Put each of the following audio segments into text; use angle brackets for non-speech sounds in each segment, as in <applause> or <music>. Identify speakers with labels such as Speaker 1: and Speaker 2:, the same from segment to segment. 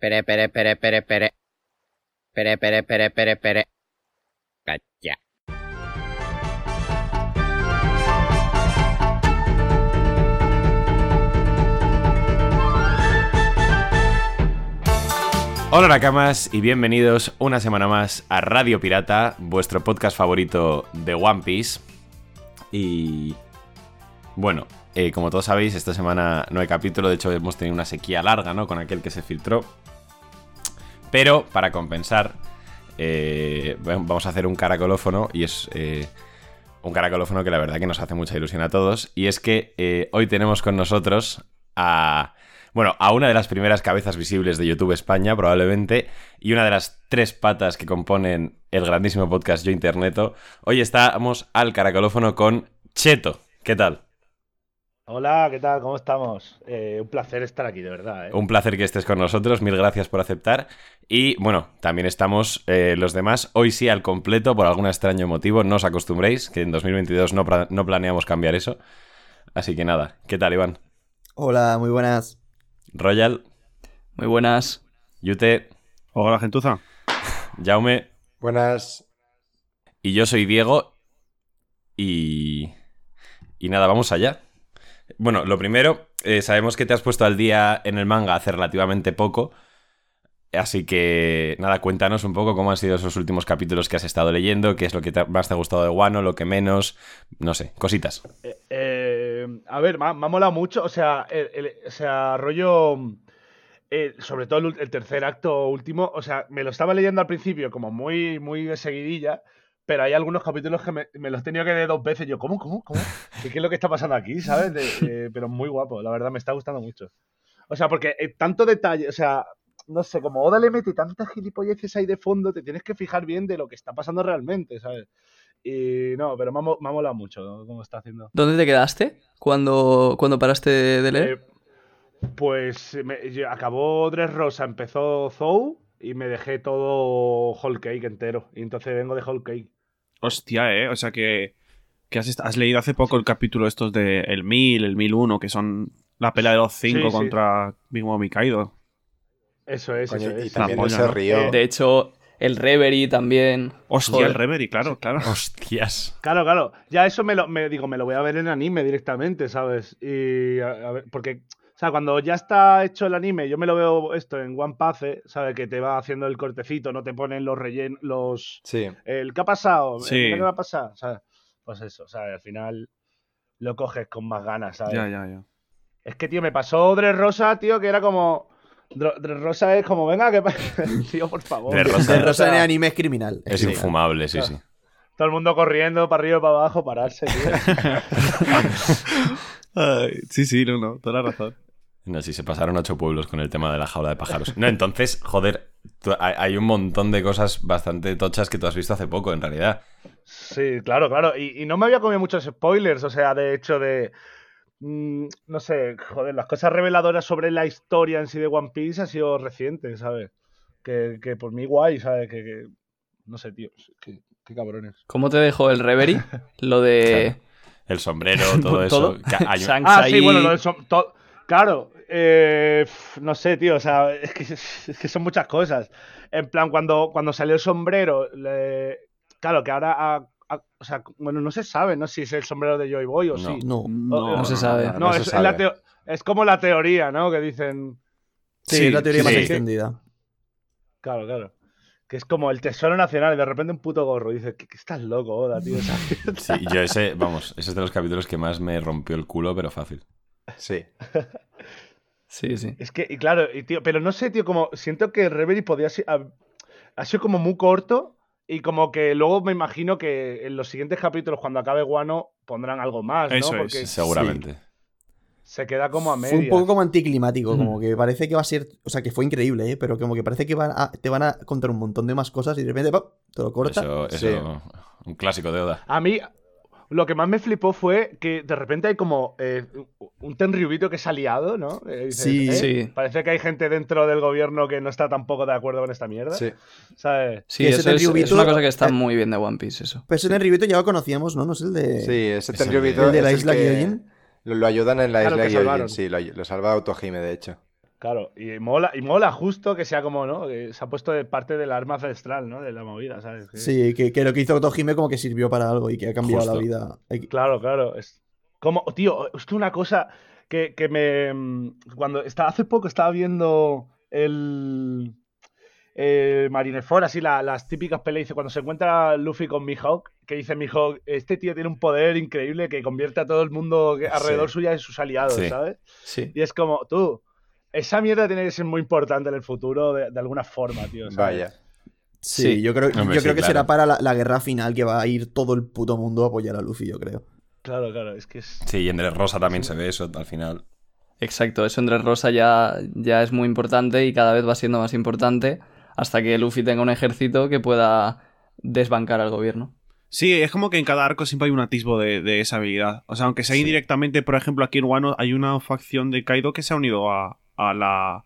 Speaker 1: Pere, pere, pere, pere, pere. Pere, pere, pere, pere, pere. Cacha.
Speaker 2: Hola Nakamas y bienvenidos una semana más a Radio Pirata, vuestro podcast favorito de One Piece. Y bueno, eh, como todos sabéis, esta semana no hay capítulo, de hecho hemos tenido una sequía larga, ¿no? Con aquel que se filtró. Pero para compensar, eh, vamos a hacer un caracolófono y es eh, un caracolófono que la verdad que nos hace mucha ilusión a todos. Y es que eh, hoy tenemos con nosotros a... Bueno, a una de las primeras cabezas visibles de YouTube España, probablemente, y una de las tres patas que componen el grandísimo podcast Yo Interneto. Hoy estamos al caracolófono con Cheto. ¿Qué tal?
Speaker 3: Hola, ¿qué tal? ¿Cómo estamos? Eh, un placer estar aquí, de verdad. ¿eh?
Speaker 2: Un placer que estés con nosotros, mil gracias por aceptar. Y bueno, también estamos eh, los demás, hoy sí al completo, por algún extraño motivo, no os acostumbréis, que en 2022 no, no planeamos cambiar eso. Así que nada, ¿qué tal, Iván?
Speaker 4: Hola, muy buenas.
Speaker 2: Royal.
Speaker 5: Muy buenas.
Speaker 2: Yute.
Speaker 6: Hola, gentuza.
Speaker 2: <laughs> Jaume.
Speaker 7: Buenas.
Speaker 2: Y yo soy Diego. Y. Y nada, vamos allá. Bueno, lo primero, eh, sabemos que te has puesto al día en el manga hace relativamente poco. Así que, nada, cuéntanos un poco cómo han sido esos últimos capítulos que has estado leyendo, qué es lo que te, más te ha gustado de Wano, lo que menos, no sé, cositas.
Speaker 3: Eh, eh, a ver, me ha, me ha, molado mucho, o sea, el, el o sea, rollo, eh, sobre todo el, el, tercer acto último, o sea, me lo estaba leyendo al principio como muy, muy de seguidilla, pero hay algunos capítulos que me, me los he tenido que leer dos veces, yo, ¿cómo, cómo, cómo? ¿Qué, qué es lo que está pasando aquí, sabes? De, pero muy guapo, la verdad, me está gustando mucho. O sea, porque eh, tanto detalle, o sea, no sé, como Oda le mete tantas gilipolleces ahí de fondo, te tienes que fijar bien de lo que está pasando realmente, ¿sabes? Y no, pero me ha, me ha molado mucho ¿no? cómo está haciendo.
Speaker 5: ¿Dónde te quedaste cuando, cuando paraste de leer?
Speaker 3: Eh, pues me, yo, acabó Dress Rosa, empezó Zou y me dejé todo Whole Cake entero. Y entonces vengo de Whole Cake.
Speaker 6: Hostia, ¿eh? O sea que, que has, has, leído hace poco el capítulo estos de El 1000, El 1001, que son la pelea de los 5 sí, contra sí. Big Mom y Kaido.
Speaker 3: Eso es, Coño, eso es.
Speaker 7: Y también polla, se rió.
Speaker 5: Eh, De hecho, el Reverie también.
Speaker 6: Hostia, Joder. el Reverie, claro, claro.
Speaker 2: Hostias.
Speaker 3: Claro, claro. Ya eso me lo me digo, me lo voy a ver en anime directamente, ¿sabes? Y a, a ver, porque o sea, cuando ya está hecho el anime, yo me lo veo esto en One Piece, ¿sabes? Que te va haciendo el cortecito, no te ponen los rellenos, los
Speaker 2: Sí.
Speaker 3: El ¿qué ha pasado?
Speaker 6: Sí.
Speaker 3: ¿Qué va a pasar? ¿Sabes? Pues eso, ¿sabes? Al final lo coges con más ganas, ¿sabes?
Speaker 6: Ya, ya, ya.
Speaker 3: Es que, tío, me pasó Dres Rosa, tío, que era como, Rosa es como, venga, que <laughs> tío, por favor.
Speaker 4: De Rosa, de Rosa en el anime es criminal.
Speaker 2: Es sí, infumable, sí, claro. sí.
Speaker 3: Todo el mundo corriendo para arriba y para abajo, pararse,
Speaker 6: <laughs>
Speaker 3: tío.
Speaker 4: <laughs>
Speaker 6: Ay, sí, sí, no, no, toda la razón.
Speaker 2: No, sí, se pasaron ocho pueblos con el tema de la jaula de pájaros. No, entonces, joder, hay un montón de cosas bastante tochas que tú has visto hace poco, en realidad.
Speaker 3: Sí, claro, claro. Y, y no me había comido muchos spoilers, o sea, de hecho, de mm, no sé, joder, las cosas reveladoras sobre la historia en sí de One Piece ha sido reciente, ¿sabes? Que, que por mí guay, ¿sabes? Que, que no sé, tío, qué, cabrones.
Speaker 5: ¿Cómo te dejó el Reverie?
Speaker 3: <laughs>
Speaker 5: Lo de...
Speaker 2: Claro. El sombrero, todo, eso.
Speaker 5: ¿Todo? Hay...
Speaker 3: ah, sí, bueno, lo del sombrero... Claro, eh, no sé, tío, o sea, <laughs> es que, es que, son muchas cosas. En plan, cuando, cuando salió el sombrero, le... claro, que ahora ha o sea, bueno, no se sabe, ¿no? Si es el sombrero de Joy Boy o
Speaker 2: no,
Speaker 3: sí.
Speaker 5: No, no, no, se sabe.
Speaker 3: No, no es, sabe. Es, la es, como la teoría, ¿no? Que dicen.
Speaker 4: Sí, sí es la teoría sí. más extendida.
Speaker 3: Claro, claro. Que es como el tesoro nacional y de repente un puto gorro. Y dices, ¿qué, qué estás loco, Oda, tío?
Speaker 2: sí, yo ese, vamos, ese es de los capítulos que más me rompió el culo, pero fácil.
Speaker 7: Sí.
Speaker 5: sí, sí.
Speaker 3: Es que, y claro, y tío, pero no sé, tío, como siento que Reverie podía ser. Ha, ha sido como muy corto. Y como que luego me imagino que en los siguientes capítulos, cuando acabe Guano, pondrán algo más, ¿no?
Speaker 2: Eso Porque es, seguramente. Sí.
Speaker 3: Se queda como a medias.
Speaker 4: Fue un poco como
Speaker 2: Mm.
Speaker 4: anticlimático, como que parece que va a ser. O sea, que fue increíble, ¿eh? Pero como que parece que van a, te van a contar un montón de más cosas y de repente ¡pop! te lo corta.
Speaker 2: Eso, eso sí. un clásico de Oda.
Speaker 3: A mí, lo que más me flipó fue que de repente hay como eh, un tenriubito que es aliado, ¿no? Eh, dices,
Speaker 5: sí,
Speaker 3: eh,
Speaker 5: sí.
Speaker 3: Parece que hay gente dentro del gobierno que no está tampoco de acuerdo con esta mierda.
Speaker 7: Sí.
Speaker 3: ¿Sabes?
Speaker 5: Sí, ese eso tenriubito, es, una cosa que está muy bien de One Piece, eso.
Speaker 4: Pero ese
Speaker 5: sí.
Speaker 4: tenriubito ya lo conocíamos, ¿no? No Eh, es el de.
Speaker 7: Sí, ese tenriubito.
Speaker 4: El de la isla Gyojin.
Speaker 6: Ah,
Speaker 7: Lo, lo, ayudan en la claro isla Gyojin, sí, lo, lo salva Autogime, de hecho.
Speaker 3: Claro, y mola, y mola justo que sea como, ¿no? Que se ha puesto de parte del arma ancestral, ¿no? De la movida, ¿sabes? Que-
Speaker 4: Sí, que, que lo que hizo Tojime como que sirvió para algo y que ha cambiado
Speaker 2: Justo.
Speaker 4: la vida. Hay-
Speaker 3: Claro, claro. Es como, oh, tío, es que una cosa que, que me. mm, Cuando estaba, hace poco estaba viendo el. eh, Marineford, así la- las típicas peleas, dice, cuando se encuentra Luffy con Mihawk, que dice Mihawk, este tío tiene un poder increíble que convierte a todo el mundo que- alrededor
Speaker 2: Sí.
Speaker 3: suya en sus aliados,
Speaker 2: Sí.
Speaker 3: ¿sabes?
Speaker 4: Sí.
Speaker 3: Y es como, tú, esa mierda tiene que ser muy importante en el futuro de, de alguna forma, tío. ¿sabes?
Speaker 7: Vaya.
Speaker 4: Sí,
Speaker 2: Sí.
Speaker 4: yo creo,
Speaker 2: Hombre,
Speaker 4: yo
Speaker 2: sí,
Speaker 4: creo que
Speaker 2: claro.
Speaker 4: será para la, la guerra final que va a ir todo el puto mundo a apoyar a Luffy, yo creo.
Speaker 3: Claro, claro, es que es.
Speaker 2: Sí, y en el Rosa también se ve eso al final.
Speaker 5: Exacto, eso entre Rosa ya, ya es muy importante y cada vez va siendo más importante hasta que Luffy tenga un ejército que pueda desbancar al gobierno.
Speaker 6: Sí, es como que en cada arco siempre hay un atisbo de, de esa habilidad. O sea, aunque sea
Speaker 2: Sí.
Speaker 6: indirectamente, por ejemplo, aquí en Wano hay una facción de Kaido que se ha unido a, a la, al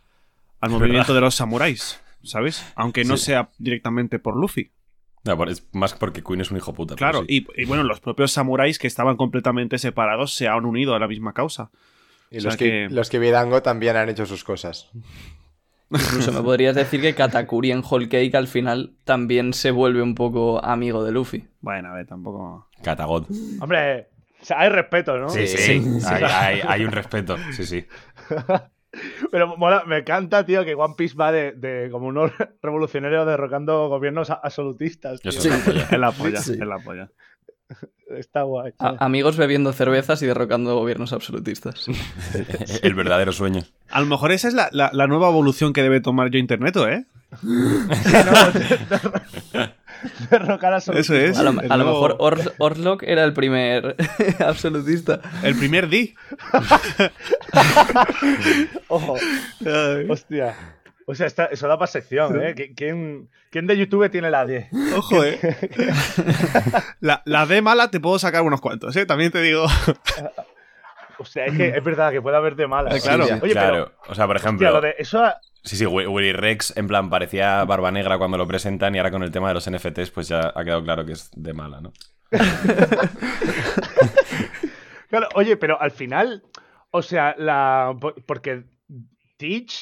Speaker 2: verdad.
Speaker 6: movimiento de los samuráis, ¿sabes? Aunque no
Speaker 2: Sí.
Speaker 6: sea directamente por Luffy.
Speaker 2: No, por- es más porque Queen es un hijo puta. pero
Speaker 6: Claro,
Speaker 2: sí.
Speaker 6: y, y bueno, los propios samuráis que estaban completamente separados se han unido a la misma causa.
Speaker 7: Y
Speaker 6: O sea
Speaker 7: los, que...
Speaker 6: que-
Speaker 7: los que Vidango también han hecho sus cosas.
Speaker 5: Incluso me podrías decir que Katakuri en Whole Cake al final también se vuelve un poco amigo de Luffy.
Speaker 6: Bueno, a ver, tampoco.
Speaker 2: Catagod.
Speaker 3: Hombre, o sea, hay respeto, ¿no?
Speaker 2: Sí, sí. Hay, hay- hay un respeto. Sí, sí.
Speaker 3: <laughs> Pero mola, me encanta, tío, que One Piece va de, de como <laughs> unos revolucionarios derrocando gobiernos a- absolutistas. tío.
Speaker 2: Eso es una polla.
Speaker 6: Es la polla,
Speaker 4: Sí.
Speaker 6: es la polla.
Speaker 3: Está guay. tío. <laughs>
Speaker 5: A- amigos bebiendo cervezas y derrocando gobiernos absolutistas.
Speaker 2: El verdadero sueño.
Speaker 6: A lo mejor esa es la, la- la nueva evolución que debe tomar yo Internet, ¿eh?
Speaker 3: Derrocar absolutismo.
Speaker 6: Eso es.
Speaker 5: A lo,
Speaker 6: el
Speaker 5: a lo
Speaker 6: nuevo-
Speaker 5: mejor Ors- Orlok era el primer <laughs> absolutista.
Speaker 6: El primer D.
Speaker 3: Ojo, hostia. O sea, está- eso da para sección, ¿eh? ¿Qui- ¿Quién, quién de YouTube tiene la 10?
Speaker 6: Ojo, <laughs> eh. La, la D mala te puedo sacar unos cuantos, eh. También te digo. <laughs>
Speaker 3: O sea, es que es verdad que puede haber de malas.
Speaker 6: Claro.
Speaker 3: Oye, pero,
Speaker 2: claro. o sea, por
Speaker 3: hostia,
Speaker 2: ejemplo.
Speaker 3: lo de eso ha-
Speaker 2: Sí, sí, Wi- Willy Rex, en plan, parecía barba negra cuando lo presentan y ahora con el tema de los NFTs, pues ya ha quedado claro que es de mala, ¿no?
Speaker 3: Claro, oye, pero al final, o sea, la po- porque Teach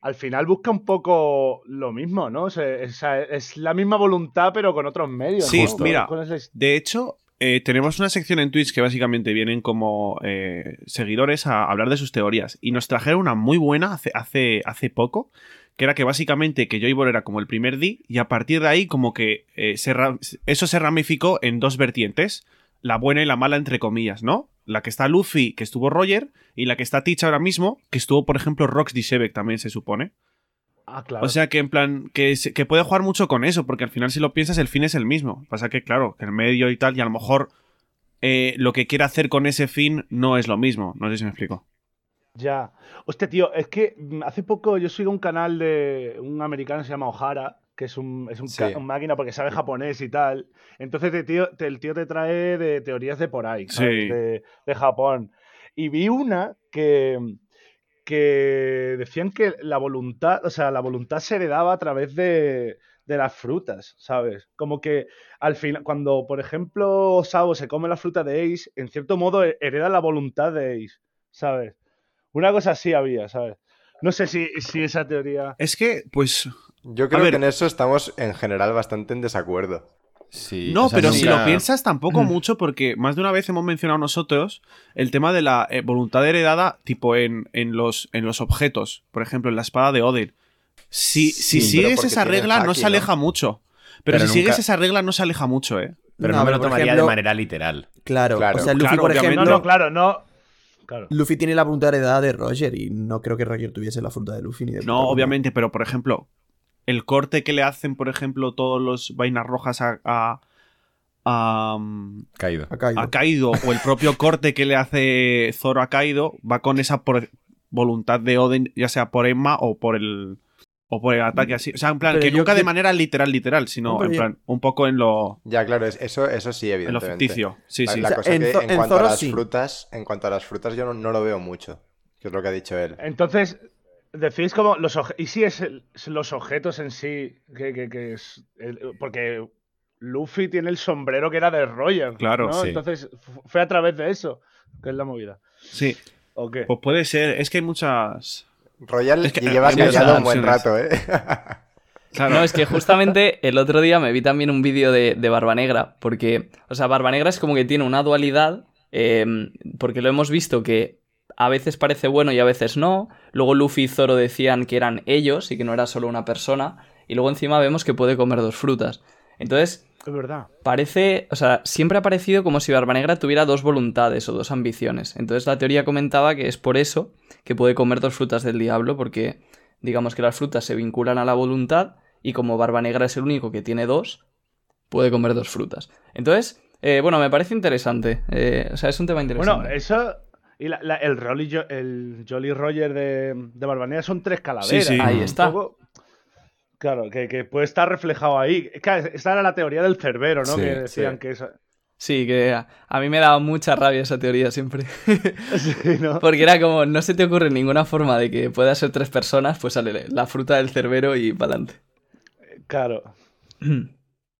Speaker 3: al final busca un poco lo mismo, ¿no? O sea, es, es la misma voluntad, pero con otros medios.
Speaker 6: Sí,
Speaker 3: ¿no?
Speaker 6: mira.
Speaker 3: ¿Cuál es la his-
Speaker 6: De hecho, eh, tenemos una sección en Twitch que básicamente vienen como eh, seguidores a hablar de sus teorías. Y nos trajeron una muy buena hace, hace, hace poco, que era que básicamente que Joybor era como el primer D y a partir de ahí como que eh, se ra- eso se ramificó en dos vertientes, la buena y la mala entre comillas, ¿no? La que está Luffy, que estuvo Roger, y la que está Teach ahora mismo, que estuvo, por ejemplo, Rox Dishevek también se supone.
Speaker 3: Ah, claro.
Speaker 6: O sea que en plan, que, se- que puede jugar mucho con eso, porque al final si lo piensas el fin es el mismo. Pasa que claro, que el medio y tal, y a lo mejor eh, lo que quiera hacer con ese fin no es lo mismo. No sé si me explico.
Speaker 3: Ya. Hostia, tío, es que mm, hace poco yo sigo un canal de un americano que se llama O'Hara, que es un, es un, ca-
Speaker 7: Sí.
Speaker 3: un máquina porque sabe japonés y tal. Entonces te tío- te- el tío te trae de teorías de por ahí, ¿sabes?
Speaker 6: Sí.
Speaker 3: De, de Japón. Y vi una que, que decían que la voluntad, o sea, la voluntad se heredaba a través de, de las frutas, ¿sabes? Como que al final, cuando, por ejemplo, Sabo se come la fruta de Ace, en cierto modo he- hereda la voluntad de Ace, ¿sabes? Una cosa así había, ¿sabes? No sé si, si esa teoría.
Speaker 6: Es que, pues,
Speaker 7: Yo creo
Speaker 6: ver.
Speaker 7: que en eso estamos en general bastante en desacuerdo.
Speaker 2: Sí.
Speaker 6: no,
Speaker 2: o sea,
Speaker 6: pero si
Speaker 2: nunca-
Speaker 6: lo piensas tampoco mucho, porque más de una vez hemos mencionado nosotros el tema de la eh, voluntad heredada, tipo en, en, los, en los objetos, por ejemplo, en la espada de Odin. Si, si
Speaker 7: Sí, pero
Speaker 6: sigues
Speaker 7: porque
Speaker 6: esa
Speaker 7: tiene
Speaker 6: regla, no
Speaker 7: haki,
Speaker 6: se
Speaker 7: ¿no?
Speaker 6: aleja mucho. Pero,
Speaker 2: Pero
Speaker 6: si sigues
Speaker 2: nunca-
Speaker 6: esa regla, no se aleja mucho, ¿eh?
Speaker 2: Pero no, me lo
Speaker 4: por
Speaker 2: tomaría de
Speaker 4: ejemplo,
Speaker 2: manera literal.
Speaker 4: Claro,
Speaker 7: Claro,
Speaker 4: o sea, Luffy,
Speaker 6: claro,
Speaker 4: por
Speaker 6: obviamente.
Speaker 4: ejemplo,
Speaker 3: No, no, claro, no. Claro.
Speaker 4: Luffy tiene la voluntad heredada de Roger y no creo que Roger tuviese la fruta de Luffy ni de puta
Speaker 6: No,
Speaker 4: broma.
Speaker 6: obviamente, pero por ejemplo, el corte que le hacen, por ejemplo, todos los vainas rojas a. a a, um,
Speaker 2: Caído.
Speaker 4: Ha caído.
Speaker 6: a Kaido o el propio corte que le hace Zoro a Kaido va con esa por- voluntad de Oden, ya sea por Emma o por el o por el ataque así, o sea, en plan
Speaker 4: Pero
Speaker 6: que
Speaker 4: yo-
Speaker 6: nunca de
Speaker 4: yo-
Speaker 6: manera literal literal, sino
Speaker 4: No, pero
Speaker 6: en
Speaker 4: yo-
Speaker 6: plan un poco en lo
Speaker 7: Ya, claro, es- eso, eso sí,
Speaker 6: en lo
Speaker 7: evidentemente.
Speaker 6: ficticio. Sí,
Speaker 7: La,
Speaker 6: sí.
Speaker 7: la
Speaker 4: O sea,
Speaker 7: cosa
Speaker 4: en
Speaker 7: que
Speaker 4: Zo-
Speaker 7: en,
Speaker 4: en
Speaker 7: cuanto
Speaker 4: Zoro
Speaker 7: a las
Speaker 4: sí.
Speaker 7: frutas, en cuanto a las frutas, yo no, no lo veo mucho. Que es lo que ha dicho él.
Speaker 3: Entonces, decís como los obje- y si es el- los objetos en sí que, que- que es el- porque Luffy tiene el sombrero que era de Roger,
Speaker 6: Claro,
Speaker 3: ¿no?
Speaker 2: sí.
Speaker 3: Entonces fu- fue a través de eso que es la movida.
Speaker 6: Sí,
Speaker 3: ¿O qué?
Speaker 6: pues puede ser, es que hay muchas
Speaker 7: Royal
Speaker 6: Es que,
Speaker 7: lleva
Speaker 6: hay muchas
Speaker 7: callado un buen
Speaker 6: opciones.
Speaker 7: rato, ¿eh? <laughs>
Speaker 6: Claro.
Speaker 5: No, es que justamente el otro día me vi también un vídeo de, de Barba Negra, porque, o sea, Barba Negra es como que tiene una dualidad, eh, porque lo hemos visto que a veces parece bueno y a veces no, luego Luffy y Zoro decían que eran ellos y que no era solo una persona, y luego encima vemos que puede comer dos frutas. Entonces,
Speaker 3: Es verdad.
Speaker 5: parece, o sea, siempre ha parecido como si Barba Negra tuviera dos voluntades o dos ambiciones. Entonces la teoría comentaba que es por eso que puede comer dos frutas del diablo, porque digamos que las frutas se vinculan a la voluntad y como Barba Negra es el único que tiene dos, puede comer dos frutas. Entonces, eh, bueno, me parece interesante. eh, o sea, es un tema interesante.
Speaker 3: Bueno, eso. Y la- la- el, Rolly Jo- el Jolly Roger de, de Barbanera son tres calaveras.
Speaker 6: Sí, sí.
Speaker 5: Ahí
Speaker 3: Un
Speaker 5: está.
Speaker 3: poco- claro, que, que puede estar reflejado ahí. Claro, esta era la teoría del cerbero, ¿no?
Speaker 2: Sí,
Speaker 3: que decían
Speaker 2: sí.
Speaker 3: que eso.
Speaker 5: Sí, que a, a mí me daba mucha rabia esa teoría siempre.
Speaker 3: <laughs>
Speaker 5: <laughs>
Speaker 3: Sí, ¿no?
Speaker 5: Porque era como, no se te ocurre ninguna forma de que pueda ser tres personas, pues sale la fruta del cerbero y pa'lante.
Speaker 3: Claro.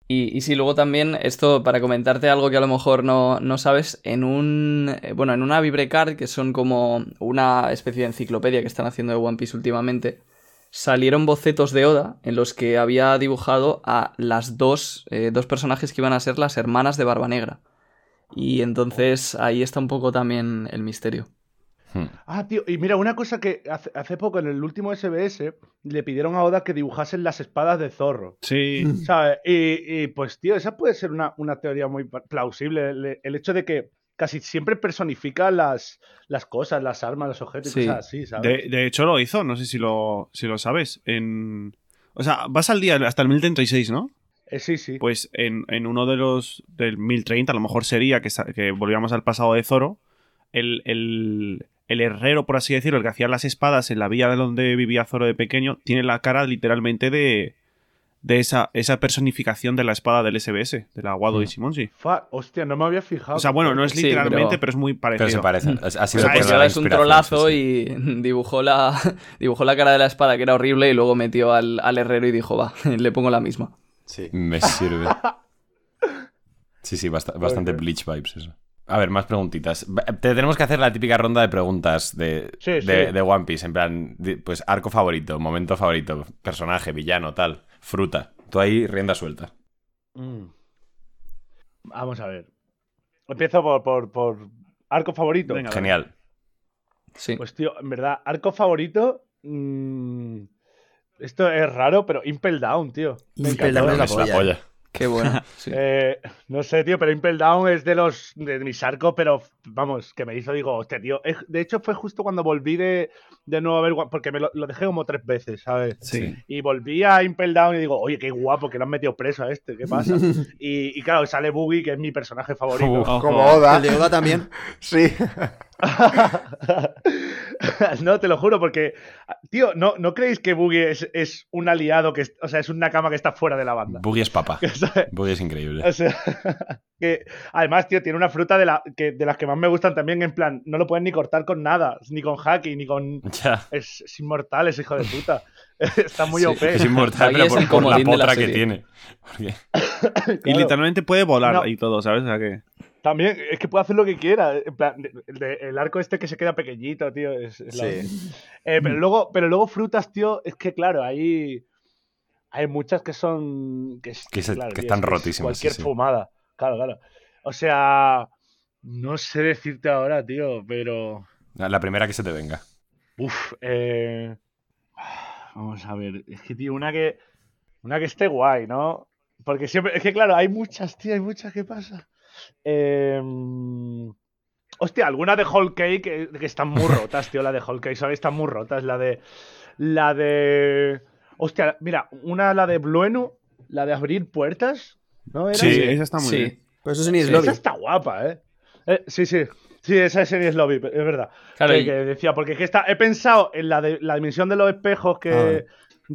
Speaker 5: Y, y sí, luego también, esto para comentarte algo que a lo mejor no, no sabes, en un. eh, Bueno, en una Vibrecard, que son como una especie de enciclopedia que están haciendo de One Piece últimamente, salieron bocetos de Oda en los que había dibujado a las dos, eh, dos personajes que iban a ser las hermanas de Barba Negra. Y entonces ahí está un poco también el misterio.
Speaker 2: Hmm.
Speaker 3: Ah, tío, y mira, una cosa que hace, hace poco en el último SBS le pidieron a Oda que dibujasen las espadas de zorro.
Speaker 6: Sí.
Speaker 3: ¿Sabes? Y, y, pues, tío, esa puede ser una, una teoría muy pa- plausible. El, el hecho de que casi siempre personifica las, las cosas, las armas, los objetos y
Speaker 5: Sí.
Speaker 3: cosas así, ¿sabes?
Speaker 6: De, de hecho lo hizo, no sé si lo, si lo sabes. En, o sea, vas al día hasta el 1036, ¿no?
Speaker 3: Eh, sí, sí.
Speaker 6: Pues en, en uno de los del 1030, a lo mejor sería que, sa- que volvíamos al pasado de Zoro, el, el- el herrero, por así decirlo, el que hacía las espadas en la villa de donde vivía Zoro de pequeño, tiene la cara literalmente de, de esa, esa personificación de la espada del SBS, de la Wado de Simonsi.
Speaker 3: Fa- hostia, no me había fijado.
Speaker 6: O sea, bueno, no es
Speaker 5: Sí,
Speaker 6: literalmente,
Speaker 5: pero-
Speaker 6: pero, es muy parecido.
Speaker 2: Pero se parecen. Ha ha sido
Speaker 5: Bueno,
Speaker 6: Pero
Speaker 2: por
Speaker 5: pues
Speaker 6: porque
Speaker 2: la
Speaker 5: ahora es un
Speaker 2: inspiración,
Speaker 5: trolazo
Speaker 2: sí, sí.
Speaker 5: y <laughs> dibujó la, dibujó la cara de la espada, que era horrible, y luego metió al, al herrero y dijo, va, <laughs> le pongo la misma.
Speaker 7: Sí.
Speaker 2: Me sirve. Sí, sí, bast- bastante bleach vibes eso. A ver, más preguntitas. Ba- Te tenemos que hacer la típica ronda de preguntas de,
Speaker 3: Sí,
Speaker 2: de,
Speaker 3: sí.
Speaker 2: de One Piece. En plan, di- pues arco favorito, momento favorito, personaje, villano, tal, fruta. Tú ahí rienda suelta.
Speaker 3: Mm. Vamos a ver. Empiezo por, por, por arco favorito.
Speaker 6: Venga. A ver.
Speaker 2: Genial.
Speaker 5: Sí.
Speaker 3: Pues tío, en verdad, arco favorito. mm, esto es raro, pero Impel Down, tío. Me
Speaker 4: Impel
Speaker 3: encantó.
Speaker 4: Down es la
Speaker 2: Es la
Speaker 4: polla.
Speaker 2: polla.
Speaker 5: <laughs>
Speaker 2: <laughs>
Speaker 5: Qué bueno. sí.
Speaker 3: Eh, no sé, tío, pero Impel Down es de los de mis arcos, pero vamos, que me hizo, digo, hostia, tío. Es- de hecho, fue justo cuando volví de, de nuevo a ver, One- porque me lo, lo dejé como tres veces, ¿sabes?
Speaker 6: Sí.
Speaker 3: Y volví a Impel Down y digo, oye, qué guapo, que lo han metido preso a este, ¿qué
Speaker 4: <laughs>
Speaker 3: pasa? y, y claro, sale Boogie, que es mi personaje favorito.
Speaker 2: Uf.
Speaker 6: Ojo.
Speaker 7: Como Oda.
Speaker 4: El de Oda también.
Speaker 7: <laughs>
Speaker 4: <laughs>
Speaker 7: Sí.
Speaker 3: <laughs> no, te lo juro, porque, tío, ¿no, ¿no creéis que Boogie es, es un aliado, que es- o sea, es una cama que está fuera de la banda?
Speaker 2: Boogie es papa.
Speaker 3: ¿Sabes?
Speaker 2: Boogie es
Speaker 3: <laughs> O
Speaker 2: increíble.
Speaker 3: sea, <laughs> que además, tío, tiene una fruta de, la, que, de las que más me gustan también, en plan, no lo pueden ni cortar con nada, ni con hacking, ni con...
Speaker 2: <laughs> Ya.
Speaker 3: Es, es inmortal ese hijo de puta. <laughs> está muy
Speaker 5: Sí.
Speaker 3: OP.
Speaker 2: Es inmortal,
Speaker 5: Ahí
Speaker 2: pero
Speaker 5: es
Speaker 2: por,
Speaker 5: el
Speaker 2: por la
Speaker 5: comodín de la
Speaker 2: potra que
Speaker 5: serie.
Speaker 2: tiene. Porque-
Speaker 6: Y
Speaker 3: Claro.
Speaker 6: literalmente puede volar
Speaker 3: No.
Speaker 6: y todo, ¿sabes? O sea que...
Speaker 3: También es que puede hacer lo que quiera. En plan, de- de- el arco este que se queda pequeñito, tío. es- es la-
Speaker 7: Sí.
Speaker 3: Eh,
Speaker 2: Mm.
Speaker 3: pero, luego, pero luego frutas, tío, es que claro, hay, hay muchas que son. Que, es-
Speaker 2: Que se-
Speaker 3: claro,
Speaker 2: que
Speaker 3: tío,
Speaker 2: están
Speaker 3: es es
Speaker 2: rotísimas,
Speaker 3: Cualquier
Speaker 2: sí, sí.
Speaker 3: fumada. Claro, claro. O sea, no sé decirte ahora, tío, pero.
Speaker 2: La la primera que se te venga.
Speaker 3: Uf, eh, Vamos a ver. Es que, tío, una que. Una que esté guay, ¿no? Porque siempre. Es que, claro, hay muchas, tío, hay muchas que pasa. Eh, hostia, alguna de Whole Cake eh, que están muy rotas, tío. La de Whole Cake, ¿sabes? Están muy rotas. La de. La de. Hostia, mira, una la de Blueno, la de abrir puertas. ¿No era?
Speaker 6: Sí, esa está muy
Speaker 5: Sí.
Speaker 6: bien.
Speaker 4: Pero eso es un
Speaker 5: Sí,
Speaker 4: Islobi.
Speaker 3: Esa está guapa, ¿eh? Eh, Sí, sí. Sí, esa serie es lobby, es verdad.
Speaker 5: Claro,
Speaker 3: que,
Speaker 5: y-
Speaker 3: que decía, porque es que está, he pensado en la, de, la dimensión de los espejos que.
Speaker 4: Ah,
Speaker 3: de-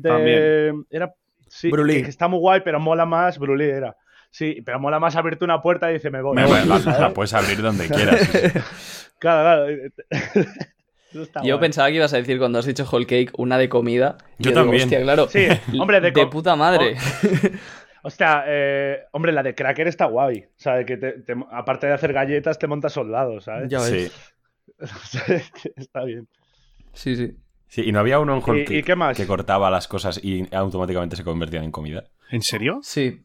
Speaker 6: también.
Speaker 3: era, sí,
Speaker 4: Brulí.
Speaker 3: que- que está muy guay, pero mola más. Brulí era. Sí, pero mola más abrirte una puerta y dice, me voy.
Speaker 2: Bueno, la,
Speaker 3: ¿sabes?
Speaker 2: la puedes abrir donde quieras. sí, sí.
Speaker 3: Claro, claro. <laughs> Eso está
Speaker 5: Yo
Speaker 3: guay.
Speaker 5: pensaba que ibas a decir cuando has dicho whole cake una de comida. y
Speaker 2: Yo
Speaker 5: digo,
Speaker 2: también.
Speaker 5: hostia, claro.
Speaker 3: Sí, hombre, de,
Speaker 5: de
Speaker 3: co- Oh.
Speaker 5: puta madre.
Speaker 3: O sea, eh, hombre, la de Cracker está guay. O sea, que te- te- aparte de hacer <laughs> galletas, te montas soldados, ¿sabes?
Speaker 4: Ya ves.
Speaker 2: Sí.
Speaker 3: O sea, es que está bien.
Speaker 5: <laughs> Sí, sí.
Speaker 2: Sí, y no había un
Speaker 3: ¿Y-
Speaker 2: onjol que,
Speaker 3: y qué más?
Speaker 2: que cortaba las cosas y automáticamente se convertían en comida.
Speaker 6: ¿En serio?
Speaker 5: Sí.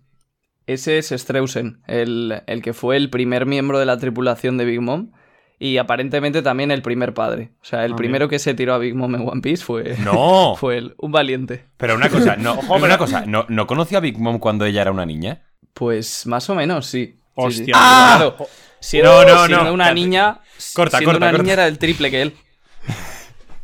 Speaker 5: Ese es Streusen, el, el que fue el primer miembro de la tripulación de Big Mom y aparentemente también el primer padre. O sea, el
Speaker 6: Ah,
Speaker 5: primero que se tiró a Big Mom en One Piece fue,
Speaker 2: <laughs>
Speaker 5: <laughs>
Speaker 2: ¡No!
Speaker 5: fue él, un valiente.
Speaker 2: Pero una cosa, no, una cosa, no, no conocí a Big Mom cuando ella era una niña.
Speaker 5: Pues más o menos, sí. Sí, sí.
Speaker 6: Hostia.
Speaker 5: Ah,
Speaker 3: Oh.
Speaker 5: claro. Siendo,
Speaker 2: No, no,
Speaker 5: siendo
Speaker 2: no.
Speaker 5: una
Speaker 2: Espérate.
Speaker 5: niña,
Speaker 2: Corta,
Speaker 5: siendo
Speaker 2: corta,
Speaker 5: una
Speaker 2: corta.
Speaker 5: niña era el triple
Speaker 2: <laughs>
Speaker 5: que él.
Speaker 3: <laughs>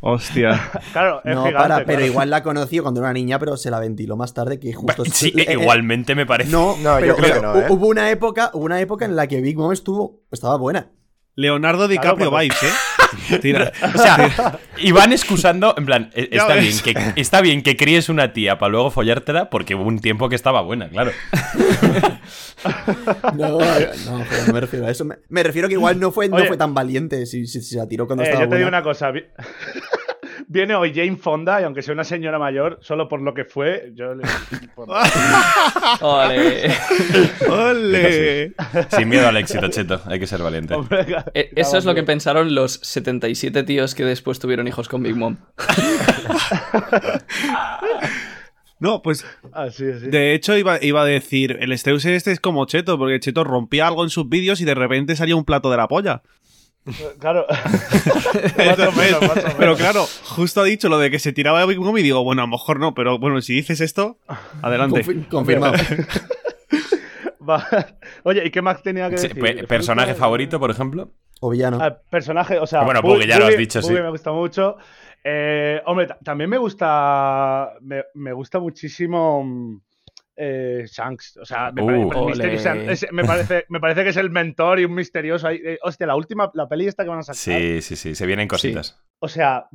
Speaker 6: Hostia.
Speaker 3: Claro, es
Speaker 4: No,
Speaker 3: gigante.
Speaker 4: para, pero
Speaker 3: claro.
Speaker 4: igual la conoció cuando era una niña, pero se la ventiló más tarde que justo.
Speaker 2: Sí,
Speaker 4: eh, eh,
Speaker 2: igualmente me parece.
Speaker 4: No,
Speaker 7: No, yo
Speaker 4: pero,
Speaker 7: creo que
Speaker 4: pero
Speaker 7: no, ¿eh?
Speaker 4: hu- hubo una época, hubo una época en la que Big Mom estuvo, estaba buena.
Speaker 6: Leonardo DiCaprio
Speaker 3: cuando-
Speaker 6: vibes, ¿eh?
Speaker 3: <laughs>
Speaker 6: Tira.
Speaker 2: <laughs> O sea, Iván excusando, en plan, e-
Speaker 6: Ya
Speaker 2: está bien,
Speaker 6: ves.
Speaker 2: que, está bien que críes una tía para luego follártela porque hubo un tiempo que estaba buena, claro.
Speaker 4: No, no,
Speaker 7: <laughs>
Speaker 4: pero no me refiero a eso. Me, me refiero que igual no fue, no
Speaker 3: Oye.
Speaker 4: fue tan valiente si, si- si la tiró cuando
Speaker 3: Eh,
Speaker 4: estaba
Speaker 3: yo te digo
Speaker 4: buena.
Speaker 3: una cosa. vi- <laughs> Viene hoy Jane Fonda y aunque sea una señora mayor, solo por lo que fue, yo le...
Speaker 5: Ole.
Speaker 6: ¡Ole!
Speaker 2: Sin miedo al éxito, cheto. Hay que ser valiente.
Speaker 3: Hombre,
Speaker 5: Eh, Eso es lo que
Speaker 3: hombre.
Speaker 5: pensaron los 77 tíos que después tuvieron hijos con Big Mom.
Speaker 6: No, pues
Speaker 3: Así, así.
Speaker 6: de hecho iba, iba a decir, el Streusen este es como Cheto, porque Cheto rompía algo en sus vídeos y de repente salía un plato de la polla.
Speaker 3: Claro. <laughs> Más o menos, más o menos.
Speaker 6: Pero claro, justo ha dicho lo de que se tiraba de Big Mom y digo, bueno, a lo mejor no, pero bueno, si dices esto, adelante.
Speaker 4: Confi-
Speaker 7: <laughs>
Speaker 4: confirmado.
Speaker 3: Va. Oye, ¿y qué más tenía que
Speaker 2: Sí,
Speaker 3: decir?
Speaker 2: pe-
Speaker 3: ¿Fruta?
Speaker 2: ¿Personaje favorito, por ejemplo?
Speaker 4: O villano.
Speaker 3: Ah, personaje, o sea.
Speaker 2: Ah, bueno,
Speaker 3: Bug-
Speaker 2: Buggy ya lo has
Speaker 3: Buggy-
Speaker 2: dicho, sí.
Speaker 3: Buggy me gusta mucho. Eh, hombre, ta- también me gusta. Me, me gusta muchísimo. mm, Eh, Shanks. O sea, me,
Speaker 2: Uh.
Speaker 3: parece- pero
Speaker 5: Ole.
Speaker 3: Mystery Shanks- es- me parece, me parece que es el mentor y un misterioso ahí. Eh, hostia, la última, la peli esta que van a sacar.
Speaker 2: Sí, sí, sí. Se vienen cositas.
Speaker 3: O sea.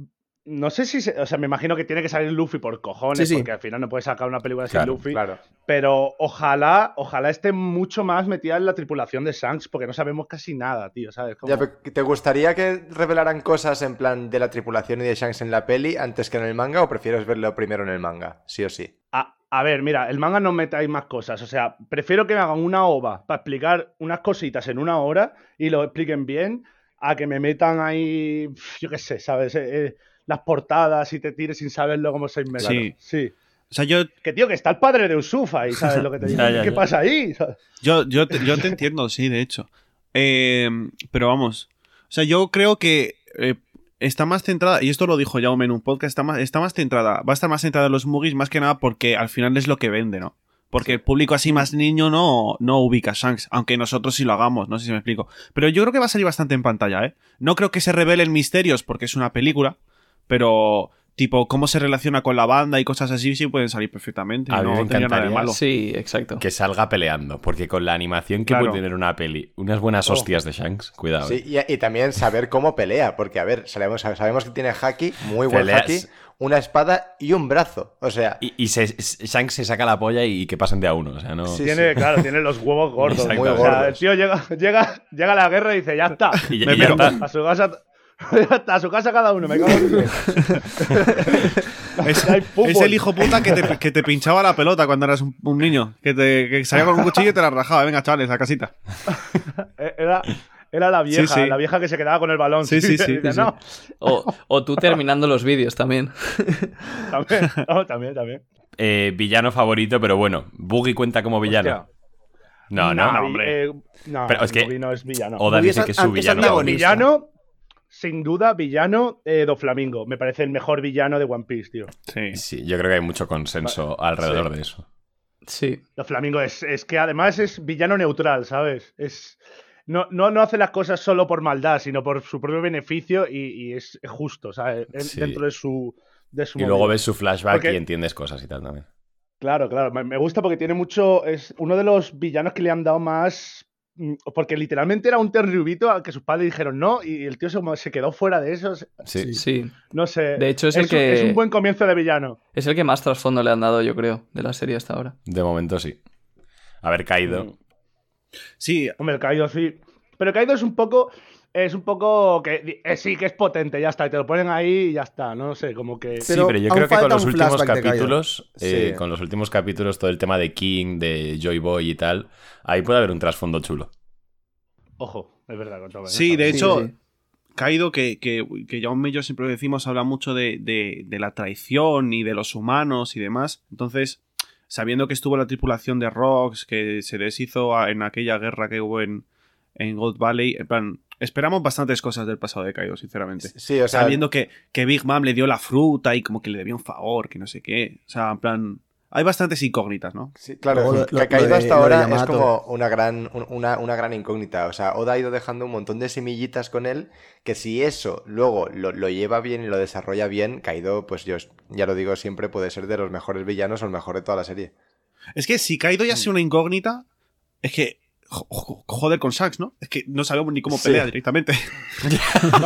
Speaker 3: No sé si. se- o sea, me imagino que tiene que salir Luffy por cojones,
Speaker 4: Sí, sí.
Speaker 3: porque al final no puedes sacar una película
Speaker 2: Claro,
Speaker 3: sin Luffy.
Speaker 7: Claro.
Speaker 3: Pero ojalá, ojalá esté mucho más metida en la tripulación de Shanks, porque no sabemos casi nada, tío, ¿sabes? Como-
Speaker 7: Ya, pero ¿Te gustaría que revelaran cosas en plan de la tripulación y de Shanks en la peli antes que en el manga o prefieres verlo primero en el manga? Sí o sí.
Speaker 3: A, a ver, mira, el manga no mete ahí más cosas. O sea, prefiero que me hagan una ova para explicar unas cositas en una hora y lo expliquen bien a que me metan ahí, pf, yo qué sé, ¿sabes? Eh, eh, las portadas y te tires sin saberlo como seis meses.
Speaker 6: Sí.
Speaker 3: sí.
Speaker 6: O sea, yo,
Speaker 3: Que tío, que está el padre de Usufa ahí, ¿sabes lo que te
Speaker 2: <laughs>
Speaker 3: digo?
Speaker 2: Ya, ya,
Speaker 3: ¿Qué
Speaker 2: ya.
Speaker 3: pasa ahí? ¿Sabes?
Speaker 6: yo, yo, te, yo te entiendo, sí, de hecho. Eh, pero vamos, o sea, yo creo que eh, está más centrada, y esto lo dijo Jaume en un podcast, está más, está más centrada, va a estar más centrada en los Moogies más que nada porque al final es lo que vende, ¿no? Porque el público así más niño no, no ubica a Shanks, aunque nosotros sí lo hagamos, no sé si me explico. Pero yo creo que va a salir bastante en pantalla, ¿eh? No creo que se revelen misterios porque es una película, pero tipo cómo se relaciona con la banda y cosas así sí pueden salir perfectamente.
Speaker 2: A mí
Speaker 6: no
Speaker 2: me
Speaker 6: tendría nada de
Speaker 2: encantaría
Speaker 6: malo.
Speaker 5: Sí, exacto.
Speaker 2: Que salga peleando. Porque con la animación que
Speaker 6: Claro.
Speaker 2: puede tener una peli, unas buenas hostias de Shanks, cuidado.
Speaker 7: Sí,
Speaker 2: eh.
Speaker 7: y, y también saber cómo pelea, porque a ver, sabemos, sabemos que tiene haki, muy buen
Speaker 2: Peleas.
Speaker 7: haki, una espada y un brazo. O sea,
Speaker 2: Y, y se- Shanks se saca la polla y, que pasen de a uno. O sea, no.
Speaker 7: Sí,
Speaker 3: Tiene, claro, tiene los huevos gordos.
Speaker 2: Exacto.
Speaker 3: Muy
Speaker 2: Muy
Speaker 3: gordos. O sea,
Speaker 7: gordos.
Speaker 3: el tío llega, llega, llega a la guerra y dice, ya está.
Speaker 2: <laughs> Y ya-
Speaker 3: me
Speaker 2: y ya
Speaker 3: piro.
Speaker 2: está.
Speaker 3: A su casa. <laughs> ya está, a su casa cada uno, me cago en diez.
Speaker 6: Es,
Speaker 3: Hay fútbol.
Speaker 6: es el hijo puta que te, que te pinchaba la pelota cuando eras un, un niño. Que, te, que salía con un cuchillo y te la rajaba. Venga, chavales, a casita.
Speaker 3: Eh, Era, era la vieja,
Speaker 6: Sí, sí.
Speaker 3: la vieja que se quedaba con el balón. <laughs>
Speaker 6: Sí, sí, sí,
Speaker 3: Dice,
Speaker 6: sí, sí.
Speaker 3: No,
Speaker 5: O, o tú terminando los vídeos también.
Speaker 3: también, no, también, también.
Speaker 2: Eh, villano favorito, pero bueno. Buggy cuenta como villano. No, no,
Speaker 3: Nah,
Speaker 2: no, hombre.
Speaker 3: eh, no,
Speaker 2: Pero es que-
Speaker 3: Bobby no es villano.
Speaker 2: Oda
Speaker 4: Buggy
Speaker 2: dice
Speaker 4: es
Speaker 2: que es
Speaker 4: an-
Speaker 2: su
Speaker 4: es
Speaker 2: villano.
Speaker 4: antagonista.
Speaker 3: Villano, sin duda, villano eh, Doflamingo. Me parece el mejor villano de One Piece, tío.
Speaker 6: Sí.
Speaker 2: Sí, yo creo que hay mucho consenso alrededor de eso.
Speaker 5: Sí.
Speaker 3: Doflamingo es, es que además es villano neutral, ¿sabes? Es, no, no, no hace las cosas solo por maldad, sino por su propio beneficio y, y es justo, ¿sabes? En-
Speaker 2: Sí.
Speaker 3: Dentro de su. De su
Speaker 2: Y luego
Speaker 3: movida.
Speaker 2: ves su flashback
Speaker 3: Porque-
Speaker 2: y entiendes cosas y tal también.
Speaker 3: Claro, claro. Me, me gusta porque tiene mucho. Es uno de los villanos que le han dado más. mm, Porque literalmente era un terribito al que sus padres dijeron no, y el tío se, como- se quedó fuera de eso. se-
Speaker 2: Sí.
Speaker 5: Sí.
Speaker 3: No sé.
Speaker 5: De hecho, es el
Speaker 3: un-
Speaker 5: que-
Speaker 3: es un buen comienzo de villano.
Speaker 5: Es el que más trasfondo le han dado, yo creo, de la serie hasta ahora.
Speaker 2: De momento sí. Haber caído.
Speaker 6: Sí,
Speaker 3: Hombre, el Kaido sí. Pero el Kaido es un poco. Es un poco. que di- eh, Sí, que es potente, ya está. Y te lo ponen ahí y ya está. No sé, como que.
Speaker 2: Sí,
Speaker 4: Pero
Speaker 2: pero yo
Speaker 4: aún
Speaker 2: creo que con
Speaker 4: falta
Speaker 2: los
Speaker 4: un
Speaker 2: últimos
Speaker 4: flashback de Kaido.
Speaker 2: capítulos, eh,
Speaker 7: Sí.
Speaker 2: con los últimos capítulos, todo el tema de King, de Joy Boy y tal, ahí puede haber un trasfondo chulo.
Speaker 3: Ojo, es verdad. con todo, ¿eh?
Speaker 6: sí, de
Speaker 5: Sí,
Speaker 6: hecho,
Speaker 5: sí.
Speaker 6: Kaido, que, que, que ya un medio siempre lo decimos, habla mucho de, de- de la traición y de los humanos y demás. Entonces, sabiendo que estuvo la tripulación de Rocks, que se deshizo a- en aquella guerra que hubo en, en Gold Valley, en plan, esperamos bastantes cosas del pasado de Kaido, sinceramente.
Speaker 7: Sí, o sea,
Speaker 6: Sabiendo que, que Big Mom le dio la fruta y como que le debía un favor, que no sé qué. O sea, en plan, hay bastantes incógnitas, ¿no?
Speaker 7: Sí, claro,
Speaker 4: Luego lo-
Speaker 7: lo,
Speaker 4: lo-
Speaker 7: que ha caído
Speaker 4: lo de-
Speaker 7: hasta
Speaker 4: lo de
Speaker 7: ahora es
Speaker 4: Yamato.
Speaker 7: como una gran, un- una, una gran incógnita. O sea, Oda ha ido dejando un montón de semillitas con él, que si eso luego lo, lo lleva bien y lo desarrolla bien, Kaido, pues yo es- ya lo digo siempre, puede ser de los mejores villanos o el mejor de toda la serie.
Speaker 6: Es que si Kaido ya sea una incógnita, es que. jo- jo- Joder con Shanks, ¿no? Es que no sabemos ni cómo
Speaker 7: Sí.
Speaker 6: pelea directamente.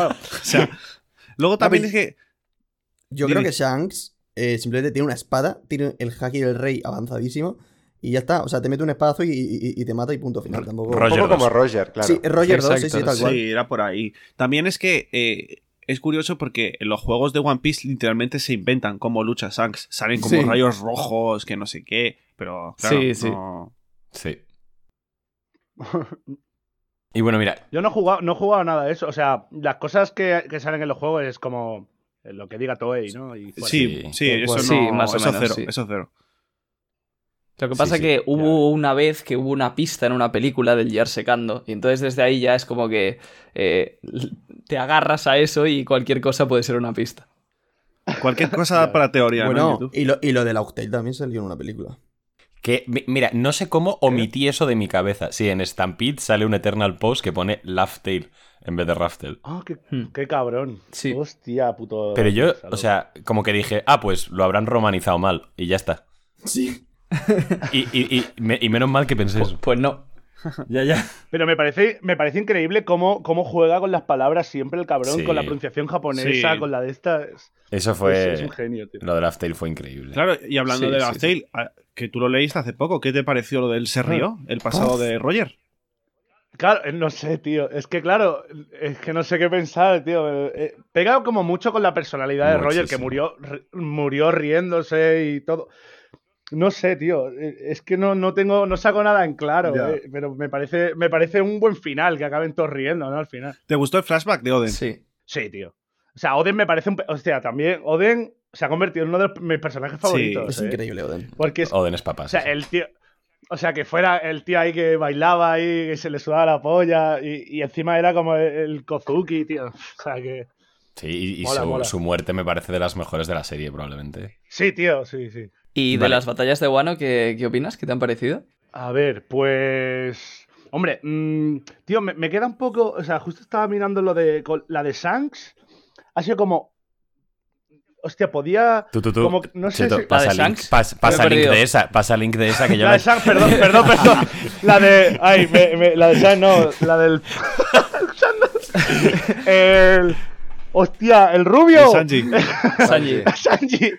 Speaker 6: o sea, luego también es que.
Speaker 4: Yo
Speaker 6: Dime.
Speaker 4: creo que Shanks eh, simplemente tiene una espada, tiene el haki del rey avanzadísimo y ya está. O sea, te mete un espadazo y, y- y te mata y punto final. Tampoco.
Speaker 2: Roger
Speaker 7: un poco
Speaker 2: dos.
Speaker 7: como Roger, claro.
Speaker 4: Sí, Roger 2, sí,
Speaker 5: Exacto,
Speaker 4: sí, tal cual.
Speaker 6: Sí, era por ahí. También es que eh, es curioso porque en los juegos de One Piece literalmente se inventan cómo lucha Shanks. Salen como
Speaker 5: Sí.
Speaker 6: rayos rojos, que no sé qué. Pero claro,
Speaker 5: Sí, sí.
Speaker 6: no-
Speaker 2: Sí. <laughs> Y bueno, mira,
Speaker 3: Yo no he jugado, no he jugado nada de eso. O sea, las cosas que, que salen en los juegos es como eh, lo que diga Toei, ¿no? Y fuera.
Speaker 6: sí,
Speaker 2: sí.
Speaker 6: sí, eso no,
Speaker 5: Sí, más o
Speaker 6: eso
Speaker 5: menos,
Speaker 6: cero,
Speaker 5: sí.
Speaker 6: eso cero.
Speaker 5: Lo que
Speaker 2: Sí,
Speaker 5: pasa es
Speaker 2: sí,
Speaker 5: que hubo una vez que hubo una pista en una película del Gear secando, y entonces desde ahí ya es como que eh, te agarras a eso y cualquier cosa puede ser una pista.
Speaker 6: <laughs> Cualquier cosa para teoría, ¿no? En
Speaker 4: Bueno,
Speaker 6: YouTube.
Speaker 4: y lo, y lo de la Octave también salió en una película.
Speaker 2: que, mi- mira, no sé cómo omití eso de mi cabeza. Sí, en Stampede sale un Eternal Post que pone Laugh Tale en vez de Raftel.
Speaker 3: Ah, qué,
Speaker 5: Hmm.
Speaker 3: qué cabrón.
Speaker 5: Sí.
Speaker 3: Hostia, puto.
Speaker 2: Pero yo,
Speaker 3: Salud.
Speaker 2: o sea, como que dije, ah, pues lo habrán romanizado mal y ya está.
Speaker 4: Sí.
Speaker 2: Y, y- y- me- y menos mal que <laughs> pensé
Speaker 5: Pues,
Speaker 2: eso.
Speaker 5: pues no.
Speaker 2: Ya, ya.
Speaker 3: Pero me parece, me parece increíble cómo, cómo juega con las palabras siempre el cabrón,
Speaker 2: Sí. Pues,
Speaker 3: con la pronunciación japonesa,
Speaker 6: Sí.
Speaker 3: con la de esta. Es,
Speaker 2: Eso
Speaker 3: es
Speaker 2: fue.
Speaker 3: un genio, tío.
Speaker 2: Lo de Laugh Tale fue increíble.
Speaker 6: Claro, y hablando
Speaker 5: Sí,
Speaker 6: de
Speaker 5: sí,
Speaker 6: Last Tale, a- que tú lo leíste hace poco, ¿qué te pareció lo del Se rió? El pasado de Roger.
Speaker 3: Claro, eh, no sé, tío. Es que, claro, es que no sé qué pensar, tío. Eh, Pega como mucho con la personalidad de Roger, que
Speaker 2: Muchísimo.
Speaker 3: murió, ri- murió riéndose y todo. No sé, tío. Eh, Es que no, no tengo, no saco nada en claro,
Speaker 6: Ya.
Speaker 3: eh, pero me parece, me parece un buen final, que acaben todos riendo, ¿no? Al final.
Speaker 6: ¿Te gustó el flashback de Oden?
Speaker 5: Sí.
Speaker 3: Sí, tío. O sea, Oden me parece un. pe- Hostia, también. Oden se ha convertido en uno de los- mis personajes favoritos.
Speaker 4: Es
Speaker 3: eh.
Speaker 4: increíble, Oden.
Speaker 3: Porque es.
Speaker 2: Oden es papá.
Speaker 3: O
Speaker 2: sí,
Speaker 3: sea,
Speaker 2: sí.
Speaker 3: el tío. O sea, que fuera el tío ahí que bailaba ahí, que se le sudaba la polla, y, y encima era como el, el Kozuki, tío. <laughs> O sea, que.
Speaker 2: Sí, y, y
Speaker 3: Mola,
Speaker 2: su,
Speaker 3: mola.
Speaker 2: su muerte me parece de las mejores de la serie, probablemente.
Speaker 3: Sí, tío, sí, sí.
Speaker 5: ¿Y de
Speaker 2: Vale.
Speaker 5: las batallas de Wano qué, qué opinas? ¿Qué te han parecido?
Speaker 3: A ver, pues. Hombre, mm, tío, me, me queda un poco. O sea, justo estaba mirando lo de. con- La de Shanks. Ha sido como. Hostia, podía.
Speaker 2: Tú, tú, tú.
Speaker 3: Como que- no sé
Speaker 2: Cheto,
Speaker 3: si-
Speaker 2: pasa
Speaker 5: ¿La de
Speaker 2: link,
Speaker 5: Shanks?
Speaker 2: pas- pasa
Speaker 5: Me he
Speaker 2: link de
Speaker 5: perdido.
Speaker 2: esa, pasa link de esa que yo
Speaker 3: La de
Speaker 2: la...
Speaker 3: Shanks, perdón, perdón, perdón. La de. Ay, me- me- la de Shanks, no. La del. <laughs> el. Hostia, el rubio.
Speaker 6: El <laughs> Sanji.
Speaker 5: Sanji.
Speaker 3: Sanji.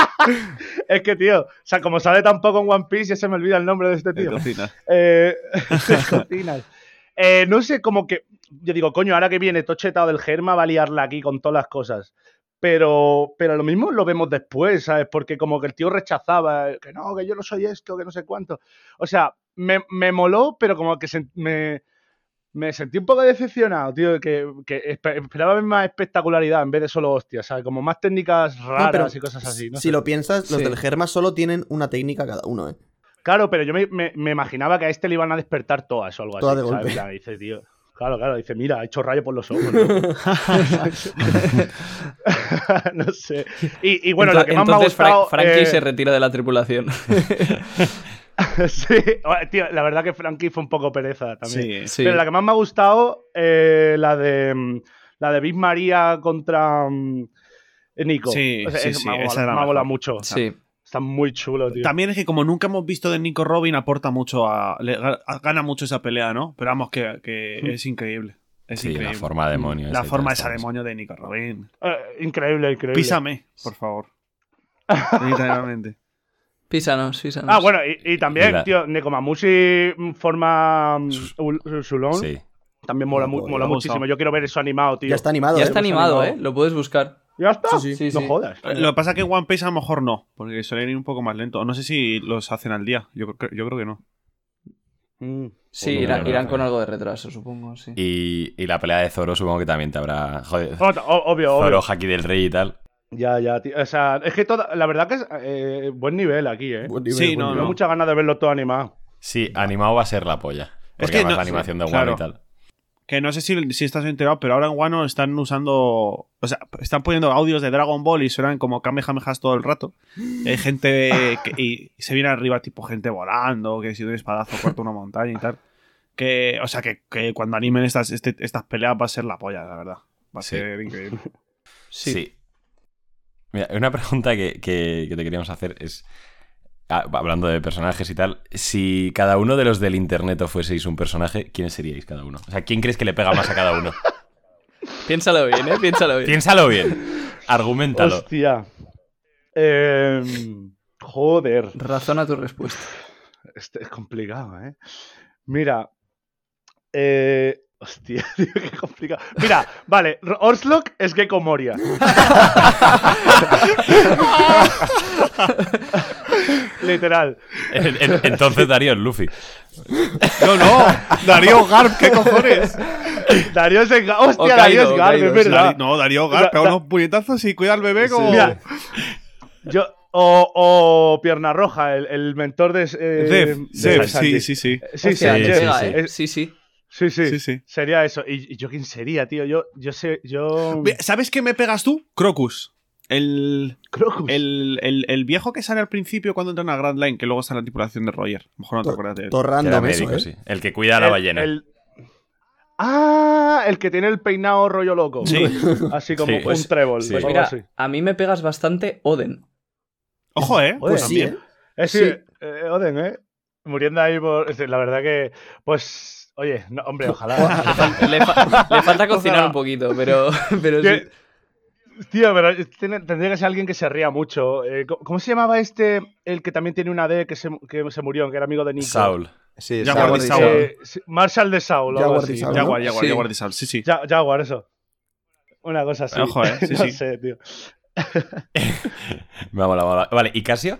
Speaker 3: <laughs> es que, tío, o sea, como sale tampoco en One Piece, ya se me olvida el nombre de este
Speaker 6: de
Speaker 3: tío.
Speaker 6: cocina.
Speaker 3: Eh, <laughs> cocinas. Eh, no sé, como que. Yo digo, coño, ahora que viene tochetado del Germa, va a liarla aquí con todas las cosas. Pero, pero lo mismo lo vemos después, ¿sabes? Porque como que el tío rechazaba, eh, que no, que yo no soy esto, que no sé cuánto. O sea, me, me moló, pero como que se- me, me sentí un poco decepcionado, tío, que, que espe- esperaba más espectacularidad en vez de solo hostias, ¿sabes? Como más técnicas raras y cosas así. ¿no?
Speaker 4: si
Speaker 3: sé.
Speaker 4: lo piensas, los
Speaker 5: Sí.
Speaker 4: del Germa solo tienen una técnica cada uno, ¿eh?
Speaker 3: Claro, pero yo me, me- me imaginaba que a este le iban a despertar todas o algo
Speaker 4: Todas
Speaker 3: así.
Speaker 4: de
Speaker 3: ¿sabes?
Speaker 4: golpe.
Speaker 3: Claro, dice, tío. Claro, claro, dice, mira, ha hecho rayo por los ojos. ¿no? <laughs> No sé. Y, y bueno, la
Speaker 5: Ento-
Speaker 3: que más me ha
Speaker 5: entonces Fra-
Speaker 3: gustado.
Speaker 5: Frankie
Speaker 3: eh,
Speaker 5: se retira de
Speaker 3: <laughs>
Speaker 5: la tripulación.
Speaker 3: sí, Bueno, tío, la verdad que Frankie fue un poco pereza también.
Speaker 6: Sí.
Speaker 5: Sí.
Speaker 3: Pero la que más me ha gustado, eh, la de mm, la de Big María contra mm, Nico.
Speaker 6: Sí, sí,
Speaker 3: esa
Speaker 6: sí,
Speaker 3: me ha
Speaker 6: esa
Speaker 3: molado-
Speaker 6: era
Speaker 3: me ha
Speaker 6: mejor.
Speaker 3: molado mucho.
Speaker 5: Sí.
Speaker 3: Está muy chulo, tío.
Speaker 6: También es que como nunca hemos visto de Nico Robin, aporta mucho a... le ga- gana mucho esa pelea, ¿no? Pero vamos, que, que es increíble. Es
Speaker 2: Sí,
Speaker 6: increíble. Mm,
Speaker 2: la forma demonio.
Speaker 6: La
Speaker 2: y
Speaker 6: forma
Speaker 2: tal,
Speaker 6: esa
Speaker 2: ¿sabes?
Speaker 6: demonio de Nico Robin.
Speaker 3: Eh, increíble, increíble.
Speaker 6: Písame, por <laughs> favor. Literalmente.
Speaker 5: Písanos, písanos.
Speaker 3: Ah, bueno, y, y también,
Speaker 2: la-
Speaker 3: tío, Nekomamushi mm, forma mm,
Speaker 2: Sus-
Speaker 3: Ul- Ul- Sulon.
Speaker 2: Sí.
Speaker 3: También mola, mu-
Speaker 4: Joder,
Speaker 3: mola
Speaker 6: me ha
Speaker 3: muchísimo.
Speaker 6: gustado.
Speaker 3: Yo quiero ver eso animado, tío.
Speaker 4: Ya está animado, ¿eh?
Speaker 5: ya está
Speaker 4: Los
Speaker 5: animado, ¿eh?
Speaker 4: animados.
Speaker 5: Lo puedes buscar.
Speaker 3: ¿Ya está?
Speaker 4: Sí, sí.
Speaker 5: Sí,
Speaker 3: no
Speaker 5: sí.
Speaker 3: jodas.
Speaker 6: Eh, Lo que pasa es que One Piece a lo mejor no, porque suelen ir un poco más lento. No sé si los hacen al día. Yo, creo- yo creo que no.
Speaker 8: Mm.
Speaker 5: Sí,
Speaker 2: Uno de
Speaker 5: irán,
Speaker 2: los
Speaker 5: irán
Speaker 2: dos.
Speaker 5: con algo de retraso, supongo, sí.
Speaker 2: Y, y la pelea de Zoro supongo que también te habrá... Joder,
Speaker 3: Ot- o- Obvio,
Speaker 2: Zoro,
Speaker 3: obvio.
Speaker 2: Haki del Rey y tal.
Speaker 3: Ya, ya, tío. O sea, es que toda, la verdad que es eh, buen nivel aquí, ¿eh?
Speaker 4: Buen
Speaker 6: Sí,
Speaker 4: buen
Speaker 6: no,
Speaker 3: Tengo
Speaker 6: no.
Speaker 3: muchas ganas de verlo todo animado.
Speaker 2: Sí, animado va a ser la polla. Porque
Speaker 6: Es que
Speaker 2: además
Speaker 6: no-
Speaker 2: la animación de One
Speaker 6: claro.
Speaker 2: y tal.
Speaker 6: Que no sé si, si estás enterado, pero ahora en Wano están usando. O sea, están poniendo audios de Dragon Ball y suenan como Kamehamehas todo el rato. Y hay gente. <laughs> que- y se viene arriba, tipo gente volando, que si de un espadazo corta una montaña y tal. Que, o sea, que, que cuando animen estas, este- estas peleas va a ser la polla, la verdad. Va a
Speaker 2: Sí.
Speaker 6: ser increíble.
Speaker 2: Sí. Mira, una pregunta que, que- que te queríamos hacer es, ah, hablando de personajes y tal, si cada uno de los del internet os fueseis un personaje, ¿quiénes seríais cada uno? O sea, ¿quién crees que le pega más a cada uno?
Speaker 5: Piénsalo bien, ¿eh? Piénsalo bien.
Speaker 2: Piénsalo
Speaker 6: <laughs>
Speaker 2: bien, argumentalo.
Speaker 3: Hostia. Eh, joder.
Speaker 5: Razona tu respuesta.
Speaker 3: Este es complicado, ¿eh? Mira. Eh, hostia, <laughs> tío, qué complicado. Mira, vale, R- Orslock es Gecko Moria. Literal.
Speaker 2: <laughs> En- en- Entonces Darío es Luffy.
Speaker 6: ¡No, <laughs> no! ¡Darío Garp, qué cojones!
Speaker 3: Darío es Ga- Hostia,
Speaker 5: O
Speaker 3: Darío es
Speaker 5: Kaido,
Speaker 3: Garp,
Speaker 5: Kaido,
Speaker 3: es
Speaker 5: sí.
Speaker 3: verdad.
Speaker 6: Dari- no, Darío Garp, pega
Speaker 3: Da- da-
Speaker 6: unos puñetazos y cuida al bebé como.
Speaker 3: Mira. Yo, o, o Pierna Roja, el, el mentor de. eh,
Speaker 6: Zef,
Speaker 3: de
Speaker 6: Zef, sí,
Speaker 3: Sanji.
Speaker 6: sí, sí.
Speaker 3: Sí,
Speaker 5: Hostia,
Speaker 3: sí,
Speaker 5: te
Speaker 2: sí,
Speaker 3: Zef.
Speaker 5: pega,
Speaker 2: sí.
Speaker 5: ¿eh?
Speaker 3: Es-
Speaker 5: sí, sí.
Speaker 3: Sí, sí.
Speaker 6: Sí, sí.
Speaker 3: Sería eso. ¿Y y yo quién sería, tío? Yo, yo sé. Yo.
Speaker 6: Ve, ¿Sabes qué me pegas tú? Crocus. El.
Speaker 3: Crocus.
Speaker 6: El, el- el viejo que sale al principio cuando entran a Grand Line, que luego está en la tripulación de Roger. A lo mejor no te
Speaker 4: To-
Speaker 6: acuerdas de él.
Speaker 4: Todo
Speaker 2: Que era
Speaker 4: random eso,
Speaker 2: médico,
Speaker 4: ¿eh?
Speaker 2: sí. El que cuida a la
Speaker 3: El-
Speaker 2: ballena.
Speaker 3: el- Ah, el que tiene el peinado rollo loco.
Speaker 6: Sí.
Speaker 3: Así como
Speaker 2: Sí, pues-
Speaker 3: un trébol.
Speaker 2: sí.
Speaker 3: o
Speaker 5: Pues
Speaker 3: algo
Speaker 5: mira,
Speaker 3: así.
Speaker 5: a mí me pegas bastante Oden.
Speaker 6: Ojo, eh.
Speaker 4: Pues sí,
Speaker 6: también.
Speaker 4: ¿eh?
Speaker 3: Eh, sí,
Speaker 4: sí.
Speaker 3: eh, Oden, ¿eh? Muriendo ahí por. es decir, La verdad que. Pues. Oye, no, hombre,
Speaker 5: Le,
Speaker 3: ojalá.
Speaker 5: fal- le fa-
Speaker 3: <laughs>
Speaker 5: le falta cocinar
Speaker 3: Ojalá.
Speaker 5: un poquito, pero, <laughs> pero
Speaker 3: <laughs>
Speaker 5: sí.
Speaker 3: Que- Tío, pero tiene- tendría que ser alguien que se ría mucho. Eh, ¿cómo- ¿Cómo se llamaba este? El que también tiene una D que se, que se murió, que era amigo de Nico.
Speaker 2: Saul.
Speaker 7: Sí,
Speaker 6: Ya
Speaker 7: Saul.
Speaker 6: guardé
Speaker 4: Sí.
Speaker 6: Saul.
Speaker 3: Eh, sí, Marshall de Saul. o algo
Speaker 4: Jaguar de
Speaker 3: así.
Speaker 4: Saul, ¿no?
Speaker 6: Jaguar, Jaguar,
Speaker 5: Sí.
Speaker 6: Jaguar de Sal. Sí, sí.
Speaker 3: Ya- Jaguar, eso. Una cosa así. <laughs>
Speaker 6: Ojo, eh, sí,
Speaker 3: no
Speaker 6: sí.
Speaker 3: sé, tío.
Speaker 2: Me ha molado, me ha molado. Vale, ¿y
Speaker 6: <laughs>
Speaker 2: Casio?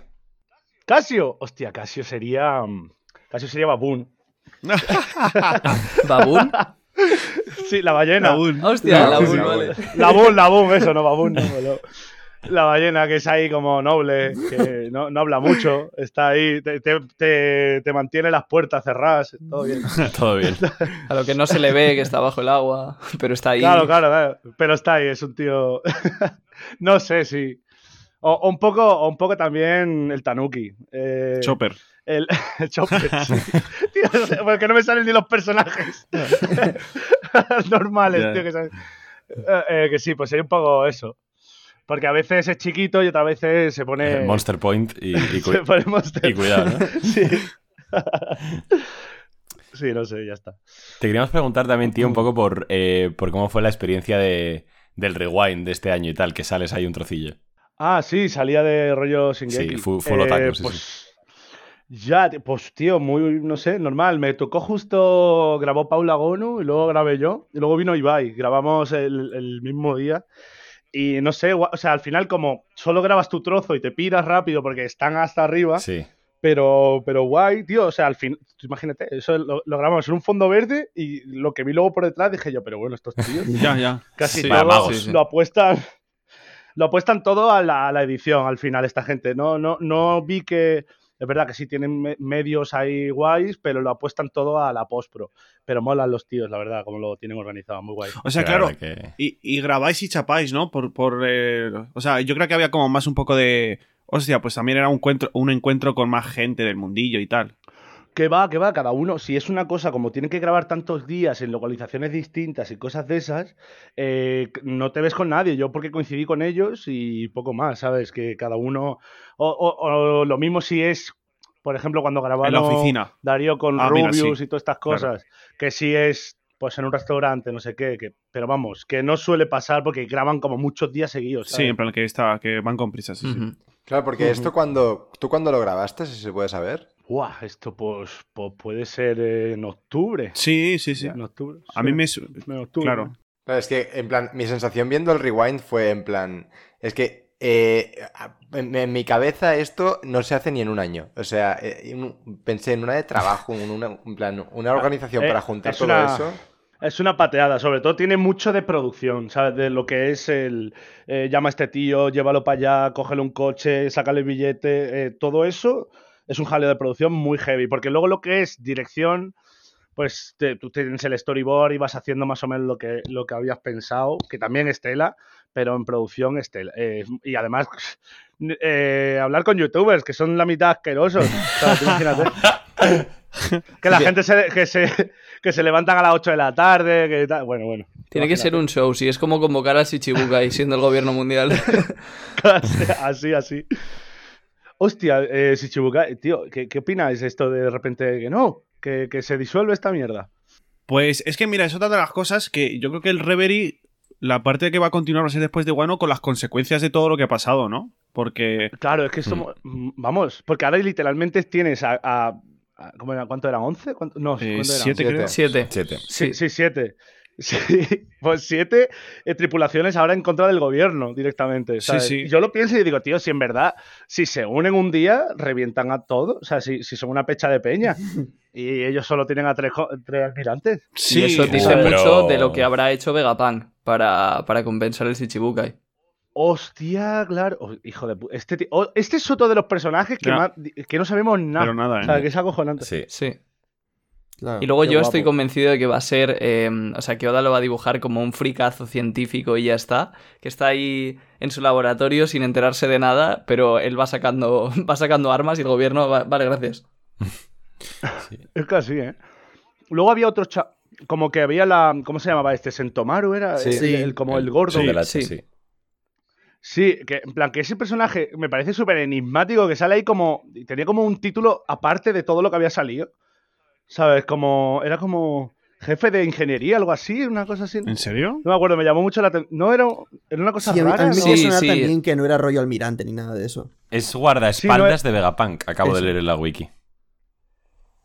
Speaker 3: Casio. Hostia, Casio sería. mm, Casio sería Baboon.
Speaker 5: ¿Babun?
Speaker 3: Sí, la ballena.
Speaker 6: Raúl.
Speaker 5: Hostia,
Speaker 7: No,
Speaker 5: la
Speaker 7: sí,
Speaker 5: Bun,
Speaker 7: sí,
Speaker 5: vale.
Speaker 3: La Boon, la Boon, eso, no Baboon. no, no.
Speaker 5: <laughs>
Speaker 3: La ballena que es ahí como noble, que no, no habla mucho, está ahí, te, te- te- te mantiene las puertas cerradas, todo bien.
Speaker 2: Todo bien.
Speaker 5: A lo que no se le ve, que está bajo el agua, pero está <laughs> ahí.
Speaker 3: Claro, claro, claro, pero está ahí, es un tío. <laughs> no sé si. O, o un poco, o un poco también el Tanuki. eh,
Speaker 6: Chopper.
Speaker 3: El, <laughs>
Speaker 2: <laughs>
Speaker 3: el Chopper. sí. Tío, no sé, porque no me salen ni los personajes <laughs> normales,
Speaker 6: Ya.
Speaker 3: tío, que, salen. Eh, eh, que sí, pues sería un poco eso. Porque a veces es chiquito y otras veces se pone.
Speaker 2: Monster Point y, y cu-
Speaker 3: <laughs> se pone monster.
Speaker 2: y cuidado, ¿no?
Speaker 3: <laughs> Sí. sí, no sé, ya está.
Speaker 2: Te queríamos preguntar también, tío, un poco por, eh, por cómo fue la experiencia de, del rewind de este año y tal, que sales ahí un trocillo.
Speaker 3: Ah, sí, salía de rollo Shingeki.
Speaker 2: Sí, fu- full otaku, sí,
Speaker 3: pues, Ya, t- pues tío, muy, no sé, normal. Me tocó justo, grabó Paula Gonu y luego grabé yo. Y luego vino Ibai, grabamos el, el mismo día. Y no sé, gua- o sea, al final como solo grabas tu trozo y te piras rápido porque están hasta arriba,
Speaker 2: Sí.
Speaker 3: pero, pero guay, tío, o sea, al final, imagínate, eso lo, lo grabamos en un fondo verde y lo que vi luego por detrás dije yo, pero bueno, estos tíos
Speaker 6: Ya, ya.
Speaker 3: casi
Speaker 5: Sí,
Speaker 3: todo
Speaker 2: vaya magos.
Speaker 3: lo apuestan <laughs> lo apuestan todo a la, a la edición al final esta gente no no no vi que es verdad que sí tienen me- medios ahí guays pero lo apuestan todo a la postpro pero molan los tíos la verdad como lo tienen organizado muy guay
Speaker 6: O sea,
Speaker 2: Pero la
Speaker 6: claro.
Speaker 2: verdad que-
Speaker 6: Y, y grabáis y chapáis, ¿no? Por, por, eh, o sea, yo creo que había como más un poco de. Hostia, pues también era un encuentro, un encuentro con más gente del mundillo y tal.
Speaker 3: que va que va cada uno si es una cosa como tienen que grabar tantos días en localizaciones distintas y cosas de esas eh, no te ves con nadie yo porque coincidí con ellos y poco más sabes que cada uno o, o- o lo mismo si es por ejemplo cuando grabamos
Speaker 6: en la oficina.
Speaker 3: Darío con
Speaker 6: Ah, mira,
Speaker 3: Rubius
Speaker 6: sí.
Speaker 3: y todas estas
Speaker 6: Claro.
Speaker 3: cosas, que sí es pues en un restaurante, no sé qué, que, pero vamos, que no suele pasar porque graban como muchos días seguidos.
Speaker 6: Sí,
Speaker 3: ¿sabes?
Speaker 6: en plan que, está, que van con prisas. Sí, sí.
Speaker 5: Ujú.
Speaker 7: Claro, porque esto cuando. ¿Tú cuando lo grabaste, si se puede saber?
Speaker 3: Buah, esto pues, pues puede ser eh, en octubre.
Speaker 6: sí, sí. sí.
Speaker 3: En octubre.
Speaker 6: A mí
Speaker 3: sí,
Speaker 6: me. su-
Speaker 3: en octubre.
Speaker 6: Claro.
Speaker 7: Claro, es que en plan, mi sensación viendo el rewind fue en plan. Es que eh, en, en mi cabeza esto no se hace ni en un año. O sea, eh, un- pensé en una de trabajo, un- una, en plan, una organización
Speaker 3: Eh,
Speaker 7: para juntar
Speaker 3: es
Speaker 7: todo
Speaker 3: una-
Speaker 7: eso.
Speaker 3: Es una pateada, sobre todo tiene mucho de producción, ¿sabes? De lo que es el eh, llama a este tío, llévalo para allá, cógele un coche, sácale el billete, eh, todo eso es un jaleo de producción muy heavy, porque luego lo que es dirección, pues te- tú tienes el storyboard y vas haciendo más o menos lo que, lo que habías pensado, que también es tela, pero en producción es tela. eh, y además, <laughs> eh, hablar con youtubers, que son la mitad asquerosos, ¿sabes? Tú imagínate. Que la gente se, que se, que se levantan a las 8 de la tarde, que tal. Bueno, <laughs> bueno.
Speaker 5: Tiene que ser un show, si es como convocar a Shichibukai y siendo el gobierno <laughs> mundial.
Speaker 3: así, así. Hostia, eh, Shichibukai, tío, ¿qué, ¿qué opináis de esto de repente que no? Que, que se disuelve esta mierda.
Speaker 6: Pues es que mira, es otra de las cosas que yo creo que el Reverie, la parte que va a continuar va a ser después de Wano con las consecuencias de todo lo que ha pasado, ¿no? Porque
Speaker 3: Claro, es que esto.
Speaker 2: Mm.
Speaker 3: mm, Vamos, porque ahora literalmente tienes a. a- a- ¿cómo era? ¿Cuánto era? ¿11? ¿Cuánto? No,
Speaker 6: eh,
Speaker 3: ¿cuánto era?
Speaker 6: siete,
Speaker 7: Siete.
Speaker 6: creo.
Speaker 5: Siete.
Speaker 2: Siete.
Speaker 5: Sí.
Speaker 3: Sí, sí, siete. <laughs> Sí, pues siete eh, tripulaciones ahora en contra del gobierno directamente.
Speaker 6: Sí,
Speaker 3: ¿sabes?
Speaker 6: sí.
Speaker 3: Yo lo pienso y digo, tío, si en verdad, si se unen un día, revientan a todos. O sea, si, si son una pecha de peña. Y ellos solo tienen a tres, jo- tres almirantes.
Speaker 6: Sí,
Speaker 5: y eso dice
Speaker 2: joder,
Speaker 5: mucho
Speaker 2: pero-
Speaker 5: de lo que habrá hecho Vegapunk para, para compensar el Shichibukai.
Speaker 3: Hostia, claro. Oh, hijo de pu- este, ti- oh, este es otro de los personajes que,
Speaker 6: Ya.
Speaker 3: más- que no sabemos
Speaker 6: pero
Speaker 3: nada.
Speaker 6: nada,
Speaker 3: O
Speaker 6: ¿eh?
Speaker 3: sea, que es acojonante.
Speaker 2: Sí.
Speaker 5: Sí.
Speaker 4: Claro,
Speaker 5: Y luego
Speaker 4: qué
Speaker 5: yo estoy
Speaker 4: guapo.
Speaker 5: convencido de que va a ser, eh, o sea, que Oda lo va a dibujar como un fricazo científico y ya está, que está ahí en su laboratorio sin enterarse de nada, pero él va sacando, <laughs> va sacando armas y el gobierno, va- vale, gracias.
Speaker 3: Es casi, ¿eh? Luego había otro cha- Como que había la. ¿Cómo se llamaba este? ¿Sentomaru era?
Speaker 4: Sí.
Speaker 3: El-
Speaker 4: Sí.
Speaker 3: el- como el, gordo.
Speaker 2: Sí, del H,
Speaker 5: Sí.
Speaker 2: sí.
Speaker 3: Sí, que en plan que ese personaje me parece súper enigmático, que sale ahí como. Tenía como un título aparte de todo lo que había salido. ¿Sabes? Como. Era como jefe de ingeniería, algo así, una cosa así.
Speaker 6: ¿En
Speaker 3: No
Speaker 6: serio?
Speaker 3: me acuerdo, me llamó mucho la atención. No, era, era una cosa
Speaker 4: Sí, a mí, a mí
Speaker 3: rara. ¿no?
Speaker 4: me
Speaker 5: Sí,
Speaker 4: quería sonar
Speaker 5: sí.
Speaker 4: también que no era rollo almirante ni nada de
Speaker 5: <laughs>
Speaker 4: eso.
Speaker 2: Es guardaespaldas de Vegapunk, acabo de
Speaker 4: Eso.
Speaker 2: leer en la wiki.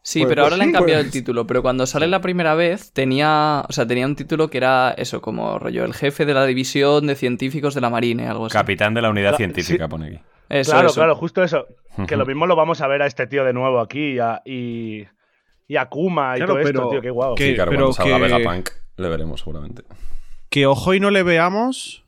Speaker 5: Sí,
Speaker 4: Pues-
Speaker 5: pero
Speaker 4: pues
Speaker 5: ahora le han
Speaker 4: sí,
Speaker 5: cambiado
Speaker 4: pues-
Speaker 5: el título, pero cuando sale la primera vez tenía, o sea, tenía un título que era eso, como rollo, el jefe de la división de científicos de la marina, algo así.
Speaker 2: Capitán de la unidad
Speaker 3: Claro,
Speaker 2: científica, pone aquí.
Speaker 5: Eso,
Speaker 3: claro,
Speaker 5: eso.
Speaker 3: claro, justo eso. Que lo
Speaker 2: Ujú.
Speaker 3: mismo lo vamos a ver a este tío de nuevo aquí y a, y, y a Kuma y
Speaker 6: Claro,
Speaker 3: todo esto,
Speaker 6: pero-
Speaker 3: tío, qué guau.
Speaker 6: que-
Speaker 2: Sí, claro,
Speaker 6: pero
Speaker 2: cuando salga
Speaker 6: que-
Speaker 2: Vegapunk le veremos seguramente.
Speaker 6: Que ojo y no le veamos.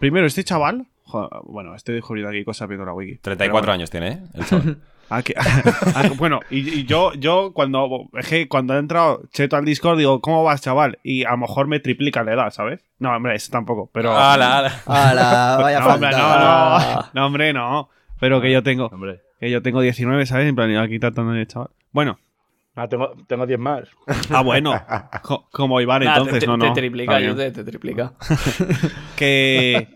Speaker 6: Primero, este chaval. jo- Bueno, este de jodido aquí cosa viendo la wiki.
Speaker 2: 34
Speaker 6: Pero bueno.
Speaker 2: años tiene, ¿eh? El <laughs> chaval.
Speaker 6: Ah, que- <laughs> ah, que- bueno, y, y yo, yo cuando es que cuando he entrado cheto al Discord digo, ¿cómo vas, chaval? Y a lo mejor me triplica la edad, ¿sabes? No, hombre, eso tampoco. Pero.
Speaker 2: Ala, ala.
Speaker 4: ¡Hala! Vaya
Speaker 6: Pues no, hombre, no,
Speaker 4: falta.
Speaker 5: <laughs>
Speaker 6: no. No, hombre, no. Pero que yo tengo.
Speaker 3: Hombre,
Speaker 6: Que yo tengo 19, ¿sabes? En plan, aquí tratando de chaval. Bueno,
Speaker 3: ah, tengo, tengo 10 más.
Speaker 6: ah,
Speaker 5: <laughs>
Speaker 6: bueno. Co- como Iván,
Speaker 5: Nah, te-
Speaker 6: entonces,
Speaker 5: te,
Speaker 6: no, no.
Speaker 5: te triplica,
Speaker 6: Está bien.
Speaker 5: yo te, te triplica.
Speaker 6: Que.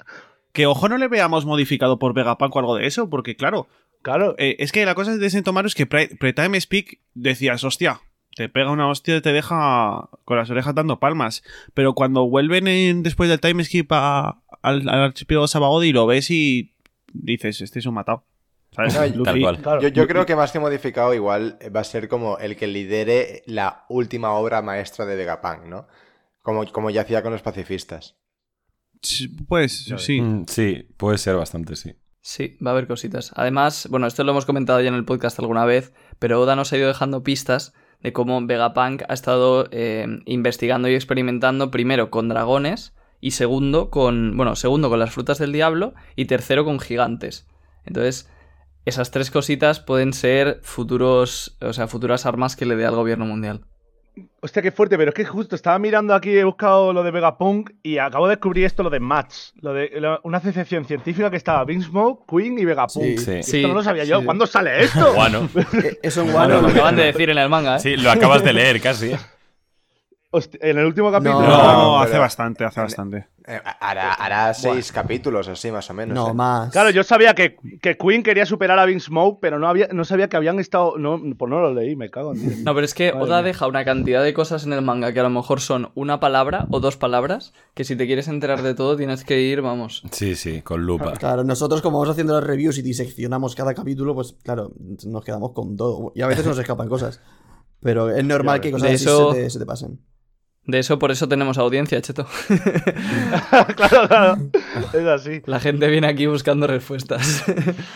Speaker 6: Que ojo no le veamos modificado por Vegapunk o algo de eso, porque claro,
Speaker 3: Claro,
Speaker 6: Eh, es que la cosa de Sentomaru es que pre- pre-time speak decías, hostia, te pega una hostia y te deja con las orejas dando palmas. Pero cuando vuelven en- después del time skip a- al, al archipiélago Sabaody y lo ves y dices, este es un matado. ¿Sabes?
Speaker 7: No, y-
Speaker 2: Tal
Speaker 6: Luffy.
Speaker 2: cual.
Speaker 3: claro.
Speaker 7: Yo, yo creo que más que modificado, igual eh, va a ser como el que lidere la última obra maestra de Vegapunk, ¿no? Como, como ya hacía con los pacifistas.
Speaker 6: Sí, Pues
Speaker 3: Ya ves.
Speaker 6: sí.
Speaker 2: Mm, Sí, puede ser bastante, sí.
Speaker 5: Sí, va a haber cositas. Además, bueno, esto lo hemos comentado ya en el podcast alguna vez, pero Oda nos ha ido dejando pistas de cómo Vegapunk ha estado eh, investigando y experimentando primero con dragones y segundo con, bueno, segundo con las frutas del diablo y tercero con gigantes. Entonces, esas tres cositas pueden ser futuros, o sea, futuras armas que le dé al gobierno mundial.
Speaker 3: Hostia, qué fuerte, pero es que justo estaba mirando aquí, he buscado lo de Vegapunk y acabo de descubrir esto, lo de Match, lo de lo- una asociación científica que estaba Smoke, Queen y Vegapunk.
Speaker 2: Sí.
Speaker 3: Esto no lo sabía yo.
Speaker 4: Sí.
Speaker 3: ¿Cuándo sale esto?
Speaker 2: Guano.
Speaker 4: Eh, Eso en
Speaker 5: Bueno,
Speaker 4: Wano.
Speaker 5: lo
Speaker 4: lo-
Speaker 5: acaban de decir en el manga, ¿eh?
Speaker 2: Sí, lo acabas de leer casi. ¿eh?
Speaker 3: Hostia, en el último capítulo.
Speaker 6: No,
Speaker 4: No,
Speaker 7: no,
Speaker 6: hace
Speaker 7: pero-
Speaker 6: bastante, hace bastante.
Speaker 7: Eh, hará hará seis capítulos así, más o menos.
Speaker 4: No,
Speaker 7: ¿eh?
Speaker 4: más.
Speaker 3: Claro, yo sabía que, que Queen quería superar a Vince Smoke, pero no, había, no sabía que habían estado. No, pues no lo leí, me cago en Dios.
Speaker 5: No, pero es que
Speaker 3: Madre
Speaker 5: Oda
Speaker 3: mía.
Speaker 5: deja una cantidad de cosas en el manga que a lo mejor son una palabra o dos palabras, que si te quieres enterar de todo tienes que ir, vamos.
Speaker 2: <laughs> Sí, sí, con lupa.
Speaker 4: Claro, nosotros como vamos haciendo las reviews y diseccionamos cada capítulo, pues claro, nos quedamos con todo. Y a veces nos escapan cosas. Pero es normal
Speaker 3: Ya
Speaker 4: que
Speaker 3: ves.
Speaker 4: cosas
Speaker 5: De
Speaker 4: así
Speaker 5: eso-
Speaker 4: se, te, se te pasen.
Speaker 5: De eso, por eso tenemos audiencia, Cheto. <laughs>
Speaker 3: claro, claro. Es así.
Speaker 5: La gente viene aquí
Speaker 3: <laughs>
Speaker 5: buscando respuestas.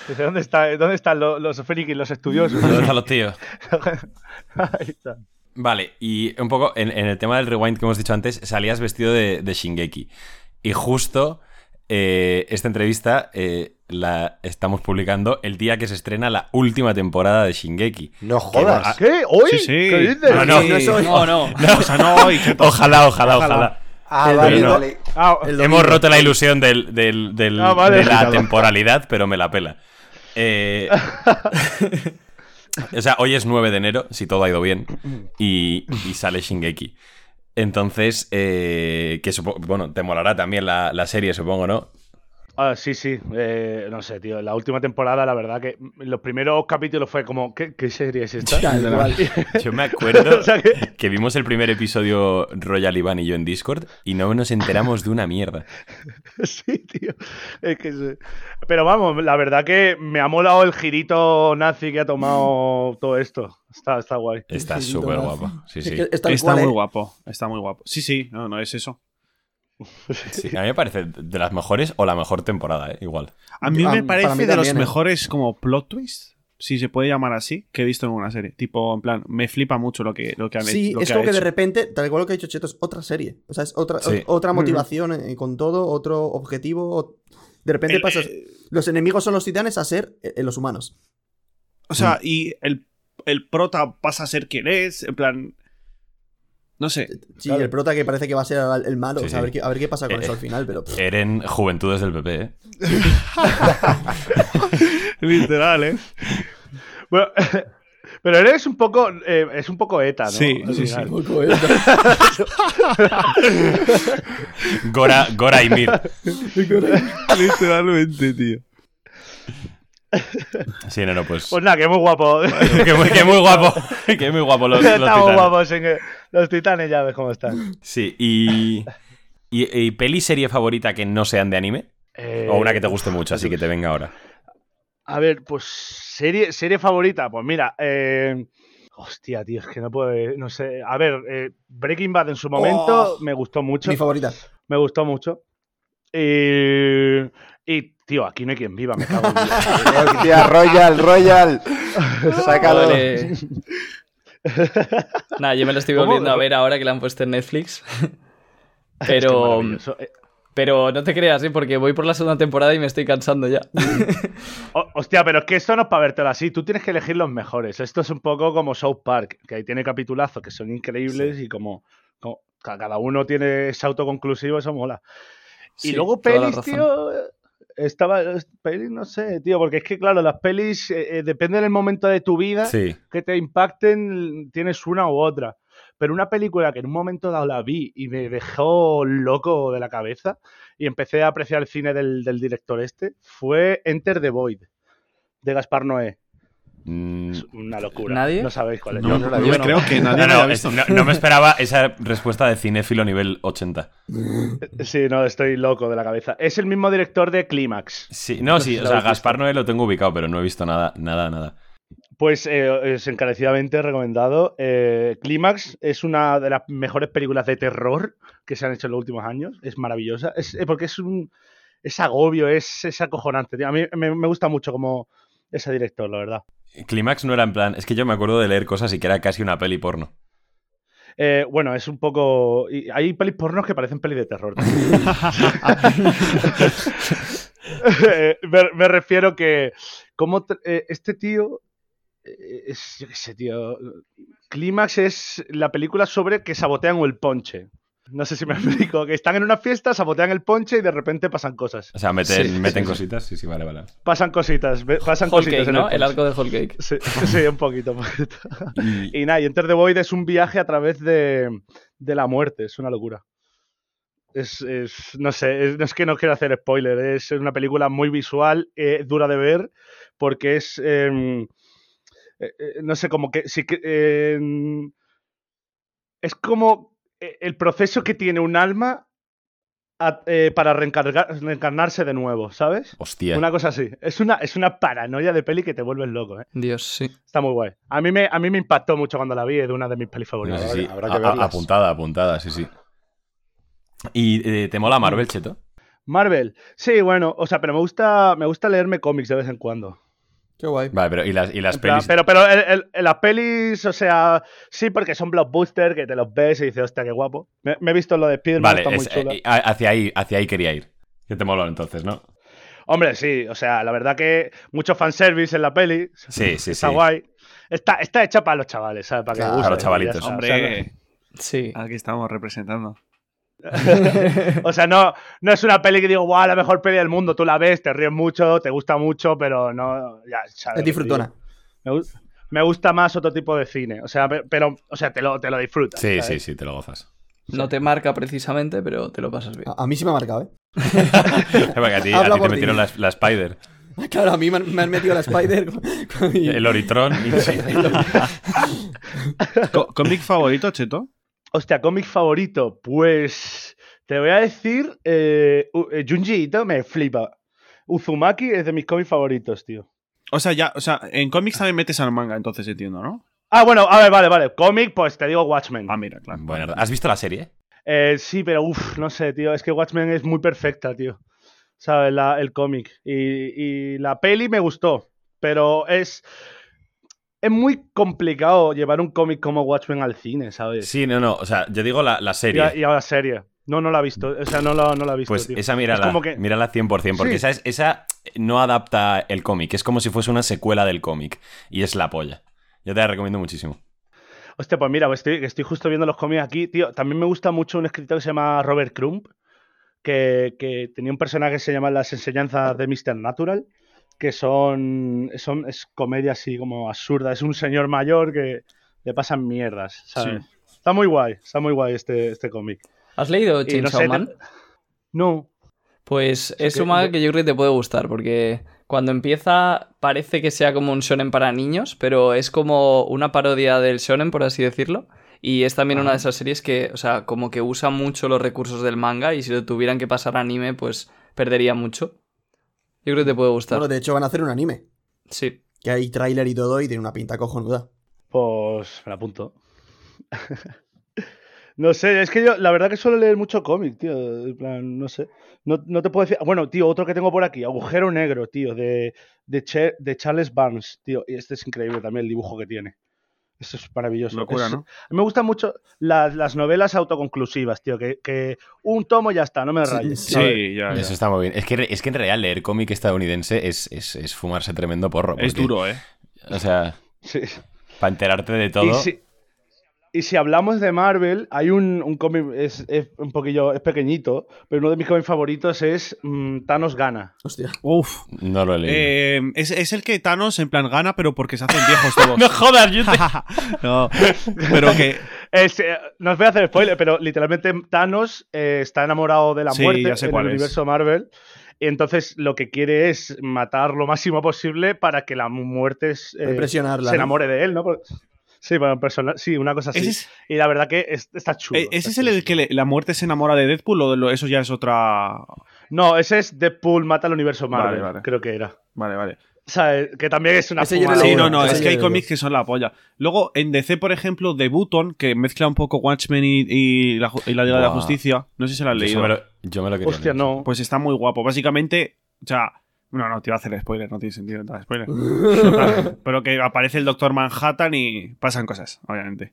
Speaker 3: Dice, ¿dónde, está, ¿Dónde están lo- los frikis, los estudiosos?
Speaker 2: ¿Dónde están los tíos?
Speaker 3: Ahí está.
Speaker 2: Vale, y un poco en, en el tema del rewind que hemos dicho antes, salías vestido de, de Shingeki. Y justo eh, esta entrevista eh, la estamos publicando el día que se estrena la última temporada de Shingeki.
Speaker 7: No jodas.
Speaker 3: ¿Qué? ¿Hoy?
Speaker 6: Sí, sí.
Speaker 3: ¿Qué dices?
Speaker 2: No, no,
Speaker 5: Sí,
Speaker 2: no soy-
Speaker 3: Oh,
Speaker 5: no, <laughs> no.
Speaker 6: O sea, no hoy, Cheto.
Speaker 2: Ojalá, ojalá, ojalá.
Speaker 7: Ah,
Speaker 3: eh,
Speaker 4: El
Speaker 7: vale,
Speaker 2: domingo.
Speaker 7: vale.
Speaker 3: Ah,
Speaker 4: El
Speaker 2: Hemos
Speaker 4: domingo.
Speaker 2: roto la ilusión del- del- del-
Speaker 3: Ah, vale.
Speaker 2: de la temporalidad, pero me la
Speaker 3: <laughs>
Speaker 2: pela. Eh, <laughs> o sea, hoy es 9 de enero, si todo ha ido bien, y, y sale Shingeki. Entonces, eh, que supo- bueno, te molará también la, la serie, supongo, ¿no?
Speaker 3: Ah, sí, sí. Eh, no sé, tío. La última temporada, la verdad que los primeros capítulos fue como, ¿qué, qué serie es esta?
Speaker 4: Tal cual.
Speaker 3: <laughs>
Speaker 2: Yo me acuerdo
Speaker 3: O sea que- <laughs>
Speaker 2: que vimos el primer episodio Royal Iván y yo en Discord y no nos enteramos de una mierda.
Speaker 3: Sí, tío. Es que sí. Pero vamos, la verdad que me ha molado el girito nazi que ha tomado todo esto. Está, está guay.
Speaker 2: Está
Speaker 4: Chiquito,
Speaker 2: súper guapo.
Speaker 4: mazo.
Speaker 2: Sí,
Speaker 4: Es
Speaker 2: sí.
Speaker 4: que es tal
Speaker 6: está
Speaker 4: cual,
Speaker 6: muy
Speaker 4: ¿eh?
Speaker 6: guapo, está muy guapo. Sí, sí, no, no es eso.
Speaker 2: Sí, A mí me parece de las mejores o la mejor temporada, ¿eh? igual.
Speaker 6: A mí
Speaker 4: Yo- a-
Speaker 6: me
Speaker 4: Ah, para
Speaker 6: parece
Speaker 4: mí
Speaker 6: de los
Speaker 4: también, ¿eh?
Speaker 6: mejores como plot twists, si se puede llamar así, que he visto en una serie. Tipo, en plan, me flipa mucho lo que, lo que han
Speaker 4: Sí,
Speaker 6: hecho. lo
Speaker 4: es
Speaker 6: que
Speaker 4: como
Speaker 6: ha
Speaker 4: que de
Speaker 6: hecho.
Speaker 4: repente, tal cual lo que ha dicho Cheto, es otra serie. O sea, es otra,
Speaker 2: Sí.
Speaker 4: o- otra motivación eh, con todo, otro objetivo. o- De repente
Speaker 6: El- eh,
Speaker 4: pasas. Los enemigos son los titanes a ser eh, los humanos.
Speaker 6: O
Speaker 4: Mm.
Speaker 6: sea, y el, el prota pasa a ser quien es, en plan. No sé.
Speaker 4: Sí,
Speaker 3: Claro.
Speaker 4: el prota que parece que va a ser el, el malo.
Speaker 2: Sí,
Speaker 4: o sea, a,
Speaker 2: sí.
Speaker 4: ver qué, a ver qué pasa con
Speaker 2: Eh,
Speaker 4: eso al final, pero. pff,
Speaker 2: Eren, Juventudes del PP, ¿eh?
Speaker 6: Literal, ¿eh?
Speaker 3: <laughs> Bueno, <laughs> pero eres un poco, eh, es un poco ETA, ¿no?
Speaker 6: Sí,
Speaker 3: Al
Speaker 6: sí,
Speaker 3: final.
Speaker 4: <laughs>
Speaker 6: sí.
Speaker 4: poco, ¿eh?
Speaker 2: Gora, Gora y Mir.
Speaker 6: Literalmente, tío.
Speaker 2: Sí, no, no, pues.
Speaker 3: Pues nada, que muy guapo.
Speaker 2: <laughs>
Speaker 3: <laughs>
Speaker 2: que, muy, que muy guapo. Que muy guapo los, los
Speaker 3: Estamos
Speaker 2: titanes.
Speaker 3: guapos en que- los titanes, ya ves cómo están.
Speaker 2: Sí, y, y. y peli serie favorita que no sean de anime?
Speaker 3: Eh,
Speaker 2: O una que te guste mucho, así que te venga ahora.
Speaker 3: A ver, pues serie, serie favorita, pues mira, eh, hostia, tío, es que no puedo, no sé, a ver, eh, Breaking Bad en su momento
Speaker 4: Oh,
Speaker 3: me gustó mucho,
Speaker 4: Mi favorita.
Speaker 3: me gustó mucho. Eh, y, tío, aquí no hay quien viva, me cago en
Speaker 4: <laughs>
Speaker 3: Dios.
Speaker 7: Hostia, Royal, Royal. Sácalo.
Speaker 5: Vale. <laughs> Nada, yo me lo estoy
Speaker 3: ¿Cómo?
Speaker 5: volviendo a ver ahora que la han puesto
Speaker 3: <laughs>
Speaker 5: en Netflix.
Speaker 3: Qué
Speaker 5: Pero,
Speaker 3: maravilloso. Eh,
Speaker 5: pero no te creas, ¿eh? porque voy por la segunda temporada y me estoy cansando ya.
Speaker 3: ho- hostia, pero es que esto no es para vértelo así, tú tienes que elegir los mejores. Esto es un poco como South Park, que ahí tiene capitulazos que son increíbles y como, como ca- cada uno tiene es autoconclusivo, eso mola. Y
Speaker 5: Sí,
Speaker 3: luego
Speaker 5: toda la
Speaker 3: pelis,
Speaker 5: razón.
Speaker 3: tío. Estaba. Pelis, no sé, tío, porque es que, claro, las pelis eh, eh, depende del momento de tu vida
Speaker 2: Sí.
Speaker 3: que te impacten, tienes una u otra. Pero una película que en un momento dado la vi y me dejó loco de la cabeza y empecé a apreciar el cine del, del director este fue Enter the Void de Gaspar Noé.
Speaker 2: Mm,
Speaker 3: Es una locura.
Speaker 5: ¿Nadie?
Speaker 3: No sabéis cuál es.
Speaker 7: No, no la
Speaker 6: Yo
Speaker 7: vi.
Speaker 5: Bueno.
Speaker 6: creo que nadie
Speaker 2: No,
Speaker 6: lo ha
Speaker 2: no, es-
Speaker 6: visto.
Speaker 2: no, no me esperaba esa respuesta de cinéfilo nivel 80.
Speaker 3: Sí, no, estoy loco de la cabeza. Es el mismo director de Clímax.
Speaker 2: Sí, no, sí,
Speaker 5: sé si
Speaker 2: o
Speaker 5: la
Speaker 2: sea,
Speaker 5: habéis
Speaker 2: Gaspar Noé lo tengo ubicado, pero no he visto nada, nada, nada.
Speaker 3: Pues eh, es encarecidamente recomendado. Eh, Clímax es una de las mejores películas de terror que se han hecho en los últimos años. Es maravillosa. Es, eh, porque es un. Es agobio, es, es acojonante. tío. A mí me, me gusta mucho como ese director, la verdad.
Speaker 2: Clímax no era en plan. Es que yo me acuerdo de leer cosas y que era casi una peli porno.
Speaker 3: Eh, bueno, es un poco. y hay pelis pornos que parecen pelis de terror. también. <laughs> Eh, me, me refiero que. Como este tío. eh, Es, yo qué sé, tío. Clímax es la película sobre que sabotean el ponche. No sé si me <laughs> explico. Que están en una fiesta, sabotean el ponche y de repente pasan cosas.
Speaker 2: O sea, meten,
Speaker 5: Sí,
Speaker 2: meten
Speaker 5: sí, sí.
Speaker 2: cositas. Sí, sí, vale, vale.
Speaker 3: Pasan cositas. ve- Pasan
Speaker 5: Whole
Speaker 3: cositas
Speaker 5: Cake,
Speaker 3: en
Speaker 5: ¿no?
Speaker 3: el,
Speaker 5: El
Speaker 3: ponche.
Speaker 5: arco de Whole Cake.
Speaker 3: Sí, <laughs> sí, un poquito, un poquito.
Speaker 2: Y-
Speaker 3: Y nada, y Enter the Void es un viaje a través de, de la muerte, es una locura. Es, es- no sé, es, no es que no quiero hacer spoiler, es una película muy visual, eh, dura de ver, porque es, em, eh, eh, no sé, como que, sí que em, es como eh, el proceso que tiene un alma a- eh, para reencargar- reencarnarse de nuevo, ¿sabes?
Speaker 2: Hostia.
Speaker 3: Una cosa así. Es una, es una paranoia de peli que te vuelves loco, ¿eh?
Speaker 5: Dios, sí.
Speaker 3: Está muy guay. A mí me, a mí me impactó mucho cuando la vi, es de una de mis pelis
Speaker 2: No
Speaker 3: favoritas.
Speaker 2: sé
Speaker 7: Habrá-
Speaker 2: si-
Speaker 7: habrá que
Speaker 2: a- a-
Speaker 7: verlas.
Speaker 2: apuntada, apuntada, sí, sí. ¿Y eh, te mola Marvel, Cheto?
Speaker 3: Marvel. Sí, bueno, o sea, pero me gusta, me gusta leerme cómics de vez en cuando.
Speaker 4: Qué guay.
Speaker 2: Vale, pero ¿y las, y las
Speaker 3: En plan,
Speaker 2: pelis?
Speaker 3: Pero, pero el- el- el- las pelis, o sea, sí, porque son blockbusters que te los ves y dices, hostia, qué guapo. Me, me he visto lo de Spider-Man,
Speaker 2: Vale,
Speaker 3: está muy
Speaker 2: es-
Speaker 3: chula.
Speaker 2: eh, a- hacia, ahí, hacia ahí quería ir. Que te moló entonces, ¿no?
Speaker 3: Hombre, sí, o sea, la verdad que mucho fanservice en la peli.
Speaker 2: Sí, sí,
Speaker 3: Está
Speaker 2: sí.
Speaker 3: guay. Está, está hecha para los chavales, ¿sabes? Para que
Speaker 4: Claro,
Speaker 3: guste,
Speaker 2: para los chavalitos.
Speaker 3: ya está, o sea,
Speaker 6: Hombre,
Speaker 5: Sí.
Speaker 6: aquí estamos representando.
Speaker 3: O sea, no, no es una peli que digo, wow, la mejor peli del mundo. Tú la ves, te ríes mucho, te gusta mucho, pero no. Ya, sabes
Speaker 4: Es
Speaker 3: lo que
Speaker 4: disfrutona.
Speaker 3: te digo. Me, gu- me gusta más otro tipo de cine. O sea, pe- pero, o sea, te lo, te lo disfrutas.
Speaker 2: Sí,
Speaker 3: ¿sabes?
Speaker 2: sí, sí, te lo gozas. <laughs>
Speaker 5: No te marca precisamente, pero te lo pasas
Speaker 3: Ah.
Speaker 5: bien.
Speaker 4: A, a mí sí me ha marcado, ¿eh? <laughs>
Speaker 2: Porque a ti, a ti
Speaker 4: Habla
Speaker 2: te
Speaker 4: por ti.
Speaker 2: metieron la, la Spider,
Speaker 4: Claro, a mí me han, me han metido la Spider. con- con mi-
Speaker 2: el Oritron.
Speaker 3: <laughs>
Speaker 2: y- sí.
Speaker 6: Co- ¿Cómic favorito, Cheto?
Speaker 3: Hostia, cómic favorito. Pues. Te voy a decir. Eh, U- eh, Junji Ito me flipa. Uzumaki es de mis cómics favoritos, tío.
Speaker 6: O sea, ya, o sea, en cómics también metes al manga, entonces entiendo, ¿no?
Speaker 3: Ah, bueno, a ver, vale, vale. Cómic, pues te digo Watchmen.
Speaker 6: Ah, mira, claro.
Speaker 2: Bueno, ¿has visto la serie?
Speaker 3: Eh, sí, pero uff, no sé, tío. Es que Watchmen es muy perfecta, tío. ¿Sabes? La- el cómic. Y, y la peli me gustó. Pero es. Es muy complicado llevar un cómic como Watchmen al cine, ¿sabes?
Speaker 2: Sí, no, no. O sea, yo digo la, la
Speaker 3: y, a,
Speaker 2: serie.
Speaker 3: y ahora serie. No, no la he visto. O sea, no la, no la he visto.
Speaker 2: Pues
Speaker 3: tío.
Speaker 2: esa mírala,
Speaker 3: Es como que-
Speaker 2: mírala 100%, porque
Speaker 3: Sí.
Speaker 2: esa, es- esa no adapta el cómic, es como si fuese una secuela del cómic, y es la polla. Yo te la recomiendo muchísimo.
Speaker 3: Hostia, pues mira, pues estoy, estoy justo viendo los cómics aquí, tío. También me gusta mucho un escritor que se llama Robert Crumb, que, que tenía un personaje que se llama Las enseñanzas de Mr. Natural, que son, son es comedia así como absurda. Es un señor mayor que le pasan mierdas, ¿sabes? Está muy guay, está muy guay este, este cómic.
Speaker 5: ¿Has leído
Speaker 3: Y no
Speaker 5: Chainsaw
Speaker 3: sé, te-
Speaker 5: Man?
Speaker 3: No,
Speaker 5: Pues es
Speaker 3: que-
Speaker 5: un manga que yo creo que te puede gustar, porque cuando empieza parece que sea como un shonen para niños, pero es como una parodia del shonen, por así decirlo. Y es también una de esas series que, o sea, como que usa mucho los recursos del manga y si lo tuvieran que pasar a anime, pues perdería mucho. Yo creo que te puede gustar.
Speaker 4: Bueno, de hecho van a hacer un anime.
Speaker 5: Sí.
Speaker 4: Que hay tráiler y todo y tiene una pinta cojonuda. <laughs>
Speaker 3: pues me la apunto. <laughs> No sé, es que yo la verdad que suelo leer mucho cómic, tío. En plan, no sé. No, no te puedo decir. Bueno, tío, otro que tengo por aquí, Agujero Negro, tío, de, de, Che- de Charles Barnes, tío. Y este es increíble también el dibujo que tiene. Esto es maravilloso.
Speaker 6: Locura,
Speaker 3: Es-
Speaker 6: ¿no?
Speaker 3: A mí me gustan mucho las, las novelas autoconclusivas, tío. Que, que un tomo ya está, no me
Speaker 4: Sí,
Speaker 3: rayes.
Speaker 4: sí.
Speaker 3: ¿sabes?
Speaker 6: Sí, ya, ya.
Speaker 2: Eso está muy bien. Es que, re- es que en real leer cómic estadounidense es, es- es fumarse tremendo porro.
Speaker 6: Es
Speaker 2: porque-
Speaker 6: duro, ¿eh?
Speaker 2: O sea,
Speaker 3: Sí.
Speaker 2: para enterarte de todo.
Speaker 3: Y si, y si hablamos de Marvel, hay un, un cómic, es, es un poquillo, es pequeñito, pero uno de mis cómics favoritos es mm, Thanos Gana.
Speaker 4: Hostia.
Speaker 6: Uf.
Speaker 2: No lo leí.
Speaker 6: Eh, es, es el que Thanos en plan gana, pero porque se hacen viejos <laughs> todos.
Speaker 2: jodas, yo
Speaker 6: <laughs> no, pero <laughs> que
Speaker 3: Es, eh, no os voy a hacer spoiler, pero literalmente Thanos eh, está enamorado de la
Speaker 6: Sí,
Speaker 3: muerte
Speaker 6: ya sé
Speaker 3: en
Speaker 6: cuál
Speaker 3: el
Speaker 6: es.
Speaker 3: universo Marvel. Y entonces lo que quiere es matar lo máximo posible para que la muerte es, eh,
Speaker 4: Impresionarla.
Speaker 3: se enamore de él, ¿no? Por- Sí, para persona- sí, una cosa así.
Speaker 6: ese es,
Speaker 3: Y la verdad que es- está chulo.
Speaker 6: eh, ese
Speaker 3: está
Speaker 6: es el, el
Speaker 3: chulo.
Speaker 6: que le- la muerte se enamora de Deadpool o de lo- eso ya es otra.
Speaker 3: No, ese es Deadpool mata al universo
Speaker 6: Vale,
Speaker 3: Marvel,
Speaker 6: vale.
Speaker 3: creo que era.
Speaker 6: Vale, vale.
Speaker 3: O sea, eh, que también es una
Speaker 4: Ese yo
Speaker 3: fumada.
Speaker 4: lo
Speaker 6: Sí,
Speaker 4: Ahora,
Speaker 6: no, no,
Speaker 4: ese
Speaker 6: es
Speaker 4: ya
Speaker 6: que hay
Speaker 4: lo digo.
Speaker 6: cómics que son la polla. Luego, en DC, por ejemplo, de Button, que mezcla un poco Watchmen y, y la, ju- y la Liga de la
Speaker 2: Buah.
Speaker 6: Justicia. No sé si la has
Speaker 2: Yo
Speaker 6: leído.
Speaker 2: me lo, yo me lo quería
Speaker 3: Hostia,
Speaker 2: leer.
Speaker 3: no.
Speaker 6: Pues está muy guapo. Básicamente, o sea. No, no, te iba a hacer spoiler, no tiene sentido
Speaker 3: <laughs>
Speaker 6: dar spoiler. Total. Pero que aparece el Doctor Manhattan y pasan cosas, obviamente.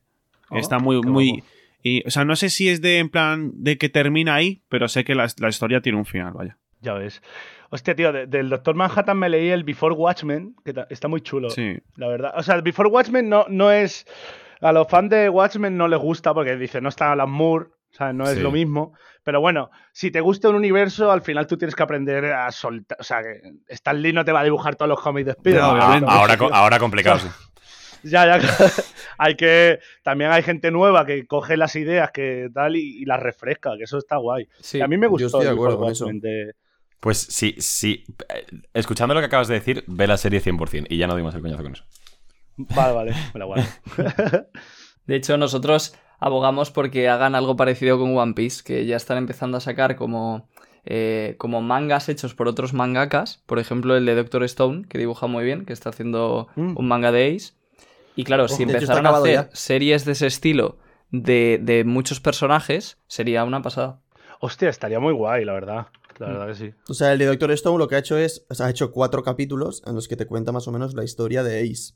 Speaker 3: Oh,
Speaker 6: está muy,
Speaker 3: qué
Speaker 6: muy.
Speaker 3: guapo.
Speaker 6: y, o sea, no sé si es de en plan de que termina ahí, pero sé que la, la historia tiene un final, vaya.
Speaker 3: Ya ves. Hostia, tío, de- del Doctor Manhattan me leí el Before Watchmen, que ta- está muy chulo,
Speaker 6: Sí.
Speaker 3: la verdad. O sea, el Before Watchmen no, no es. A los fans de Watchmen no les gusta porque dicen, no está Alan Moore, o sea, no es
Speaker 2: Sí.
Speaker 3: lo mismo. Pero bueno, si te gusta un universo, al final tú tienes que aprender a soltar. O sea, que Stan Lee no te va a dibujar todos los cómics de
Speaker 6: No,
Speaker 3: Spider-Man.
Speaker 2: Ah,
Speaker 6: obviamente.
Speaker 2: ahora, co- ahora complicado. sí.
Speaker 3: Ya, ya. <laughs> hay que. También hay gente nueva que coge las ideas que tal y, y las refresca, que eso está guay.
Speaker 5: Sí.
Speaker 3: Y a mí me
Speaker 4: yo
Speaker 3: gustó
Speaker 4: estoy de
Speaker 3: el
Speaker 4: acuerdo
Speaker 3: Before
Speaker 4: con eso.
Speaker 3: Watchmen de-
Speaker 2: Pues sí, sí. eh, Escuchando lo que acabas de decir, ve la serie 100% y ya no dimos el coñazo con eso.
Speaker 4: <laughs>
Speaker 3: Vale, vale, me la guardo.
Speaker 5: De hecho, nosotros abogamos porque hagan algo parecido con One Piece, que ya están empezando a sacar como, eh, como mangas hechos por otros mangakas, por ejemplo el de Doctor Stone, que dibuja muy bien, que está haciendo
Speaker 6: Mm.
Speaker 5: un manga de Ace. Y claro,
Speaker 4: de hecho,
Speaker 5: si
Speaker 4: está
Speaker 5: empezaran a
Speaker 4: acabado ya.
Speaker 5: hacer series de ese estilo de, de muchos personajes, sería una pasada.
Speaker 3: Hostia, estaría muy guay, la verdad. La verdad que sí.
Speaker 4: O sea, el de Doctor Stone lo que ha hecho es. O sea, ha hecho cuatro capítulos en los que te cuenta más o menos la historia de Ace.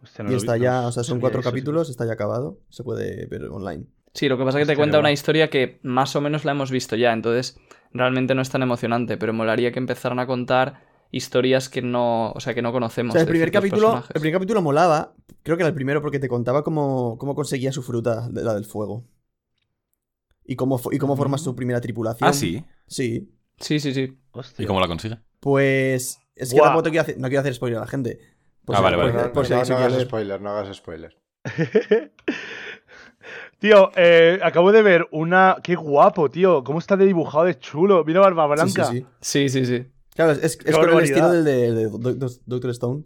Speaker 3: Hostia, no
Speaker 4: Mm. y
Speaker 3: lo he
Speaker 4: está
Speaker 3: visto.
Speaker 4: ya. O sea, son
Speaker 3: Sabía
Speaker 4: cuatro
Speaker 3: eso, sí.
Speaker 4: capítulos, está ya acabado. Se puede ver online.
Speaker 5: Sí, lo que pasa es que te
Speaker 3: Estaría
Speaker 5: cuenta una
Speaker 3: guay.
Speaker 5: historia que más o menos la hemos visto ya, entonces realmente no es tan emocionante, pero molaría que empezaran a contar historias que no, o sea, que no
Speaker 4: O
Speaker 5: conocemos.
Speaker 4: sea, el
Speaker 5: de
Speaker 4: primer,
Speaker 5: ciertos
Speaker 4: capítulo,
Speaker 5: personajes.
Speaker 4: el primer capítulo molaba. Creo que era el primero porque te contaba cómo, cómo conseguía su fruta, de- la del fuego. Y cómo, fo- y
Speaker 3: Mm.
Speaker 4: cómo forma su primera tripulación.
Speaker 2: Ah, sí.
Speaker 4: Sí.
Speaker 5: Sí, sí, sí.
Speaker 2: ¿Y
Speaker 3: Hostia.
Speaker 2: cómo la consigue?
Speaker 4: Pues. Es que
Speaker 3: Buah.
Speaker 4: tampoco te quiero hacer, no quiero hacer spoiler a la gente. Por
Speaker 2: Ah, vale,
Speaker 4: por-
Speaker 2: vale.
Speaker 4: Por, si
Speaker 7: no,
Speaker 4: alguien se
Speaker 7: no
Speaker 4: quiere
Speaker 7: hagas
Speaker 4: leer.
Speaker 7: spoiler, no hagas spoiler.
Speaker 3: <laughs> Tío, eh, acabo de ver una. Qué guapo, tío. ¿Cómo está de dibujado de chulo? Mira Barba
Speaker 4: Sí, sí,
Speaker 3: Blanca.
Speaker 4: sí.
Speaker 5: Sí, sí, sí.
Speaker 4: Claro, es, es
Speaker 3: Qué
Speaker 4: con el
Speaker 3: barbaridad.
Speaker 4: estilo del de, de Doc- Doc- Doctor Stone.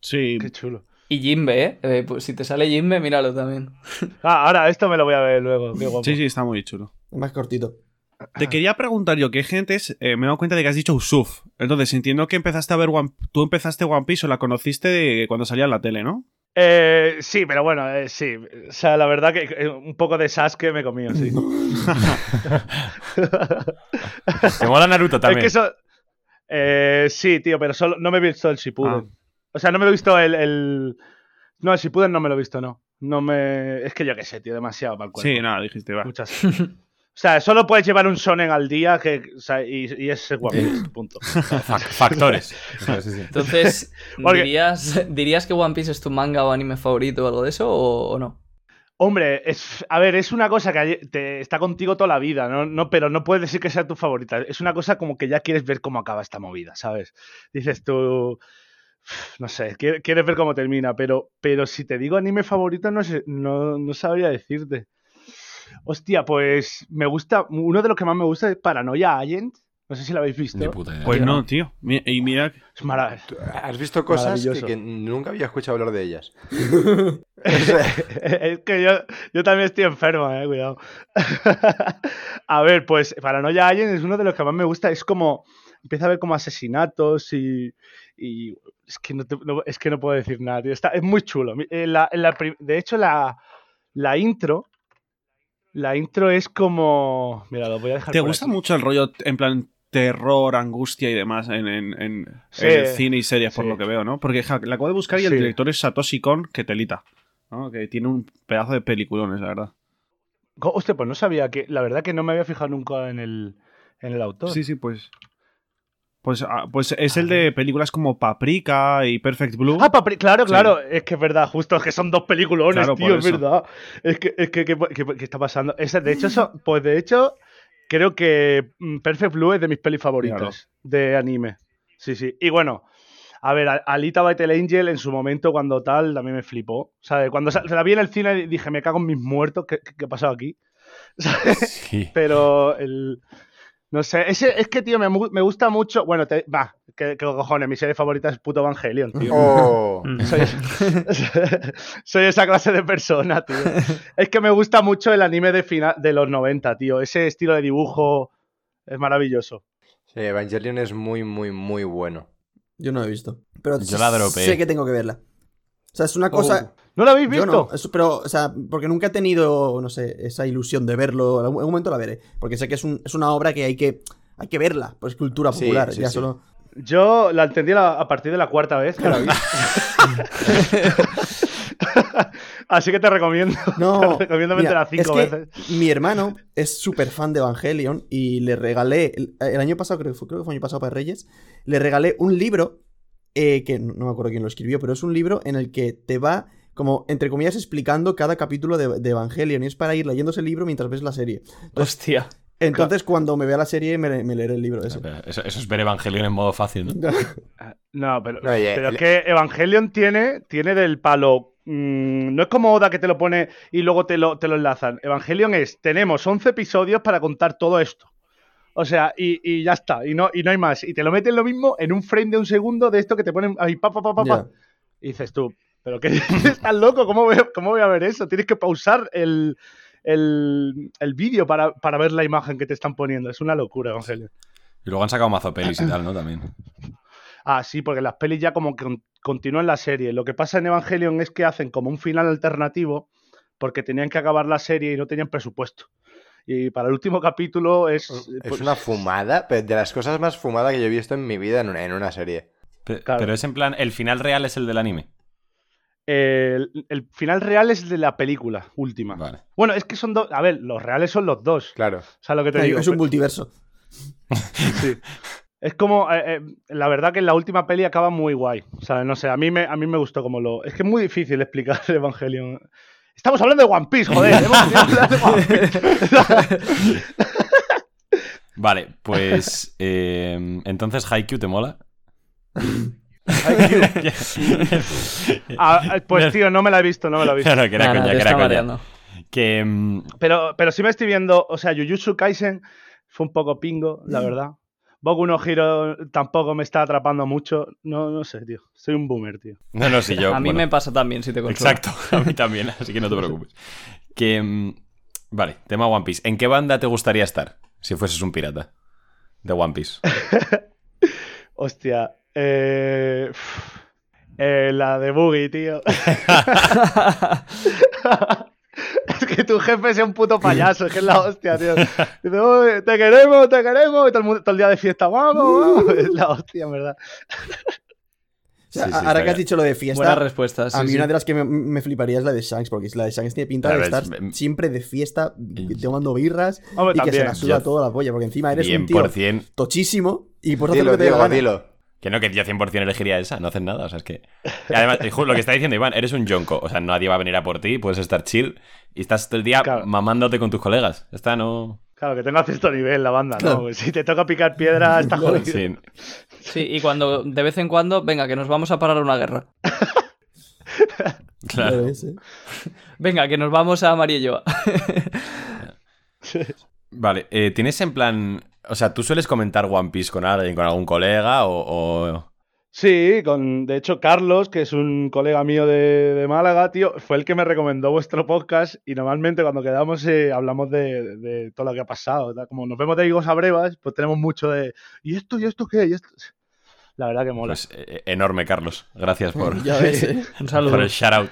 Speaker 6: Sí.
Speaker 3: Qué chulo.
Speaker 5: Y Jimbe, ¿eh? Eh, pues si te sale Jimbe, míralo también.
Speaker 3: Ah, ahora esto me lo voy a ver luego. Qué guapo.
Speaker 6: Sí, sí, está muy chulo.
Speaker 4: Más cortito.
Speaker 6: Te quería preguntar yo, ¿qué gentes? eh, me he dado cuenta de que has dicho Usuf. Entonces, entiendo que empezaste a ver One Tú empezaste One Piece o la conociste de cuando salía en la tele, ¿no?
Speaker 3: Eh, sí, pero bueno, eh, sí. O sea, la verdad que eh, un poco de Sasuke me comió,
Speaker 4: <laughs>
Speaker 2: <laughs>
Speaker 3: sí. <laughs>
Speaker 2: Te mola Naruto
Speaker 3: es que
Speaker 2: también.
Speaker 3: eso. Eh, sí, tío, pero solo no me he visto el
Speaker 6: Ah,
Speaker 3: Shippuden. O sea, no me lo he visto el, el- No, el Shippuden no me lo he visto, no. No me. Es que yo qué sé, tío, demasiado para el cuerpo.
Speaker 6: Sí, nada, dijiste, va.
Speaker 3: Muchas. O sea, solo puedes llevar un sonen al día que, o sea, y, y es One Piece, punto.
Speaker 2: Fa- Factores. Sí, sí.
Speaker 5: <laughs> Entonces,
Speaker 3: Porque-
Speaker 5: ¿dirías, ¿dirías que One Piece es tu manga o anime favorito o algo de eso o, o no?
Speaker 3: Hombre, es, a ver, es una cosa que te, está contigo toda la vida, ¿no? No, pero no puedes decir que sea tu favorita. Es una cosa como que ya quieres ver cómo acaba esta movida, ¿sabes? Dices tú, no sé, quie- quieres ver cómo termina, pero, pero si te digo anime favorito no, sé, no, no sabría decirte. Hostia, pues me gusta, uno de los que más me gusta es Paranoia Agent. No sé si lo habéis
Speaker 2: Ni
Speaker 3: visto.
Speaker 2: puta idea.
Speaker 6: <laughs> Pues no, tío. Mi- Y mira,
Speaker 3: Es maravilloso.
Speaker 7: Tú Has visto cosas que,
Speaker 3: Maravilloso.
Speaker 7: que nunca había escuchado hablar de ellas.
Speaker 3: <laughs> es que yo, yo también estoy enfermo, eh, cuidado. <laughs> a ver, pues Paranoia Alien es uno de los que más me gusta. Es como. Empieza a ver como asesinatos y. y es, que no te- no- es que no puedo decir nada, tío. Está, es muy chulo. Mi- eh, la- la pri- de hecho, la, la intro. La intro es como. Mira, lo voy a dejar.
Speaker 6: ¿te
Speaker 3: por
Speaker 6: gusta
Speaker 3: aquí.
Speaker 6: mucho el rollo en plan terror, angustia y demás en, en- en-
Speaker 3: Sí.
Speaker 6: en cine y series, por
Speaker 3: Sí.
Speaker 6: lo que veo, ¿no? Porque ja, la acabo de buscar y el
Speaker 3: Sí.
Speaker 6: director es Satoshi Kon, que telita. ¿no? Que tiene un pedazo de peliculones, la verdad.
Speaker 3: Co- Hostia, pues no sabía que. La verdad que no me había fijado nunca en el, en el autor.
Speaker 6: Sí, sí, pues. Pues, ah, pues es el de películas como Paprika y Perfect Blue.
Speaker 3: Ah, Papri- claro,
Speaker 6: Sí.
Speaker 3: claro. Es que es verdad, justo es que son dos peliculones,
Speaker 6: Claro,
Speaker 3: tío,
Speaker 6: por
Speaker 3: es
Speaker 6: eso.
Speaker 3: verdad. Es que, es que, que- que- que está pasando. Esa- de hecho, eso, pues de hecho, creo que mm, Perfect Blue es de mis pelis favoritas de anime. Sí, sí. Y bueno, a ver, a- Alita Battle Angel en su momento, cuando tal, también me flipó. ¿Sabes? Cuando sal- la vi en el cine dije, me cago en mis muertos, ¿qué, qué- qué ha pasado aquí? ¿Sabes?
Speaker 2: <laughs>
Speaker 6: <laughs>
Speaker 2: Sí.
Speaker 3: Pero el. No sé, ese- es que, tío, me, mu- me gusta mucho. Bueno, te- va, que, que cojones, mi serie favorita es puto Evangelion,
Speaker 6: <laughs>
Speaker 3: tío.
Speaker 7: Oh,
Speaker 3: Soy, soy esa clase de persona, tío. Es que me gusta mucho el anime de, fina- de los 90, tío. Ese estilo de dibujo es maravilloso.
Speaker 7: sí, Evangelion es muy, muy, muy bueno.
Speaker 4: Yo no la he visto. Pero
Speaker 2: Yo la dropeé.
Speaker 4: sé que tengo que verla. O sea, es una cosa.
Speaker 3: ¿No lo Oh. habéis
Speaker 4: yo
Speaker 3: visto?
Speaker 4: no, es- pero, o sea, porque nunca he tenido, no sé, esa ilusión de verlo. En algún en algún momento la veré. Porque sé que es, un- es una obra que hay que, hay que verla. Pues es cultura
Speaker 7: Sí,
Speaker 4: popular.
Speaker 7: sí,
Speaker 4: ya
Speaker 7: sí.
Speaker 4: solo.
Speaker 3: Yo la entendí la- a partir de la cuarta vez que la
Speaker 4: <laughs>
Speaker 3: vi. <laughs> Así que te recomiendo. <laughs>
Speaker 4: No.
Speaker 3: Te recomiendo verte
Speaker 4: mira,
Speaker 3: las cinco
Speaker 4: es que
Speaker 3: veces.
Speaker 4: Mi hermano es súper fan de Evangelion y le regalé. El, el año pasado, creo que fue, creo que fue el año pasado para Reyes. Le regalé un libro. eh, que no no me acuerdo quién lo escribió, pero es un libro en el que te va. Como, entre comillas, explicando cada capítulo de, de Evangelion. Y es para ir leyendo ese libro mientras ves la serie.
Speaker 5: Hostia.
Speaker 4: Entonces, cuando me vea la serie, me, me leeré el libro ese.
Speaker 2: Eso, eso es ver Evangelion en modo fácil, ¿no?
Speaker 3: No, pero,
Speaker 7: No, y eh, el-
Speaker 3: pero es que Evangelion tiene, tiene del palo. mm, no es como Oda que te lo pone y luego te lo, te lo enlazan. Evangelion es, tenemos 11 episodios para contar todo esto. O sea, y, y ya está, y no, y no hay más. Y te lo meten lo mismo en un frame de un segundo de esto que te ponen ahí, pa, pa, pa, pa, pa.
Speaker 4: Ya.
Speaker 3: Y dices tú, Pero que <laughs> estás loco, ¿Cómo voy, a- ¿cómo voy a ver eso? Tienes que pausar el, el, el vídeo para, para ver la imagen que te están poniendo. Es una locura, Evangelio.
Speaker 2: Y luego han sacado mazo pelis y tal, ¿no? También.
Speaker 3: Ah, sí, porque las pelis ya como que con- continúan la serie. Lo que pasa en Evangelion es que hacen como un final alternativo porque tenían que acabar la serie y no tenían presupuesto. Y para el último capítulo es...
Speaker 7: Es
Speaker 3: pues,
Speaker 7: una fumada, pero de las cosas más fumadas que yo he visto en mi vida en una, en una serie.
Speaker 2: Pe-
Speaker 3: Claro.
Speaker 2: Pero es en plan, el final real es el del anime.
Speaker 3: el, el final real es de la película última.
Speaker 2: Vale.
Speaker 3: Bueno, es que son dos... A ver, los reales son los dos.
Speaker 7: Claro.
Speaker 3: O sea, lo que te
Speaker 4: Claro,
Speaker 3: digo. pues,
Speaker 4: es un
Speaker 3: Pe-
Speaker 4: multiverso.
Speaker 3: Sí. Es como, eh, eh, la verdad que en la última peli acaba muy guay. O sea, no sé, a mí me, a mí me gustó como lo... Es que es muy difícil explicar el Evangelion. Estamos hablando de One Piece, joder. hemos venido a hablar de One Piece.
Speaker 2: Vale,
Speaker 5: <laughs>
Speaker 2: pues. eh, entonces, Haikyuu te mola.
Speaker 3: Ah, eh, pues tío, no me la he visto, no me la he
Speaker 2: <laughs>
Speaker 3: visto.
Speaker 2: No, no, que era
Speaker 5: Nah, nah,
Speaker 2: coña,
Speaker 5: te
Speaker 2: que era
Speaker 5: está
Speaker 2: coña.
Speaker 5: mareando.
Speaker 2: Que, mm,
Speaker 3: Pero, pero sí me estoy viendo, o sea, Jujutsu Kaisen fue un poco pingo, la verdad. Boku no Hero tampoco me está atrapando mucho. No, no sé, tío. Soy un boomer, tío.
Speaker 2: no, no, si yo.
Speaker 5: <laughs> a mí
Speaker 2: bueno.
Speaker 5: me pasa también, si te consuelo.
Speaker 2: Exacto, a
Speaker 5: <laughs>
Speaker 2: mí también, así que no te preocupes. Que. mm, Vale, tema One Piece. ¿En qué banda te gustaría estar si fueses un pirata de One Piece?
Speaker 3: Hostia. eh, pf, eh, la de Boogie,
Speaker 4: <laughs>
Speaker 3: tío. es que tu jefe sea un puto payaso, es que es la hostia,
Speaker 4: <laughs>
Speaker 3: tío. Dice, "Oye, te queremos, te queremos. Y todo el, mundo, todo el día de fiesta, vamos, <laughs> vamos. Es la hostia, en verdad.
Speaker 4: O sea,
Speaker 2: Sí, sí, está
Speaker 4: ahora que
Speaker 2: bien.
Speaker 4: has dicho lo de
Speaker 5: Buenas
Speaker 4: fiesta,
Speaker 5: respuestas.
Speaker 4: a
Speaker 6: Ah,
Speaker 5: sí,
Speaker 4: mí
Speaker 5: sí.
Speaker 4: una de las que me, me fliparía es la de Shanks, porque la de Shanks tiene pinta
Speaker 2: A
Speaker 4: de
Speaker 2: ver,
Speaker 4: estar
Speaker 2: me-
Speaker 4: siempre de fiesta, tomando birras
Speaker 3: Hombre,
Speaker 4: y que se
Speaker 3: también.
Speaker 4: la suda
Speaker 2: Yo-
Speaker 4: toda la polla, porque encima eres un tío
Speaker 2: 100%.
Speaker 4: tochísimo y por hacer lo
Speaker 7: Dilo,
Speaker 4: que te dé la
Speaker 7: Diego,
Speaker 4: gana.
Speaker 7: dilo.
Speaker 2: Que no, que yo 100% elegiría esa, no hacen nada. O sea, es que. Y además, ju- lo que está diciendo Iván, eres un yonko. O sea, nadie va a venir a por ti, puedes estar chill y estás todo el día
Speaker 3: Claro.
Speaker 2: mamándote con tus colegas. Está, no.
Speaker 3: Claro, que tenga cierto nivel la banda, ¿no?
Speaker 4: Claro.
Speaker 3: Pues Si te toca picar piedra,
Speaker 4: <laughs>
Speaker 3: está jodido.
Speaker 2: Sí.
Speaker 5: Sí, y cuando de vez en cuando, venga, que nos vamos a parar a una guerra.
Speaker 4: Ya
Speaker 2: Claro.
Speaker 4: ves, ¿eh?
Speaker 5: Venga, que nos vamos a Amarillo.
Speaker 2: Vale, eh, ¿tienes en plan. O sea, ¿tú sueles comentar One Piece con alguien, con algún colega o.? o-
Speaker 3: Sí, con, de hecho, Carlos, que es un colega mío de, de Málaga, tío, fue el que me recomendó vuestro podcast y normalmente cuando quedamos eh, hablamos de, de todo lo que ha pasado. tal. Como nos vemos de higos a brevas, pues tenemos mucho de... ¿Y esto? ¿Y esto qué? ¿Y esto? La verdad que mola.
Speaker 2: Pues, eh, enorme, Carlos. Gracias por,
Speaker 4: Ya ves, ¿eh?
Speaker 5: <laughs> Un saludo.
Speaker 2: por el shout out.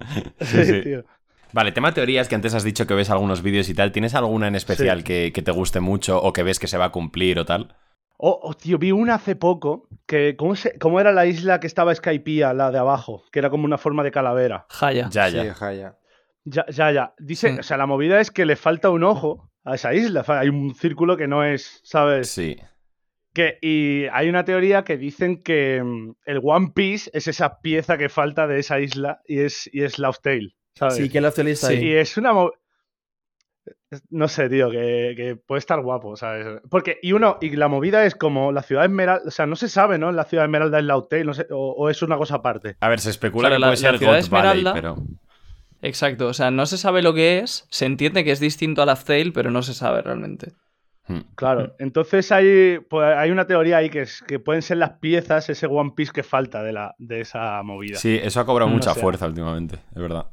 Speaker 3: <laughs> sí,
Speaker 2: sí.
Speaker 3: tío.
Speaker 2: Vale, tema teorías, que antes has dicho que ves algunos vídeos y tal. ¿Tienes alguna en especial
Speaker 3: Sí.
Speaker 2: que, que te guste mucho o que ves que se va a cumplir o tal?
Speaker 3: Oh, oh, tío, vi una hace poco que... ¿cómo, se- cómo era la isla que estaba Skypiea, la de abajo? Que era como una forma de calavera.
Speaker 5: Jaya.
Speaker 2: Ya,
Speaker 7: Sí,
Speaker 2: ya.
Speaker 7: Jaya.
Speaker 3: Ya, ya, ya. Dice,
Speaker 5: Sí.
Speaker 3: o sea, la movida es que le falta un ojo a esa isla. Hay un círculo que no es, ¿sabes?
Speaker 2: Sí.
Speaker 3: Que, y hay una teoría que dicen que mm, el One Piece es esa pieza que falta de esa isla y es, y es Laugh Tale, ¿sabes?
Speaker 4: Sí, que la actualiza
Speaker 5: Sí.
Speaker 3: Y
Speaker 4: ahí.
Speaker 3: es una... mo- es- No sé, tío, que, que puede estar guapo, ¿sabes? Porque, y uno, y la movida es como la ciudad esmeralda, o sea, no se sabe, ¿no? La ciudad esmeralda es Laugh Tale, no sé, o, o es una cosa aparte.
Speaker 2: A ver, se especula
Speaker 5: Claro,
Speaker 2: que
Speaker 5: la-
Speaker 2: puede
Speaker 5: la
Speaker 2: ser
Speaker 5: ciudad
Speaker 2: God Valley,
Speaker 5: Esmeralda-
Speaker 2: pero.
Speaker 5: Exacto, o sea, no se sabe lo que es, se entiende que es distinto a la Tale, pero no se sabe realmente.
Speaker 2: Hmm.
Speaker 3: Claro, entonces hay, pues, hay una teoría ahí que, es, que pueden ser las piezas, ese One Piece que falta de, la, de esa movida.
Speaker 2: Sí, eso ha cobrado
Speaker 5: Mm.
Speaker 2: mucha
Speaker 3: O sea-
Speaker 2: fuerza últimamente, es verdad.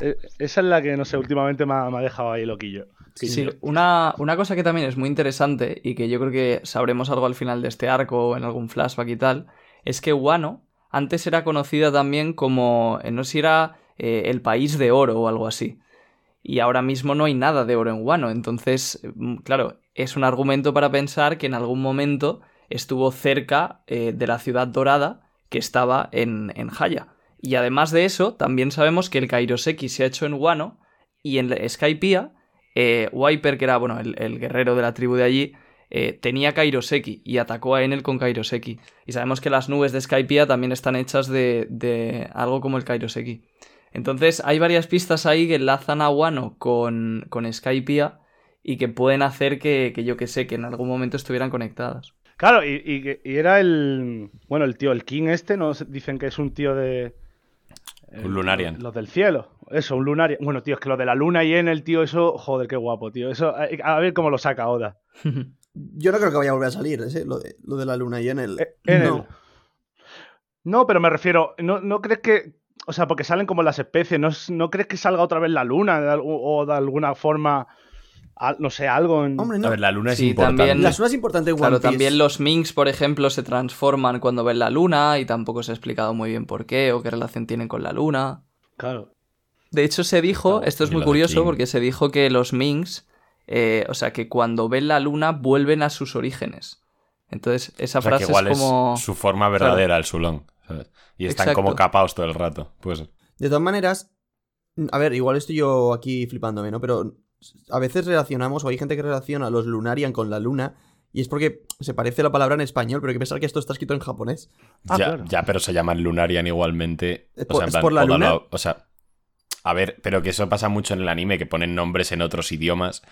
Speaker 3: Eh, Esa es la que, no sé, últimamente me ha, me ha dejado ahí loquillo.
Speaker 5: Sí, una, una cosa que también es muy interesante y que yo creo que sabremos algo al final de este arco o en algún flashback y tal, es que Wano antes era conocida también como, eh, no sé si era eh, el país de oro o algo así. Y ahora mismo no hay nada de oro en Wano, entonces, mm, claro, es un argumento para pensar que en algún momento estuvo cerca eh, de la ciudad dorada que estaba en, en Haya. Y además de eso, también sabemos que el Kairoseki se ha hecho en Wano y en la- Skypiea, eh, Wiper, que era bueno, el, el guerrero de la tribu de allí, eh, tenía Kairoseki y atacó a Enel con Kairoseki. Y sabemos que las nubes de Skypiea también están hechas de, de algo como el Kairoseki. Entonces hay varias pistas ahí que enlazan a Wano con, con Skypiea y que pueden hacer que, que yo que sé, que en algún momento
Speaker 4: <laughs>
Speaker 5: estuvieran conectadas.
Speaker 3: Claro, y, y- y era el. Bueno, el tío, el King este, nos dicen que es un tío de. eh,
Speaker 2: Un Lunarian.
Speaker 3: Los del cielo. Eso, un Lunarian. Bueno, tío, es que lo de la luna y en el tío, eso, joder, qué guapo, tío. Eso, a, a ver cómo lo saca Oda.
Speaker 4: Yo no creo que vaya a volver a salir, ese, lo, de, lo de la luna y en el.
Speaker 3: Eh, en
Speaker 4: no.
Speaker 3: el- No, pero me refiero, ¿no, no crees que o sea, porque salen como las especies, ¿no, es- no crees que salga otra vez la luna de algu- o de alguna forma, al- no sé, algo en...
Speaker 4: Hombre,
Speaker 2: A
Speaker 4: no.
Speaker 2: ver, la luna es
Speaker 5: Sí,
Speaker 2: importante.
Speaker 5: también-
Speaker 4: La luna es importante en One
Speaker 5: Claro,
Speaker 4: Piece.
Speaker 5: también los minks, por ejemplo, se transforman cuando ven la luna y tampoco se ha explicado muy bien por qué o qué relación tienen con la luna.
Speaker 3: Claro.
Speaker 5: De hecho, se dijo,
Speaker 2: Está
Speaker 5: esto es
Speaker 2: bueno, lo
Speaker 5: muy
Speaker 2: de King.
Speaker 5: curioso, porque se dijo que los minks, eh, o sea, que cuando ven la luna vuelven a sus orígenes. Entonces, esa
Speaker 2: O sea, que
Speaker 5: frase
Speaker 2: igual
Speaker 5: es
Speaker 2: es,
Speaker 5: como...
Speaker 2: su forma verdadera, el sulón. ¿sabes? Y están
Speaker 5: Exacto.
Speaker 2: como capados todo el rato. Pues
Speaker 4: De todas maneras, a ver, igual estoy yo aquí flipándome, ¿no? Pero a veces relacionamos, o hay gente que relaciona los Lunarian con la luna, y es porque se parece la palabra en español, pero hay que pensar que esto está escrito en japonés.
Speaker 3: Ah,
Speaker 2: ya,
Speaker 3: claro.
Speaker 2: ya, pero se llaman Lunarian igualmente.
Speaker 4: ¿Es
Speaker 2: o
Speaker 4: por-
Speaker 2: sea, en
Speaker 4: es
Speaker 2: plan,
Speaker 4: por la
Speaker 2: Oda lo-
Speaker 4: luna?
Speaker 2: o sea, a ver, pero que eso pasa mucho en el anime, que ponen nombres en otros idiomas.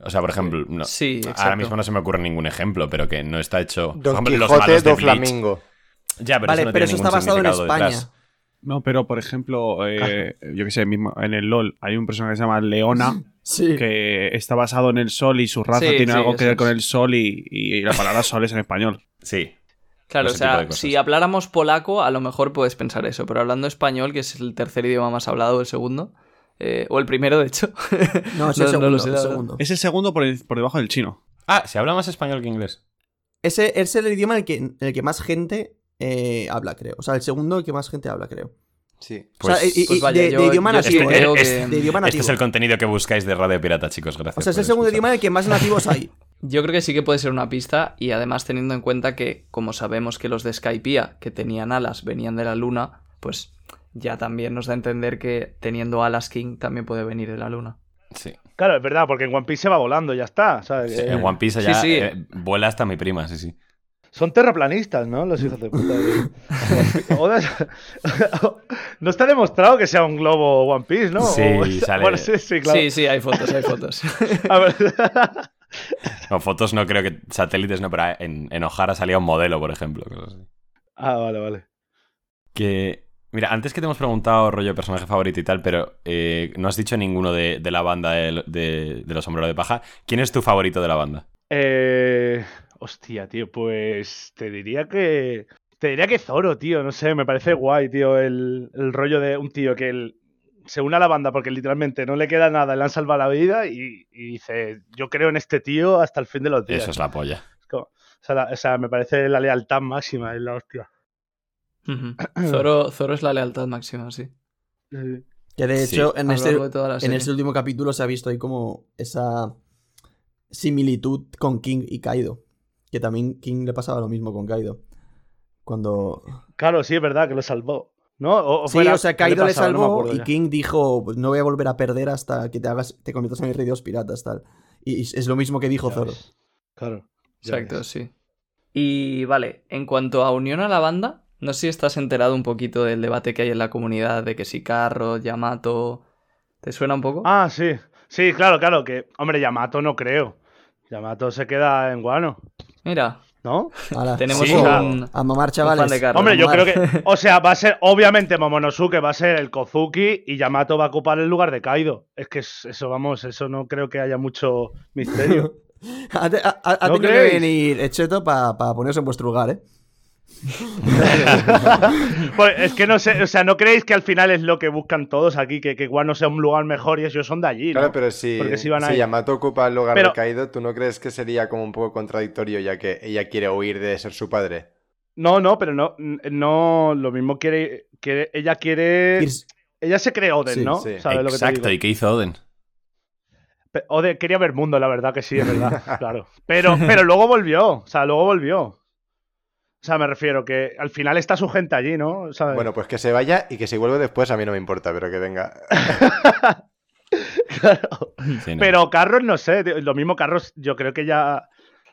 Speaker 2: O sea, por ejemplo, no-
Speaker 5: Sí,
Speaker 2: ahora
Speaker 5: exacto.
Speaker 2: mismo no se me ocurre ningún ejemplo, pero que no está hecho. por
Speaker 7: Don
Speaker 2: ejemplo,
Speaker 7: Quijote
Speaker 2: malos de
Speaker 7: do
Speaker 2: Bleach.
Speaker 7: Flamingo.
Speaker 2: Ya, pero
Speaker 4: vale,
Speaker 2: eso no
Speaker 4: pero
Speaker 2: tiene
Speaker 4: eso está
Speaker 2: ningún
Speaker 4: basado en
Speaker 2: significado
Speaker 4: España.
Speaker 2: detrás.
Speaker 6: No, pero por ejemplo, eh, yo que sé, mismo en el LOL hay un personaje que se llama <laughs> Leona,
Speaker 4: Sí.
Speaker 6: que está basado en el sol y su raza
Speaker 5: Sí,
Speaker 6: tiene
Speaker 5: sí,
Speaker 6: algo
Speaker 5: eso
Speaker 6: que ver con
Speaker 5: es.
Speaker 6: el sol y, y la palabra sol es en español.
Speaker 2: Sí,
Speaker 5: Claro, o
Speaker 2: ese tipo de
Speaker 5: sea,
Speaker 2: cosas.
Speaker 5: si habláramos polaco, a lo mejor puedes pensar eso, pero hablando español, que es el tercer idioma más hablado, el segundo, eh, o el primero, de hecho. <laughs>
Speaker 4: No, es el segundo.
Speaker 5: lo
Speaker 4: es
Speaker 5: sé,
Speaker 4: el
Speaker 5: la verdad.
Speaker 4: segundo.
Speaker 6: Es el segundo por, el- por debajo del chino.
Speaker 2: Ah, se habla más español que inglés.
Speaker 4: Ese es el idioma en el que, en el que más gente eh, habla, creo. O sea, el segundo en el que más gente habla, creo.
Speaker 7: Sí.
Speaker 4: o sea, y- y-
Speaker 5: Pues vaya,
Speaker 4: de,
Speaker 5: yo-
Speaker 4: de idioma
Speaker 5: yo sí
Speaker 4: nativo,
Speaker 2: que
Speaker 4: ¿eh?
Speaker 2: creo
Speaker 5: que-
Speaker 4: De idioma
Speaker 2: Este
Speaker 4: nativo.
Speaker 2: es el contenido que buscáis de Radio Pirata, chicos. Gracias.
Speaker 4: o sea, es
Speaker 2: por
Speaker 4: el segundo
Speaker 2: escucharnos.
Speaker 4: idioma en el que más nativos hay.
Speaker 5: Yo creo que sí que puede ser una pista y además teniendo en cuenta que, como sabemos que los de Skypiea, que tenían alas, venían de la luna, pues ya también nos da a entender que teniendo alas King también puede venir de la luna.
Speaker 2: Sí.
Speaker 3: Claro, es verdad, porque en One Piece se va volando, ya está. ¿sabes?
Speaker 2: Sí,
Speaker 3: Eh,
Speaker 2: En One Piece ya
Speaker 5: sí, sí.
Speaker 2: eh, vuela hasta mi prima, sí, sí.
Speaker 3: Son terraplanistas, ¿no? Los hijos de puta. tío. Oda- <laughs> no está demostrado que sea un globo One Piece, ¿no?
Speaker 2: Sí,
Speaker 3: O- <laughs>
Speaker 2: sale-
Speaker 3: Bueno, sí, sí, claro.
Speaker 5: Sí, sí, hay fotos,
Speaker 3: <laughs>
Speaker 5: hay fotos.
Speaker 3: A ver.
Speaker 2: No, fotos no creo que. Satélites no, pero ah, en, en O'Hara salía un modelo, por ejemplo. cosas así.
Speaker 3: Ah, vale, vale.
Speaker 2: Que. Mira, antes que te hemos preguntado rollo personaje favorito y tal, pero eh, no has dicho ninguno de, de la banda de, de- de los sombreros de paja. ¿Quién es tu favorito de la banda?
Speaker 3: Eh, hostia, tío, pues te diría que. Te diría que Zoro, tío, no sé, me parece guay, tío, el, el rollo de un tío que él se une a la banda porque literalmente no le queda nada, le han salvado la vida y, y dice, yo creo en este tío hasta el fin de los días.
Speaker 2: Eso es la polla.
Speaker 3: Es como- o, sea, la- o sea, me parece la lealtad máxima, es la hostia. <clears throat>
Speaker 5: Ujú. Zoro, Zoro es la lealtad máxima, sí.
Speaker 3: Sí,
Speaker 4: <laughs> Que de
Speaker 2: Sí.
Speaker 4: hecho, en
Speaker 5: a lo
Speaker 4: este,
Speaker 5: largo de toda la
Speaker 4: en
Speaker 5: serie.
Speaker 4: este último capítulo se ha visto ahí como esa similitud con King y Kaido. Que también King le pasaba lo mismo con Kaido. Cuando.
Speaker 3: Claro, sí, es verdad que lo salvó. ¿No? O, o
Speaker 4: sí,
Speaker 3: fue la-
Speaker 4: o sea,
Speaker 3: ¿qué
Speaker 4: Kaido le,
Speaker 3: pasaba? No me
Speaker 4: salvó
Speaker 3: acuerdo
Speaker 4: y
Speaker 3: ya.
Speaker 4: King dijo: pues, No voy a volver a perder hasta que te hagas, te conviertas en el rey de los piratas, tal. Y es es lo mismo que dijo
Speaker 3: Ya
Speaker 4: Zoro.
Speaker 3: ves. Claro. ya
Speaker 5: Exacto,
Speaker 3: ves.
Speaker 5: sí. Y vale, en cuanto a unión a la banda, no sé si estás enterado un poquito del debate que hay en la comunidad de que si Carro, Yamato. ¿Te suena un poco?
Speaker 3: Ah, sí. Sí, claro, claro, que. Hombre, Yamato no creo. Yamato se queda en guano,
Speaker 5: Mira,
Speaker 3: ¿no? <laughs>
Speaker 4: Ala.
Speaker 5: tenemos
Speaker 2: Sí,
Speaker 5: un.
Speaker 3: claro.
Speaker 4: A mamar, chavales.
Speaker 5: fan de Carro.
Speaker 3: Hombre, yo
Speaker 4: Omar.
Speaker 3: creo
Speaker 4: <laughs>
Speaker 3: que. O sea, va a ser. Obviamente, Momonosuke va a ser el Kozuki y Yamato va a ocupar el lugar de Kaido. Es que es- eso, vamos, eso no creo que haya mucho
Speaker 4: <laughs>
Speaker 3: misterio.
Speaker 4: ha, te- ha- ha
Speaker 3: ¿No
Speaker 4: tenido que
Speaker 3: creéis?
Speaker 4: venir Echeto para ponerse en vuestro lugar, ¿eh?
Speaker 3: Pues es que no sé. O sea, ¿no creéis que al final es lo que buscan todos aquí? Que, que Guano sea un lugar mejor y ellos son de allí. ¿no?
Speaker 7: Claro, pero si,
Speaker 3: Porque si van
Speaker 7: si
Speaker 3: ahí.
Speaker 7: Yamato ocupa el lugar
Speaker 3: Pero-
Speaker 7: de Kaido, ¿tú no crees que sería como un poco contradictorio ya que ella quiere huir de ser su padre?
Speaker 3: No, no, pero no. No. Lo mismo quiere. quiere ella quiere.
Speaker 4: Ir-
Speaker 3: Ella se cree Oden,
Speaker 4: Sí,
Speaker 3: ¿no?
Speaker 7: sí.
Speaker 3: ¿Sabes lo que te
Speaker 2: Exacto,
Speaker 3: digo?
Speaker 2: ¿y qué hizo Oden?
Speaker 3: Pe- Oden quería ver mundo, la verdad que sí, es verdad.
Speaker 7: <laughs>
Speaker 3: claro. Pero, pero luego volvió. O sea, luego volvió. O sea, me refiero que al final está su gente allí, ¿no? ¿Sabes?
Speaker 7: Bueno, pues que se vaya y que si vuelve después a mí no me importa, pero que venga.
Speaker 3: Claro.
Speaker 2: Sí, no.
Speaker 3: Pero Carros, no sé. tío, Lo mismo Carros, yo creo que ya.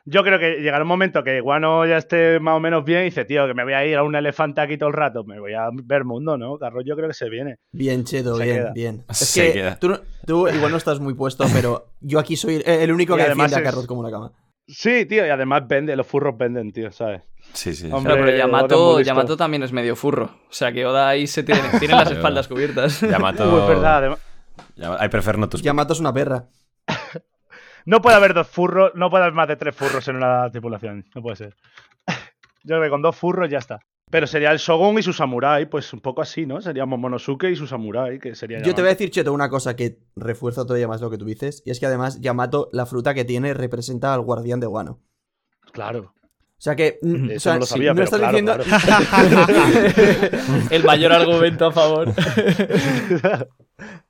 Speaker 3: Yo creo que llegará un momento que Guano ya esté más o menos bien y dice, tío, que me voy a ir a un elefante aquí todo el rato. Me voy a ver mundo, ¿no? Carros, yo creo que se viene.
Speaker 4: Bien, Cheto,
Speaker 3: Se
Speaker 4: bien,
Speaker 3: queda. <laughs>
Speaker 4: bien. Es
Speaker 2: Se
Speaker 4: que
Speaker 2: queda.
Speaker 4: Tú, no- tú igual no estás muy puesto, pero yo aquí soy el- el único
Speaker 3: Y
Speaker 4: que
Speaker 3: además
Speaker 4: defiende a
Speaker 3: es-
Speaker 4: Carlos como la cama.
Speaker 3: Sí, tío, y además vende, los furros venden, tío, ¿sabes?
Speaker 2: Sí, sí. sí.
Speaker 3: Hombre.
Speaker 5: Claro, pero
Speaker 3: Oda es muy
Speaker 5: Yamato,
Speaker 3: listo.
Speaker 5: Yamato también es medio furro. O sea que Oda ahí se tiene,
Speaker 3: <laughs>
Speaker 5: tiene las
Speaker 2: Claro.
Speaker 5: espaldas cubiertas.
Speaker 2: Yamato.
Speaker 3: Uy, <laughs> es verdad. además-
Speaker 2: Yama- I prefer not to speak.
Speaker 4: Yamato es una perra.
Speaker 3: No puede haber dos furros, <laughs> no puede haber más de tres furros en una tripulación. No puede ser. Yo creo que con dos furros ya está. Pero sería el Shogun y su samurái, pues un poco así, ¿no? Seríamos Momonosuke y su samurái, que sería.
Speaker 4: Yo te
Speaker 3: Yamato.
Speaker 4: voy a decir, Cheto, una cosa que refuerza todavía más lo que tú dices, y es que además Yamato, la fruta que tiene, representa al guardián de Guano.
Speaker 3: Claro.
Speaker 4: O sea que. mm,
Speaker 3: Eso
Speaker 4: o sea,
Speaker 3: no lo
Speaker 4: si
Speaker 3: sabía, pero
Speaker 4: estás
Speaker 3: claro,
Speaker 4: diciendo.
Speaker 5: El mayor argumento a favor.
Speaker 2: <laughs>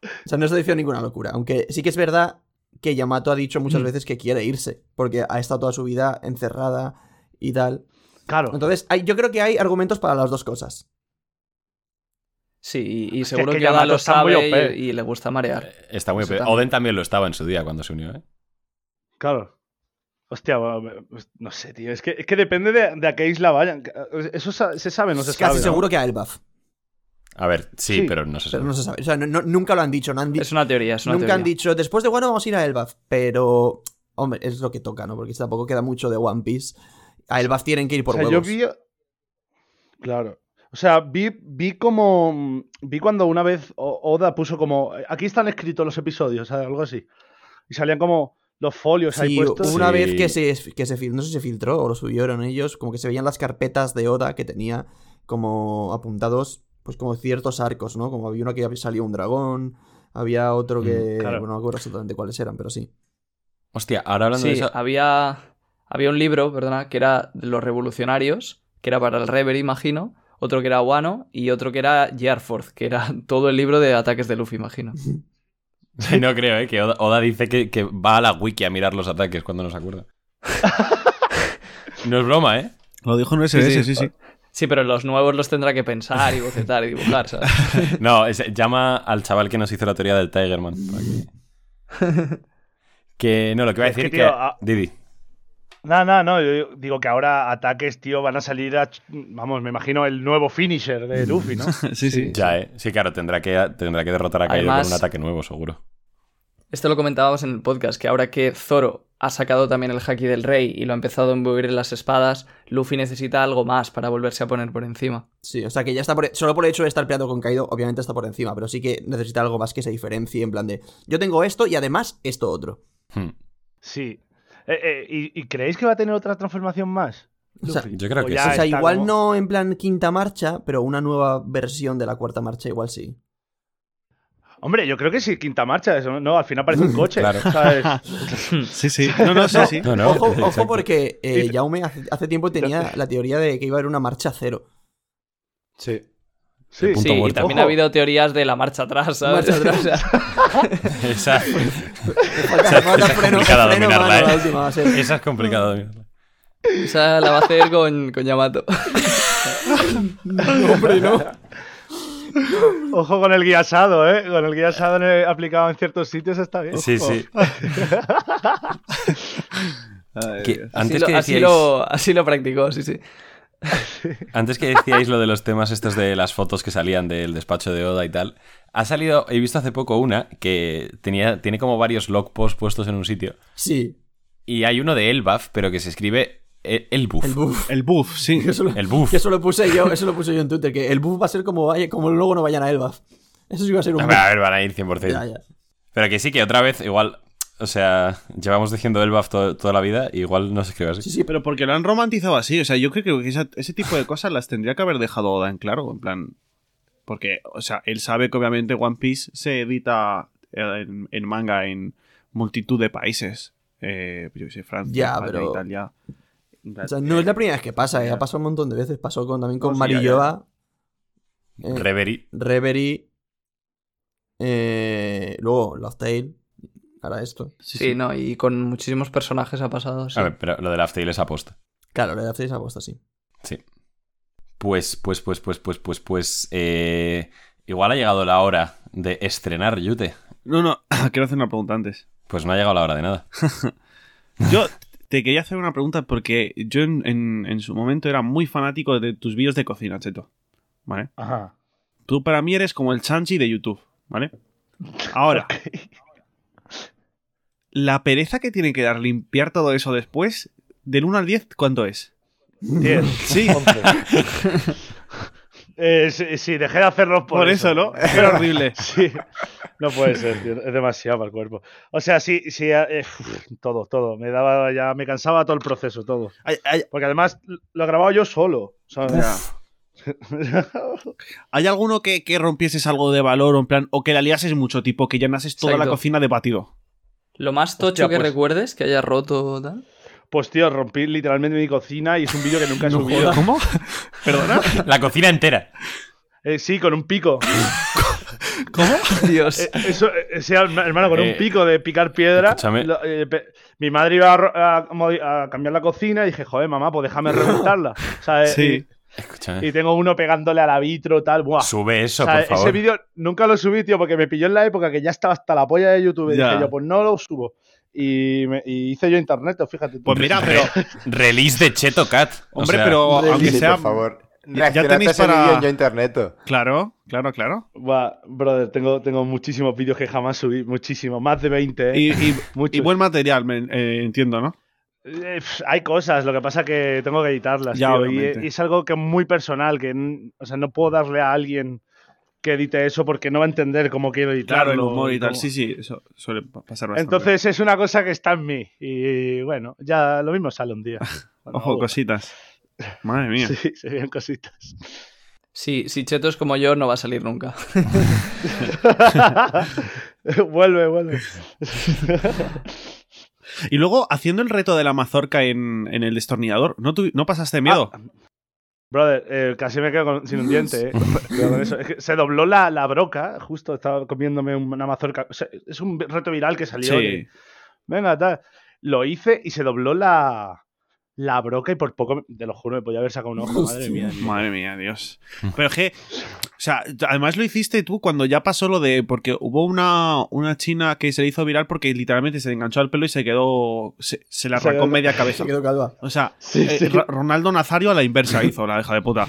Speaker 4: O sea, no estoy diciendo ninguna locura. Aunque sí que es verdad que Yamato ha dicho
Speaker 3: Mm.
Speaker 4: muchas veces que quiere irse, porque ha estado toda su vida encerrada y tal.
Speaker 3: <laughs> Claro.
Speaker 4: Entonces, hay- yo creo que hay argumentos para las dos cosas.
Speaker 5: <laughs> Sí, y, y
Speaker 3: Es que-
Speaker 5: seguro
Speaker 3: es
Speaker 5: que,
Speaker 3: que
Speaker 5: Oda
Speaker 3: Yamato
Speaker 5: lo
Speaker 3: está muy Eh,
Speaker 5: sabe
Speaker 3: OP.
Speaker 5: y, y le gusta marear.
Speaker 2: Eh, Está muy...
Speaker 4: Eso
Speaker 2: pe-
Speaker 4: también.
Speaker 2: Oden también lo estaba en su día cuando se unió, ¿eh?
Speaker 3: Claro. Hostia, bueno, me- no sé, tío. Es que, es que depende de, de a qué isla vayan. Eso sa- se sabe, no se
Speaker 4: Es
Speaker 3: sabe.
Speaker 4: Casi
Speaker 3: ¿no?
Speaker 4: seguro que a Elbaf,
Speaker 2: A ver, sí,
Speaker 3: Sí,
Speaker 2: pero no sé.
Speaker 4: pero no se sabe. O sea, no- no- nunca lo han dicho. No han di-
Speaker 5: Es una teoría, es una
Speaker 4: nunca han
Speaker 5: teoría.
Speaker 4: dicho, después de Wano vamos a ir a Elbaf, pero... Hombre, es lo que toca, ¿no? Porque tampoco queda mucho de One Piece. A Elbaf tienen que ir por
Speaker 3: o sea,
Speaker 4: huevos.
Speaker 3: yo vi. Claro. O sea, vi, vi como. mm, Vi cuando una vez O- Oda puso como. eh, Aquí están escritos los episodios, o sea, algo así. Y salían como los folios ahí
Speaker 4: Sí,
Speaker 3: puestos.
Speaker 4: hubo una
Speaker 2: Sí.
Speaker 4: vez que se, que se fil- no sé si se filtró o lo subieron ellos, como que se veían las carpetas de Oda que tenía como apuntados, pues como ciertos arcos, ¿no? Como había uno que salió un dragón, había otro que...
Speaker 3: Mm, claro.
Speaker 4: Bueno, no me acuerdo exactamente cuáles eran, pero sí.
Speaker 2: Hostia, ahora hablando de
Speaker 5: Sí,
Speaker 2: eso...
Speaker 5: había, había un libro, perdona, que era de los revolucionarios, que era para el Rever, imagino, otro que era Wano y otro que era Gearforth, que era <laughs> todo el libro de ataques de Luffy, imagino.
Speaker 2: <laughs> No creo, ¿eh? Que Oda, Oda dice que, que va a la wiki a mirar los ataques cuando no se acuerda. no es broma, ¿eh?
Speaker 6: Lo dijo en un SS, sí, sí.
Speaker 5: Sí, pero los nuevos los tendrá que pensar y bocetar y dibujar, ¿sabes?
Speaker 2: No, es- llama al chaval que nos hizo la teoría del Tigerman. para que- Que no, lo que iba a
Speaker 3: Es que,
Speaker 2: decir que...
Speaker 3: tío, ah, a-
Speaker 2: Didi.
Speaker 3: No, no, no. Yo digo que ahora ataques, tío, van a salir a. ch- mm, Vamos, me imagino el nuevo finisher de Luffy,
Speaker 4: <laughs>
Speaker 3: ¿no?
Speaker 6: Sí, sí.
Speaker 2: Ya, ¿eh? Sí, claro, tendrá que, tendrá que derrotar a Kaido
Speaker 5: Además-
Speaker 2: con un ataque nuevo, seguro.
Speaker 5: Esto lo comentábamos en el podcast, que ahora que Zoro ha sacado también el haki del rey y lo ha empezado a embuir en las espadas, Luffy necesita algo más para volverse a poner por encima.
Speaker 4: Sí, o sea que ya está por... e, Solo por el hecho de estar peleando con Kaido, obviamente está por encima, pero sí que necesita algo más que se diferencie en plan de... Yo tengo esto y además esto otro.
Speaker 2: Hmm.
Speaker 3: Sí. Eh, eh, ¿y, y creéis que va a tener otra transformación más?
Speaker 4: O sea,
Speaker 2: Yo creo
Speaker 3: O
Speaker 2: que
Speaker 3: ya
Speaker 2: sí.
Speaker 4: o sea,
Speaker 3: está
Speaker 4: igual
Speaker 3: como-
Speaker 4: no en plan quinta marcha, pero una nueva versión de la cuarta marcha igual sí.
Speaker 3: Hombre, yo creo que sí, quinta marcha. eso, no, al final
Speaker 4: <laughs>
Speaker 3: parece un coche.
Speaker 2: Claro.
Speaker 3: ¿sabes?
Speaker 6: Sí, sí. No, <laughs> no, sí,
Speaker 3: ¿eh?
Speaker 6: sí.
Speaker 2: No, no,
Speaker 4: ojo, ojo
Speaker 2: <laughs> exacto.
Speaker 4: porque eh,
Speaker 3: Sí.
Speaker 4: Jaume hace, hace tiempo tenía la teoría de que iba a haber una marcha
Speaker 6: <laughs>
Speaker 4: cero.
Speaker 7: Sí.
Speaker 3: Sí,
Speaker 2: punto
Speaker 5: Sí, y
Speaker 2: muerto.
Speaker 5: también ha
Speaker 3: Ojo.
Speaker 5: habido teorías de la marcha atrás, ¿sabes?
Speaker 4: Marcha atrás.
Speaker 5: O <laughs> sea,
Speaker 2: Esa,
Speaker 4: Falta, falta
Speaker 2: es
Speaker 4: freno,
Speaker 2: complicada
Speaker 4: freno mano,
Speaker 2: dominarla, ¿eh?
Speaker 4: la última va a ser.
Speaker 2: esa es complicada. de dominar.
Speaker 5: esa la va a hacer con, con Yamato.
Speaker 3: Ojo con el guía asado, ¿eh? Con el guía asado en el- aplicado en ciertos sitios está bien.
Speaker 2: Sí, sí.
Speaker 6: <laughs> Ay,
Speaker 2: Que
Speaker 6: Dios.
Speaker 2: antes,
Speaker 5: así,
Speaker 2: que
Speaker 5: lo, así
Speaker 2: decíais,
Speaker 5: lo- así lo practicó, sí, sí.
Speaker 2: antes que decíais lo de los temas estos de las fotos que salían del despacho de Oda y tal, ha salido, he visto hace poco una que tenía, tiene como varios log posts puestos en un sitio.
Speaker 4: Sí,
Speaker 2: Y hay uno de Elbaf, pero que se escribe e- Elbuf.
Speaker 4: el buff.
Speaker 6: El buff, sí.
Speaker 4: Que eso, lo,
Speaker 2: El buff.
Speaker 4: que eso lo puse yo, eso lo puse yo en Twitter, que el buff va a ser como, vaya- como luego no vayan a Elbaf. Eso sí va a ser un
Speaker 2: A
Speaker 4: buff.
Speaker 2: ver, Ah,
Speaker 6: Ah,
Speaker 2: a ver, van a ir 100%.
Speaker 4: Ya, ya.
Speaker 2: Pero que sí, que otra vez, igual, o sea, llevamos diciendo Elbaf to- toda la vida, y igual no se escribe así.
Speaker 4: Sí, sí, pero
Speaker 6: Pero porque lo han romantizado así. O sea, yo creo que esa- ese tipo de cosas las tendría que haber dejado Oda en claro. En plan. Porque, o sea, él sabe que obviamente One Piece se edita eh, en, en manga en multitud de países. Eh, yo qué sé, Francia,
Speaker 4: Ya,
Speaker 6: España,
Speaker 4: pero-
Speaker 6: Italia.
Speaker 4: o sea, no es la primera vez que pasa, eh, ha pasado un montón de veces. Pasó con, también con
Speaker 6: No, sí, ya, ya.
Speaker 4: Marilloa, eh,
Speaker 2: Reverie.
Speaker 4: Reverie, eh, luego Love Tale, ahora esto.
Speaker 5: Sí, no, y con muchísimos personajes ha pasado. sí.
Speaker 2: A ver, pero lo del After es aposta.
Speaker 4: Claro, la de Face apuesto así.
Speaker 2: Pues, pues, pues, pues, pues, pues, pues. eh, igual ha llegado la hora de estrenar Yute.
Speaker 6: No, no, <clears throat> quiero hacer una pregunta antes.
Speaker 2: Pues no ha llegado la hora de nada.
Speaker 6: Yo te quería hacer una pregunta porque yo en, en- en su momento era muy fanático de tus vídeos de cocina, Cheto. ¿Vale?
Speaker 3: Ajá.
Speaker 6: Tú para mí eres como el Chanchi de YouTube, ¿vale? Ahora. La pereza que tiene que dar limpiar todo eso después, del 1 al 10, ¿cuánto es?
Speaker 3: 10. <laughs> Sí. Eh, sí, sí, dejé de hacerlo por,
Speaker 6: Por, eso, ¿no? Era horrible.
Speaker 3: <laughs> Sí. No puede ser, tío, Es demasiado para el cuerpo. O sea, sí, sí. eh, uf, todo, todo. Me daba ya. Me cansaba todo el proceso, todo.
Speaker 6: Ay, ay,
Speaker 3: Porque además lo he grabado yo solo. ¿sabes?
Speaker 6: ya. ¿Hay alguno que, que rompieses algo de valor o en plan, o que la liases mucho, tipo que llenases toda la
Speaker 5: Exacto.
Speaker 6: cocina de batido?
Speaker 5: Lo más tocho
Speaker 3: Hostia,
Speaker 5: que
Speaker 3: pues.
Speaker 5: recuerdes que haya roto o tal.
Speaker 3: Pues tío, rompí literalmente mi cocina y es un vídeo que nunca he subido.
Speaker 6: ¿Cómo? ¿Perdona?
Speaker 2: <laughs> La cocina entera.
Speaker 3: Eh, sí, con un pico.
Speaker 6: <laughs> ¿Cómo?
Speaker 5: Dios.
Speaker 3: Eh, Eso, eh, ese, hermano, con
Speaker 2: Eh,
Speaker 3: un pico de picar piedra.
Speaker 2: escúchame.
Speaker 3: lo- eh, pe- mi madre iba a, ro- a modi- a cambiar la cocina y dije, joder, mamá, pues déjame
Speaker 6: <laughs>
Speaker 3: reventarla. O sea, eh,
Speaker 6: <laughs> Sí.
Speaker 2: Escúchame.
Speaker 3: y, y tengo uno pegándole al vitro, tal. Buah.
Speaker 2: Sube eso,
Speaker 3: O sea,
Speaker 2: por favor.
Speaker 3: Ese vídeo nunca lo subí, tío, porque me pilló en la época que ya estaba hasta la polla de YouTube. Y
Speaker 6: Ya.
Speaker 3: dije yo, pues no lo subo. Y, me- y hice yo internet, fíjate. tú.
Speaker 6: Pues mira, pero.
Speaker 2: Release de Cheto Cat. O
Speaker 6: Hombre,
Speaker 2: sea,
Speaker 6: pero
Speaker 3: Release,
Speaker 6: aunque
Speaker 7: Sí,
Speaker 6: sea.
Speaker 7: por favor.
Speaker 6: ya- ya
Speaker 7: Reaccionate
Speaker 6: tenéis
Speaker 7: a ese
Speaker 6: para-
Speaker 7: vídeo en yo interneto.
Speaker 6: Claro, claro, claro.
Speaker 3: Buah, brother, tengo, tengo muchísimos vídeos que jamás subí, muchísimos, más de 20. eh,
Speaker 6: Y,
Speaker 3: <laughs>
Speaker 6: y-
Speaker 3: muchos.
Speaker 6: y buen material, me- eh, entiendo, ¿no?
Speaker 3: Eh, pf, hay cosas, lo que pasa que tengo que editarlas,
Speaker 6: Ya,
Speaker 3: tío, y,
Speaker 6: obviamente.
Speaker 3: y es algo que es muy personal, que n- o sea, no puedo darle a alguien que edite eso porque no va a entender cómo quiero editarlo.
Speaker 6: Claro, el humor y tal.
Speaker 3: cómo-
Speaker 6: Sí, sí, eso suele pa- pasar bastante.
Speaker 3: Entonces es una cosa que está en mí y bueno, ya lo mismo sale un
Speaker 6: <laughs>
Speaker 3: día. Bueno,
Speaker 6: Ojo,
Speaker 3: algo.
Speaker 6: cositas. Madre mía.
Speaker 3: Sí, serían
Speaker 6: <laughs>
Speaker 3: cositas. <laughs>
Speaker 5: Sí, si Cheto es como yo, no va a salir nunca.
Speaker 3: vuelve,
Speaker 6: <laughs>
Speaker 3: vuelve.
Speaker 6: Y luego, haciendo el reto de la mazorca en, en el destornillador, ¿no, tuvi- no pasaste miedo?
Speaker 3: Ah, Brother, eh, casi me quedo con- sin un diente. eh. Cuidado con eso. Es que se dobló la, la broca, justo estaba comiéndome una mazorca. O sea, es un reto viral que salió. de-
Speaker 6: sí.
Speaker 3: Venga, tal. Lo hice y se dobló la, la broca y por poco, me- te lo juro, me podía haber sacado un ojo. Madre mía.
Speaker 6: Madre mía, Dios. Pero es que, o sea, además lo hiciste tú cuando ya pasó lo de. Porque hubo una, una china que se le hizo viral porque literalmente se le enganchó al pelo y se quedó. Se, se le
Speaker 3: Se
Speaker 6: arrancó
Speaker 3: quedó-
Speaker 6: media cabeza.
Speaker 4: Se quedó calva.
Speaker 6: O sea,
Speaker 3: Sí,
Speaker 6: eh,
Speaker 3: sí.
Speaker 6: Ra- Ronaldo Nazario a la inversa hizo la hija
Speaker 3: <laughs>
Speaker 6: de puta.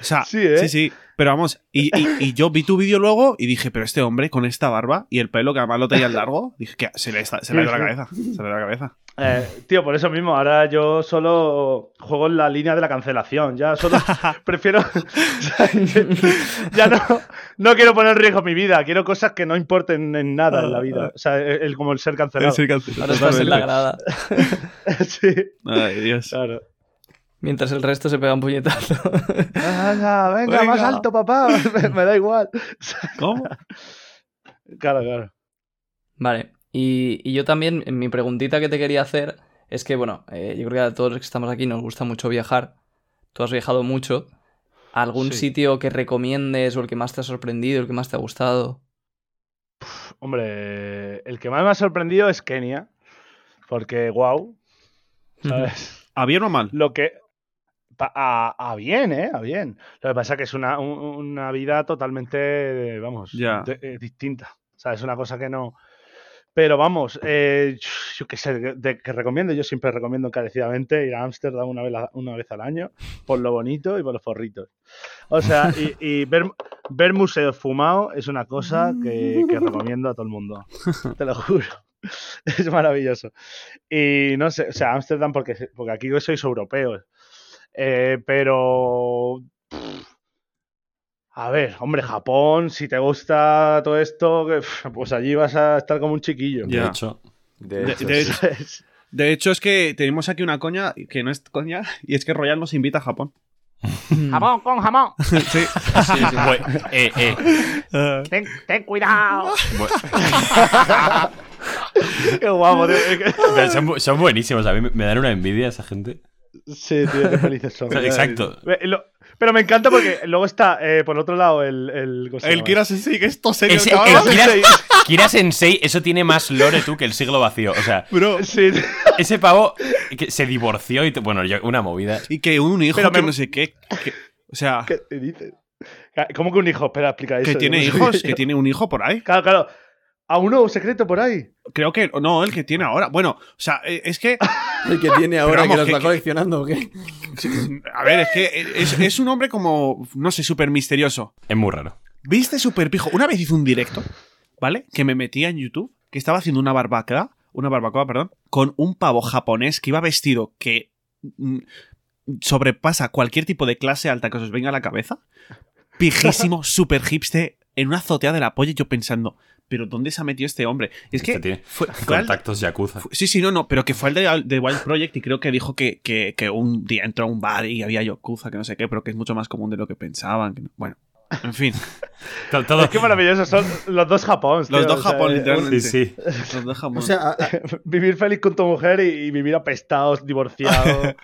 Speaker 6: O sea,
Speaker 3: Sí, ¿eh?
Speaker 6: sí, sí. Pero vamos, y, y- y yo vi tu vídeo luego y dije, pero este hombre con esta barba y el pelo que además lo tenía largo, dije que se le, está- se le ha ido la cabeza. Se le ha ido la cabeza.
Speaker 3: Eh, tío, por eso mismo, ahora yo solo juego en la línea de la cancelación. Ya solo prefiero. <laughs> ya no, no quiero poner en riesgo mi vida. Quiero cosas que no importen en nada en la vida. O sea, el, el- como el ser cancelado.
Speaker 6: Sí, que-
Speaker 5: Ahora estás en la grada.
Speaker 3: <laughs> sí,
Speaker 6: Ay, Dios.
Speaker 3: claro.
Speaker 5: Mientras el resto se pega un puñetazo.
Speaker 3: Venga, venga,
Speaker 6: Venga.
Speaker 3: más alto, papá. <laughs> Me, me da igual.
Speaker 6: ¿Cómo?
Speaker 3: Claro, claro.
Speaker 5: Vale, y, y yo también, mi preguntita que te quería hacer es que, bueno, eh, yo creo que a todos los que estamos aquí nos gusta mucho viajar. Tú has viajado mucho. ¿Algún
Speaker 3: Sí.
Speaker 5: sitio que recomiendes o el que más te ha sorprendido, el que más te ha gustado?
Speaker 3: Hombre, el que más me ha sorprendido es Kenia. Porque, wow. ¿Sabes?
Speaker 6: ¿A bien o mal?
Speaker 3: Lo que. pa- A, a bien, ¿eh? A bien. Lo que pasa es que es una, un- una vida totalmente, vamos,
Speaker 6: Ya.
Speaker 3: de- eh, distinta. O sea, es una cosa que no. Pero vamos, eh, yo qué sé, de, de- que recomiendo. Yo siempre recomiendo encarecidamente ir a Ámsterdam una vez, la- una vez al año, por lo bonito y por los forritos. O sea, y, y ver, ver museos fumados es una cosa que, que recomiendo a todo el mundo. Te lo juro. <laughs> Es maravilloso. Y no sé, o sea, Ámsterdam, porque, porque aquí yo sois europeos. Eh, pero. pff, A ver, hombre, Japón, si te gusta todo esto, que, pff, pues allí vas a estar como un chiquillo. <laughs>
Speaker 2: De
Speaker 6: Ya.
Speaker 2: hecho,
Speaker 7: De
Speaker 6: De-
Speaker 7: hecho,
Speaker 6: de-
Speaker 7: sí.
Speaker 6: De hecho, es que tenemos aquí una coña que no es coña y es que Royal nos invita a Japón.
Speaker 3: Mm.
Speaker 5: Jamón.
Speaker 2: <laughs>
Speaker 6: Sí.
Speaker 2: Bue- eh, eh,
Speaker 3: Ten, ten cuidado. Qué guapo, tío. es que-
Speaker 2: pero son, bu- son buenísimos. A mí me- me dan una envidia esa gente.
Speaker 3: <laughs> Sí, tío, qué felices
Speaker 2: O
Speaker 3: son.
Speaker 2: sea, Exacto.
Speaker 3: Ve, lo- Pero me encanta porque luego está, eh, por otro lado, el. Pues El, ¿cómo se llama?
Speaker 6: sí, que esto serio,
Speaker 2: Ese- el Kira, <laughs> Kira Sensei, eso tiene más lore tú que el siglo vacío. O sea,
Speaker 6: Bro.
Speaker 3: Sí, tío.
Speaker 2: ese pavo que se divorció y. t- Bueno, yo- una movida.
Speaker 6: Y que un hijo
Speaker 3: Pero
Speaker 6: que
Speaker 3: me-
Speaker 6: no sé qué. que- o sea,
Speaker 3: ¿Qué te dices? Ca- ¿Cómo que un hijo? Espera, explica eso.
Speaker 6: que tiene
Speaker 3: Yo- <laughs>
Speaker 6: hijos, que tiene un hijo por ahí.
Speaker 3: Claro, claro. A uno secreto por ahí.
Speaker 6: Creo que. No, el que tiene ahora. Bueno, o sea, eh, es que.
Speaker 4: El que tiene ahora
Speaker 6: vamos,
Speaker 4: que los
Speaker 6: que-
Speaker 4: va
Speaker 6: que-
Speaker 4: coleccionando. ¿o qué?
Speaker 6: A ver, es que es, es un hombre como. No sé, súper misterioso.
Speaker 2: Es muy raro.
Speaker 6: ¿Viste súper pijo? Una vez hice un directo, ¿vale? Que me metía en YouTube, que estaba haciendo una barbacoa, una barbacoa, perdón, con un pavo japonés que iba vestido que mm, sobrepasa cualquier tipo de clase alta que os venga a la cabeza. Pijísimo, súper hipster, en una azotea de la polla, y yo pensando, pero ¿dónde se ha metido este hombre? Y es
Speaker 2: Este
Speaker 6: que
Speaker 2: tiene
Speaker 6: fue, fue al-
Speaker 2: Contactos Yakuza.
Speaker 6: Fu- Sí, sí, no, no, pero que fue el de, de Wild Project y creo que dijo que, que- que un día entró a un bar y había Yokuza, que no sé qué, pero que es mucho más común de lo que pensaban. que no- Bueno,
Speaker 3: <laughs>
Speaker 6: en fin,
Speaker 2: Todo- todo-
Speaker 3: Es que maravilloso, son los dos Japón.
Speaker 6: los dos Japón,
Speaker 2: Sí,
Speaker 6: literalmente.
Speaker 2: sí.
Speaker 6: Los dos Japón.
Speaker 4: O
Speaker 6: <laughs>
Speaker 4: sea, a- a-
Speaker 3: eh, <laughs> Vivir feliz con tu mujer y, y vivir apestados,
Speaker 6: <laughs>
Speaker 3: divorciado,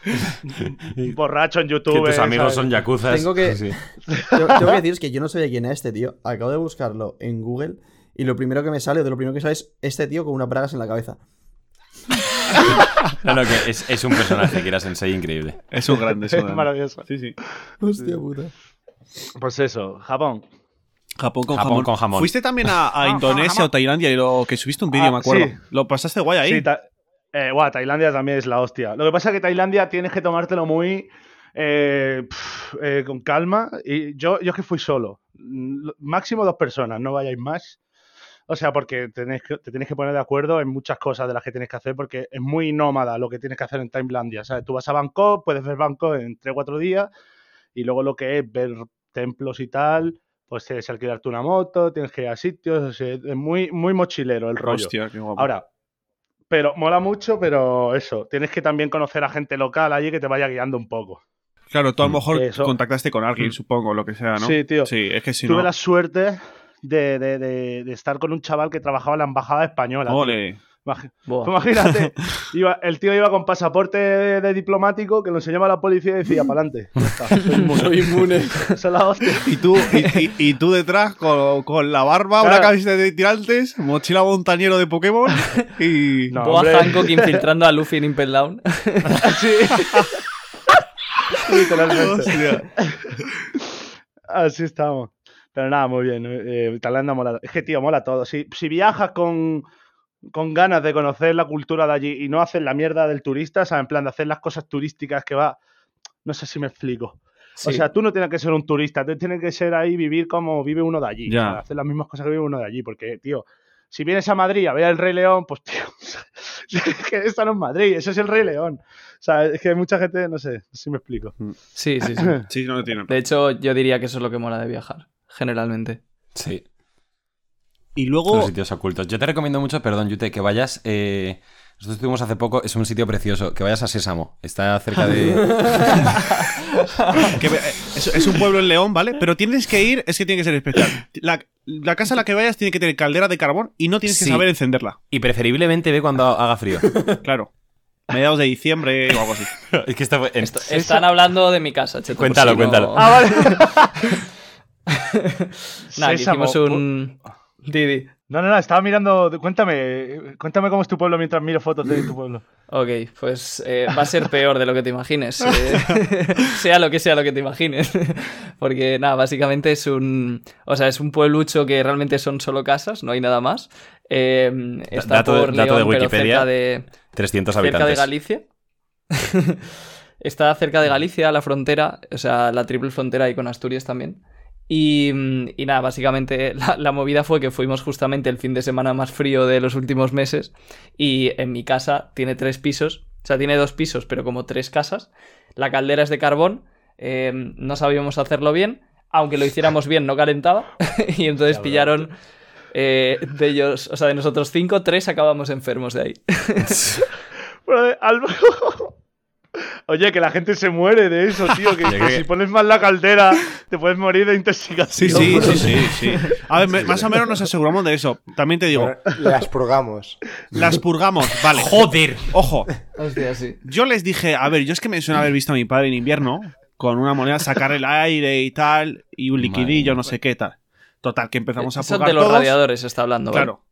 Speaker 3: borracho en YouTube.
Speaker 2: Que tus amigos
Speaker 3: ¿sabes? <laughs>
Speaker 2: son yakuzas.
Speaker 4: Tengo que-
Speaker 2: Sí, sí.
Speaker 4: tengo, tengo que deciros que yo no sabía quién era este tío. Acabo de buscarlo en Google y lo primero que me sale, o de lo primero que sale es este tío con unas bragas en la cabeza.
Speaker 2: No, no, que es, es un personaje que era Sensei increíble.
Speaker 6: Es un grande, es un
Speaker 3: Es
Speaker 6: grande.
Speaker 3: maravilloso.
Speaker 6: Sí, sí.
Speaker 4: Hostia puta.
Speaker 3: Pues eso, Japón.
Speaker 6: Japón con
Speaker 2: Japón
Speaker 6: jamón.
Speaker 2: con jamón.
Speaker 6: Fuiste también a, a Indonesia o Tailandia y lo que subiste un vídeo,
Speaker 3: Ah,
Speaker 6: me acuerdo.
Speaker 3: sí.
Speaker 6: Lo pasaste guay ahí.
Speaker 3: Sí, ta- eh, guau, Tailandia también es la hostia. Lo que pasa es que Tailandia tienes que tomártelo muy eh, pf, eh, con calma. Y yo, yo es que fui solo. Mm, lo- Máximo dos personas, no vayáis más. O sea, porque tenéis que, te tienes que poner de acuerdo en muchas cosas de las que tienes que hacer, porque es muy nómada lo que tienes que hacer en Tailandia. O sea, tú vas a Bangkok, puedes ver Bangkok en 3-4 días, y luego lo que es ver templos y tal, pues tienes que alquilarte una moto, tienes que ir a sitios, o sea, es muy, muy mochilero el rollo.
Speaker 6: Hostia, qué guapo.
Speaker 3: Ahora, pero mola mucho, pero eso, tienes que también conocer a gente local allí que te vaya guiando un poco.
Speaker 6: claro, tú a lo mejor
Speaker 3: mm, Eso.
Speaker 6: contactaste con alguien,
Speaker 3: Mm.
Speaker 6: supongo, lo que sea, ¿no?
Speaker 3: Sí, tío.
Speaker 6: Sí, es que si
Speaker 3: Tuve
Speaker 6: no.
Speaker 3: la suerte de, de- de- de estar con un chaval que trabajaba en la embajada española. tío.
Speaker 6: Ole.
Speaker 3: Imag-
Speaker 5: Buah.
Speaker 3: <laughs>
Speaker 6: <laughs>
Speaker 3: Imagínate, iba- el tío iba con pasaporte de, de diplomático que lo enseñaba a la policía y decía, pa'lante. ya está, Soy inmune".
Speaker 4: <laughs> Soy
Speaker 3: <laughs>
Speaker 4: inmune.
Speaker 3: Esa es la hostia.
Speaker 6: Y tú, y, y- y tú detrás con, con la barba, una
Speaker 3: Claro.
Speaker 6: camiseta de tirantes, mochila montañero de Pokémon y.
Speaker 3: No,
Speaker 5: Boa
Speaker 3: hombre.
Speaker 5: Hancock
Speaker 2: <laughs>
Speaker 5: infiltrando a Luffy en Impel Down.
Speaker 3: Sí. Literalmente.
Speaker 6: Hostia.
Speaker 3: Así estamos. Pero nada, muy bien. eh, Tailandia mola. Es que, tío, mola todo. Si, si viajas con, con ganas de conocer la cultura de allí y no haces la mierda del turista, o sea, en plan de hacer las cosas turísticas que va. No sé si me explico. O
Speaker 5: Sí.
Speaker 3: sea, tú no tienes que ser un turista, tú tienes que ser ahí vivir como vive uno de allí.
Speaker 6: Ya.
Speaker 3: o sea, hacer las mismas cosas que vive uno de allí. Porque, tío, si vienes a Madrid a ver el Rey León, pues, tío, <laughs> es que eso no es Madrid, eso es el Rey León. O sea, es que hay mucha gente, no sé si me explico.
Speaker 5: sí, sí, sí.
Speaker 6: Sí, no lo tienen.
Speaker 5: De hecho, yo diría que eso es lo que mola de viajar, generalmente.
Speaker 2: Sí.
Speaker 6: Y
Speaker 2: Los
Speaker 6: luego,
Speaker 2: sitios ocultos. Yo te recomiendo mucho, perdón, Yute, que vayas. eh, nosotros estuvimos hace poco, es un sitio precioso, que vayas a Sésamo. Está cerca de.
Speaker 6: que ve- eh, es, es un pueblo en León, ¿vale? Pero tienes que ir, es que tiene que ser especial. La, la casa a la que vayas tiene que tener caldera de carbón y no tienes que
Speaker 2: Sí.
Speaker 6: saber encenderla.
Speaker 2: <laughs> Y preferiblemente ve cuando haga frío.
Speaker 6: Claro. Mediados de diciembre o algo así.
Speaker 2: <laughs> es que esta fue. en-
Speaker 5: Están hablando de mi casa, Cheto. por
Speaker 2: Cuéntalo,
Speaker 5: si no-
Speaker 2: cuéntalo.
Speaker 3: Ah, <laughs> vale.
Speaker 5: <laughs> Nada, que
Speaker 3: Sésamo,
Speaker 5: hicimos un... Didi.
Speaker 3: No, no, no, estaba mirando. Cuéntame, cuéntame cómo es tu pueblo mientras miro fotos de tu pueblo.
Speaker 5: Ok, pues eh, va a ser peor de lo que te
Speaker 2: <laughs>
Speaker 5: imagines. eh, sea lo que sea lo que te imagines. <laughs> Porque nada, básicamente es un. O sea, es un pueblucho que realmente son solo casas, no hay nada más. Eh, está
Speaker 2: dato de-
Speaker 5: por
Speaker 2: dato de
Speaker 5: León, pero
Speaker 2: Wikipedia,
Speaker 5: cerca de.
Speaker 2: 300
Speaker 5: cerca de
Speaker 2: habitantes.
Speaker 5: Galicia. <laughs> Está cerca de Galicia, la frontera, o sea, la triple frontera y con Asturias también. Y, mm, y nada, básicamente <laughs> la, la movida fue que fuimos justamente el fin de semana más frío de los últimos meses y en mi casa tiene tres pisos, o sea, tiene dos pisos, pero como tres casas. La caldera es de carbón, eh, no sabíamos hacerlo bien, aunque lo hiciéramos bien no calentaba <laughs> y entonces pillaron eh, de ellos, o sea, de nosotros cinco, tres acabamos enfermos de ahí.
Speaker 3: Bueno, eh, al- <laughs> Oye, que la gente se muere de eso, tío.
Speaker 6: <laughs>
Speaker 3: Que, que
Speaker 2: creo
Speaker 3: si
Speaker 2: que-
Speaker 3: pones mal la caldera, te puedes morir de intoxicación.
Speaker 6: Sí, sí, sí, sí, sí. A ver, me- más o menos nos aseguramos de eso. También te digo,
Speaker 7: Bueno, las purgamos. <laughs>
Speaker 6: las purgamos, vale. ¡Joder! Ojo, yo les dije, a ver, yo es que me suena haber visto a mi padre en invierno con una moneda sacar el aire y tal, y un liquidillo, no sé qué tal. Total, que empezamos a
Speaker 5: Eso
Speaker 6: purgar
Speaker 5: Eh, de los
Speaker 6: todos.
Speaker 5: radiadores está hablando, ¿vale?
Speaker 6: Claro.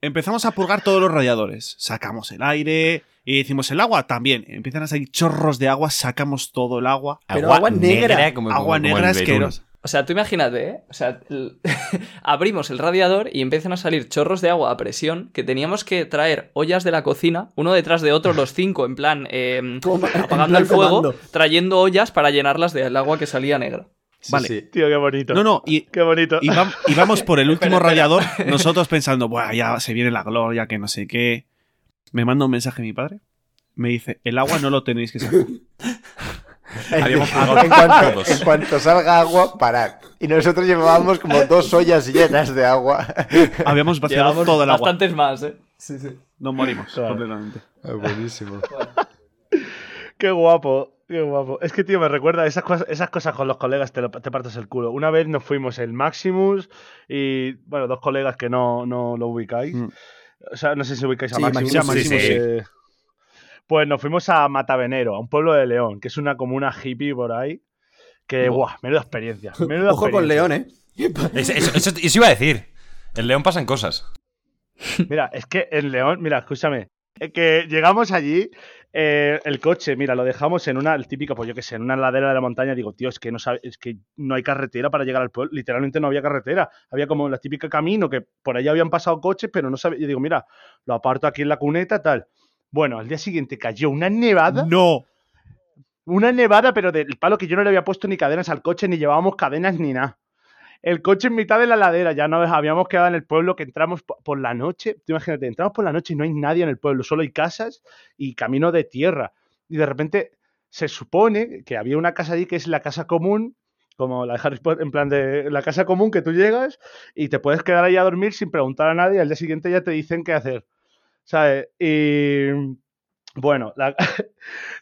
Speaker 6: Empezamos a purgar todos los radiadores. Sacamos el aire y decimos el agua también. Empiezan a salir chorros de agua, sacamos todo el agua.
Speaker 4: Pero agua negra.
Speaker 2: como, como-
Speaker 6: Agua
Speaker 2: como
Speaker 6: negra
Speaker 2: el Beirún.
Speaker 6: asquerosa.
Speaker 5: O sea, tú imagínate, ¿eh? O sea, el- <laughs> abrimos el radiador y empiezan a salir chorros de agua a presión que teníamos que traer ollas de la cocina, uno detrás de otro, los cinco, en plan,
Speaker 6: <laughs>
Speaker 5: eh,
Speaker 4: Como- <laughs> en
Speaker 5: apagando
Speaker 4: plan
Speaker 5: el fuego,
Speaker 4: comando.
Speaker 5: trayendo ollas para llenarlas del agua que salía negra.
Speaker 7: Sí,
Speaker 6: Vale.
Speaker 7: sí.
Speaker 3: <laughs> Tío, qué bonito.
Speaker 6: No, no, y,
Speaker 3: Qué bonito.
Speaker 6: y vam- y vamos por
Speaker 3: <laughs>
Speaker 6: el último radiador, nosotros pensando, Buah, ya se viene la gloria, que no sé qué.
Speaker 3: <laughs>
Speaker 6: Me manda un mensaje mi padre, me dice, el agua no lo tenéis que sacar.
Speaker 2: Habíamos jugado
Speaker 7: en, cuanto,
Speaker 2: todos.
Speaker 7: en cuanto salga agua, parad. Y nosotros llevábamos como dos ollas llenas de agua.
Speaker 6: Habíamos vaciado
Speaker 5: Llevamos
Speaker 6: todo el agua.
Speaker 5: bastantes más, ¿eh? Sí, sí.
Speaker 6: Nos morimos
Speaker 3: Claro.
Speaker 6: completamente.
Speaker 7: buenísimo.
Speaker 3: Qué guapo, qué guapo. Es que, tío, me recuerda esas cosas, esas cosas con los colegas, te, lo- te partes el culo. Una vez nos fuimos el Maximus y, bueno, dos colegas que no, no lo ubicáis.
Speaker 6: Mm.
Speaker 3: O sea, no sé si ubicáis a
Speaker 4: Sí,
Speaker 3: Maximus.
Speaker 4: Maximus,
Speaker 2: Sí, sí. sí.
Speaker 3: eh, pues nos fuimos a Matavenero, a un pueblo de León, que es una comuna hippie por ahí. Que, guau, menuda experiencia. menuda
Speaker 4: Ojo con
Speaker 3: experiencia.
Speaker 4: León, ¿eh? <laughs>
Speaker 2: Es- Eso, eso- eso iba a decir. En León pasan cosas.
Speaker 3: Mira, es que en León, mira, escúchame, es que llegamos allí, eh, el coche, mira, lo dejamos en una, el típico, pues yo qué sé, en una ladera de la montaña, digo, tío, es que no sabe- es que no hay carretera para llegar al pueblo, literalmente no había carretera, había como la típica camino que por allá habían pasado coches, pero no sabía, yo digo, mira, lo aparto aquí en la cuneta, tal. Bueno, al día siguiente cayó una nevada.
Speaker 6: ¡No!
Speaker 3: Una nevada, pero del palo que yo no le había puesto ni cadenas al coche, ni llevábamos cadenas ni nada. El coche en mitad de la ladera, ya nos habíamos quedado en el pueblo que entramos po- por la noche. Tú imagínate, entramos por la noche y no hay nadie en el pueblo, solo hay casas y camino de tierra. Y de repente se supone que había una casa allí que es la casa común, como la de Harry Potter, en plan de la casa común que tú llegas y te puedes quedar ahí a dormir sin preguntar a nadie. y Al día siguiente ya te dicen qué hacer, ¿sabes? Y bueno, la-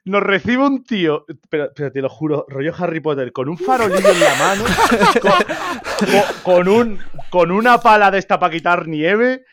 Speaker 3: nos recibe un tío, pero, pero te lo juro, rollo Harry Potter, con un farolillo en la mano, <laughs> con, con- con un, con una pala de esta para quitar nieve,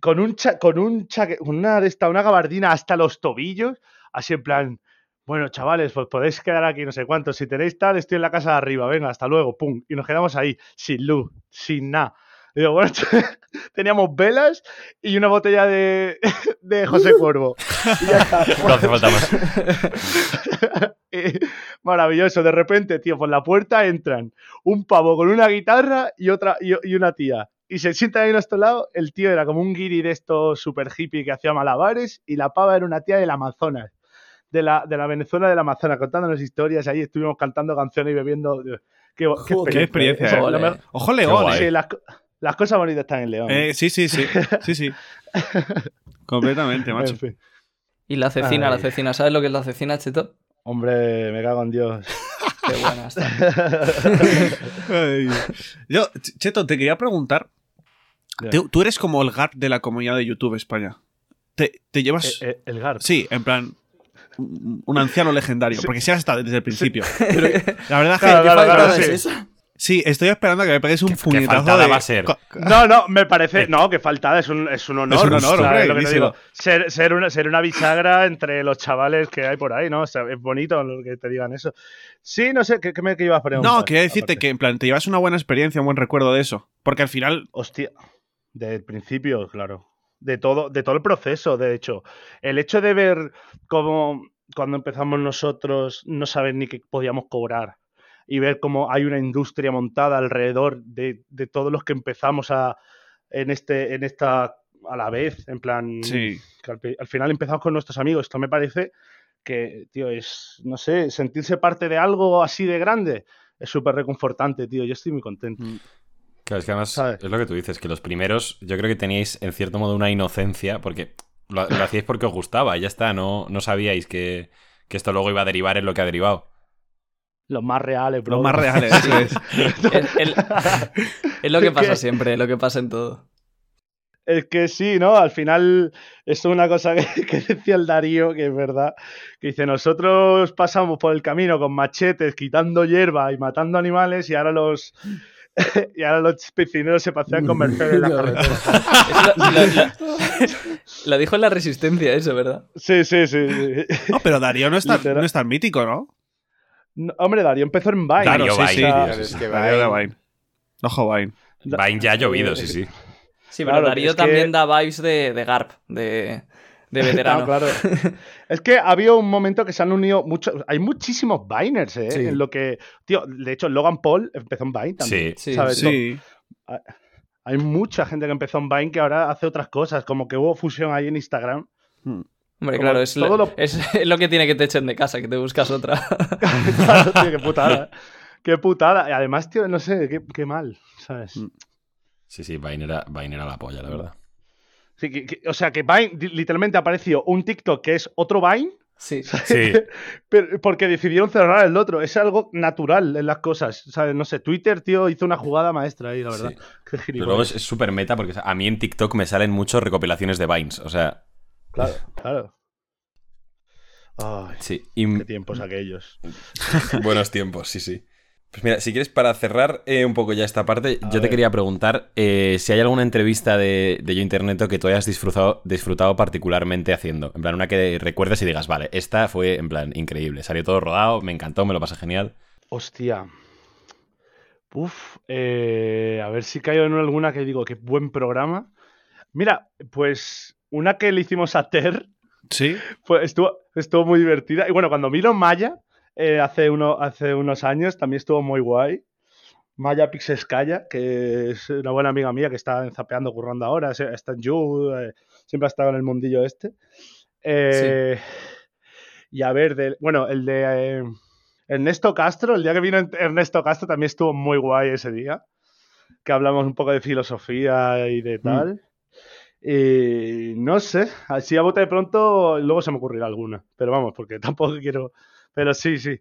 Speaker 3: con un cha- con un chaque- con una de esta, una gabardina hasta los tobillos, así en plan, bueno, chavales, pues podéis quedar aquí no sé cuánto, si tenéis tal, estoy en la casa de arriba, venga, hasta luego, pum, y nos quedamos ahí, sin luz, sin nada. Y Digo, bueno, <laughs> teníamos velas y una botella de, <laughs>
Speaker 2: <laughs>
Speaker 3: de José Cuervo. Y ya está.
Speaker 2: No hace falta más.
Speaker 3: <laughs> Eh, maravilloso. De repente, tío, por la puerta entran un pavo con una guitarra y otra y, y una tía. Y se sientan ahí a nuestro lado. El tío era como un guiri de estos super hippie que hacía malabares y la pava era una tía del Amazonas. De la, de la Venezuela del Amazonas, contándonos historias. Ahí estuvimos cantando canciones y bebiendo. Qué, qué
Speaker 4: Joder,
Speaker 6: ¡Qué experiencia!
Speaker 3: Eso,
Speaker 6: eh.
Speaker 3: lo mejor-
Speaker 6: ¡Ojo,
Speaker 2: Qué
Speaker 6: León!
Speaker 2: guay.
Speaker 3: sí, las, co- las cosas bonitas están en León.
Speaker 6: Eh, sí,
Speaker 3: <laughs>
Speaker 6: sí, sí. Sí, sí. completamente, macho.
Speaker 3: En fin.
Speaker 5: Y la cecina, la
Speaker 3: Ay.
Speaker 5: cecina. ¿Sabes lo que es la cecina, Cheto?
Speaker 3: Hombre, me cago en
Speaker 6: <laughs>
Speaker 3: Dios. <laughs>
Speaker 5: Qué buena está.
Speaker 6: Ay. Yo, Ch- Cheto, te quería preguntar.
Speaker 3: Ya.
Speaker 6: Tú, tú eres como el GAP de la comunidad de YouTube España. Te, te llevas.
Speaker 3: Eh, eh, el Gar.
Speaker 6: Sí, en plan. Un un anciano legendario, porque sí has estado desde el principio. La verdad es que
Speaker 3: Claro, claro,
Speaker 6: yo-
Speaker 3: claro,
Speaker 4: Claro, es
Speaker 3: sí.
Speaker 4: esa.
Speaker 6: sí, estoy esperando a que me pegues un puñetazo
Speaker 2: faltada
Speaker 6: de
Speaker 2: va a ser.
Speaker 6: co-
Speaker 3: No, no, me parece. No, que faltada, es un, es un honor.
Speaker 6: Eh. Es un honor, eh,
Speaker 3: ¿sabes
Speaker 6: hombre,
Speaker 3: lo que te
Speaker 6: díselo.
Speaker 3: digo? Ser, ser una, ser una bisagra entre los chavales que hay por ahí, ¿no? O sea, es bonito lo que te digan eso. Sí, no sé, ¿qué, qué me qué ibas a preguntar?
Speaker 6: No, quería decirte
Speaker 3: Aparte.
Speaker 6: que en plan te llevas una buena experiencia, un buen recuerdo de eso. Porque al final,
Speaker 3: Hostia, desde el principio, claro. De todo, de todo el proceso, de hecho. El hecho de ver cómo cuando empezamos nosotros no saber ni qué podíamos cobrar y ver cómo hay una industria montada alrededor de, de todos los que empezamos a, en, este, en esta a la vez, en plan,
Speaker 6: sí.
Speaker 3: que al, pi- al final empezamos con nuestros amigos. Esto me parece que, tío, es, no sé, sentirse parte de algo así de grande es súper reconfortante, tío. Yo estoy muy contento.
Speaker 2: Claro, es que además
Speaker 3: ¿Sabes?
Speaker 2: es lo que tú dices, que los primeros yo creo que teníais en cierto modo una inocencia porque lo, lo hacíais porque os gustaba, y ya está, no, no sabíais que, que esto luego iba a derivar en lo que ha derivado.
Speaker 3: Los más reales, bro.
Speaker 6: Los
Speaker 3: <laughs>
Speaker 6: más reales, eso es.
Speaker 5: Es, el- es lo que pasa
Speaker 3: ¿Qué?
Speaker 5: siempre, lo que pasa en todo.
Speaker 3: <laughs> Es que sí, ¿no? Al final, esto es una cosa que, <laughs> que decía el Darío, que es verdad, que dice, nosotros pasamos por el camino con machetes, quitando hierba y matando animales, y ahora los <laughs> y ahora los piscineros se pasean con Mercedes en la carretera.
Speaker 5: Eso lo, lo-
Speaker 6: <laughs>
Speaker 5: lo- lo dijo en la resistencia, eso, ¿verdad?
Speaker 3: Sí, sí, sí. sí.
Speaker 6: No, pero Darío no es tan,
Speaker 3: Literal.
Speaker 6: no es tan mítico, ¿no?
Speaker 3: No, hombre, Darío empezó en Vine.
Speaker 6: Claro,
Speaker 2: Darío Vine,
Speaker 6: sí, sí.
Speaker 7: <laughs>
Speaker 2: tío,
Speaker 7: Claro,
Speaker 2: sí,
Speaker 7: es
Speaker 2: sí.
Speaker 7: que
Speaker 6: Darío de
Speaker 7: Vine-
Speaker 6: Vine. Ojo, Vine.
Speaker 2: Vine ya ha llovido, sí, sí.
Speaker 5: Sí,
Speaker 3: Claro,
Speaker 5: pero Darío
Speaker 3: es que-
Speaker 5: también da vibes de, de Garp, de,
Speaker 3: <laughs>
Speaker 5: de veterano.
Speaker 3: No, claro. es que había un momento que se han unido muchos. Hay muchísimos Viners, ¿eh?
Speaker 4: Sí.
Speaker 3: En lo que. Tío, de hecho, Logan Paul empezó en Vine también.
Speaker 2: Sí.
Speaker 5: Sí,
Speaker 3: ¿sabes?
Speaker 6: Sí.
Speaker 3: Hay mucha gente que empezó en Vine que ahora hace otras cosas, como que hubo fusión ahí en Instagram.
Speaker 5: Hombre,
Speaker 3: Como
Speaker 5: claro, es lo,
Speaker 3: todo lo-
Speaker 5: es <laughs> lo que tiene que te echen de casa, que te buscas otra.
Speaker 3: Claro, tío, qué putada. Qué putada. Y además, tío, no sé, qué, qué mal, ¿sabes?
Speaker 6: Mm.
Speaker 2: Sí, sí, Vine era, Vine era la polla, la verdad.
Speaker 3: <laughs> Sí, que- que- o sea, que Vine, di- literalmente ha aparecido un TikTok que es otro Vine
Speaker 5: <laughs>
Speaker 2: <laughs>
Speaker 5: Sí.
Speaker 2: Sí.
Speaker 3: Pero- porque decidieron cerrar el otro. Es algo natural en las cosas. ¿sabes? No sé, Twitter, tío, hizo una jugada maestra ahí, la verdad.
Speaker 2: Sí.
Speaker 3: Qué
Speaker 2: Y
Speaker 3: gilipollas.
Speaker 2: luego es es súper meta porque o sea, a mí en TikTok me salen muchas recopilaciones de Vines. O sea,
Speaker 3: Claro, claro. Ay,
Speaker 2: sí. Y
Speaker 3: qué tiempos aquellos.
Speaker 2: buenos tiempos, sí, sí. Pues mira, si quieres, para cerrar eh, un poco ya esta parte,
Speaker 3: A
Speaker 2: yo te
Speaker 3: ver.
Speaker 2: quería preguntar eh, si hay alguna entrevista de, de Yo Interneto que tú hayas disfrutado, disfrutado particularmente haciendo. En plan, una que recuerdes y digas, vale, esta fue, en plan, increíble. Salió todo rodado, me encantó, me lo pasé genial.
Speaker 3: Hostia. Uf, eh, a ver si caigo en alguna que digo, qué buen programa. Mira, pues una que le hicimos a Ter,
Speaker 6: Sí.
Speaker 3: fue- estuvo, estuvo muy divertida. Y bueno, cuando vino Maya eh, hace, uno, hace unos años también estuvo muy guay. Maya Pixescaya, que es una buena amiga mía que está en Zapeando currando ahora, se- está en You, eh, siempre ha estado en el mundillo este. Eh, Y a ver, del- bueno, el de eh, Ernesto Castro, el día que vino en- Ernesto Castro también estuvo muy guay ese día, que hablamos un poco de filosofía y de tal. Y Eh, no sé, así a bote de pronto luego se me ocurrirá alguna, pero vamos, porque <laughs> tampoco quiero, pero sí, sí,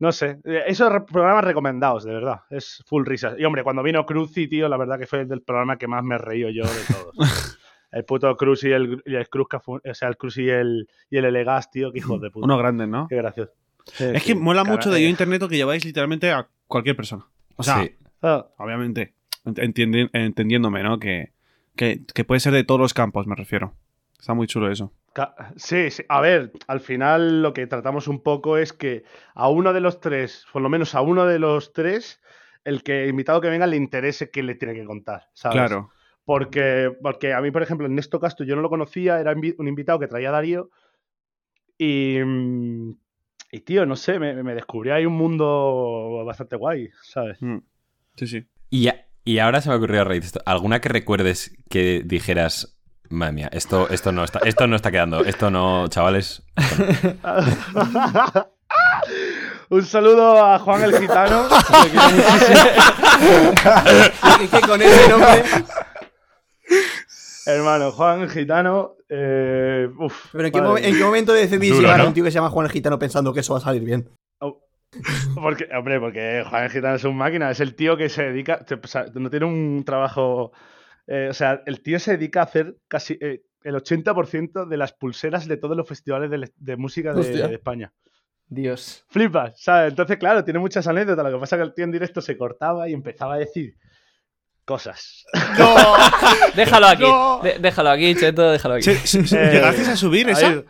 Speaker 3: no sé, Eh, esos re- programas recomendados, de verdad, es full risas. Y hombre, cuando vino Cruci, tío, la verdad que fue el del programa que más me he reído yo de todos.
Speaker 6: <laughs>
Speaker 3: El puto Cruz y el, y el Cruz, que fu- o sea, el Cruz y el, y el Elegaz, tío, que hijos
Speaker 6: <laughs>
Speaker 3: de puta.
Speaker 6: Uno grande, ¿no?
Speaker 3: Qué gracioso.
Speaker 6: Es que mola
Speaker 3: Cara- eh.
Speaker 6: mucho de yo internet que lleváis literalmente a cualquier persona. O sea,
Speaker 2: Sí.
Speaker 3: Ah,
Speaker 6: obviamente, ent- entiendi- entendiéndome, ¿no? Que, que, que puede ser de todos los campos, me refiero. Está muy chulo eso.
Speaker 3: Ca- Sí, sí, a ver, al final lo que tratamos un poco es que a uno de los tres, por lo menos a uno de los tres, el que invitado que venga le interese qué le tiene que contar, ¿sabes?
Speaker 6: Claro.
Speaker 3: Porque, porque a mí, por ejemplo, Ernesto Castro yo no lo conocía, era invi- un invitado que traía Darío. Y, mm, y tío, no sé, me, me descubrí ahí un mundo bastante guay, ¿sabes? <laughs>
Speaker 6: Mm. Sí, sí.
Speaker 2: Y, a- y ahora se me ocurrió a raíz de esto. ¿Alguna que recuerdes que dijeras, madre mía, esto, esto, no, está, esto no está quedando, esto no, chavales?
Speaker 3: un saludo a Juan el Gitano. Ah,
Speaker 4: que con ese nombre.
Speaker 3: Hermano, Juan el Gitano. eh, uf,
Speaker 4: Pero ¿en qué,
Speaker 3: madre
Speaker 4: mo- en qué momento decidís
Speaker 2: Duro,
Speaker 4: llevar a
Speaker 2: ¿no?
Speaker 4: un tío que se llama Juan el Gitano pensando que eso va a salir bien?
Speaker 3: Oh, Porque, hombre, porque Juan el Gitano es un máquina, es el tío que se dedica, te- o sea, no tiene un trabajo, eh, o sea, el tío se dedica a hacer casi eh, el 80% de las pulseras de todos los festivales de, de música de,
Speaker 5: Hostia.
Speaker 3: de España.
Speaker 5: Dios.
Speaker 3: Flipas, ¿sabes? Entonces, claro, tiene muchas anécdotas, lo que pasa es que el tío en directo se cortaba y empezaba a decir cosas.
Speaker 5: Déjalo aquí.
Speaker 3: No.
Speaker 5: de- déjalo aquí, Cheto, déjalo aquí.
Speaker 6: Sí, sí, sí.
Speaker 3: Eh,
Speaker 6: ¿Llegasteis a subir
Speaker 3: Ahí-
Speaker 6: esa?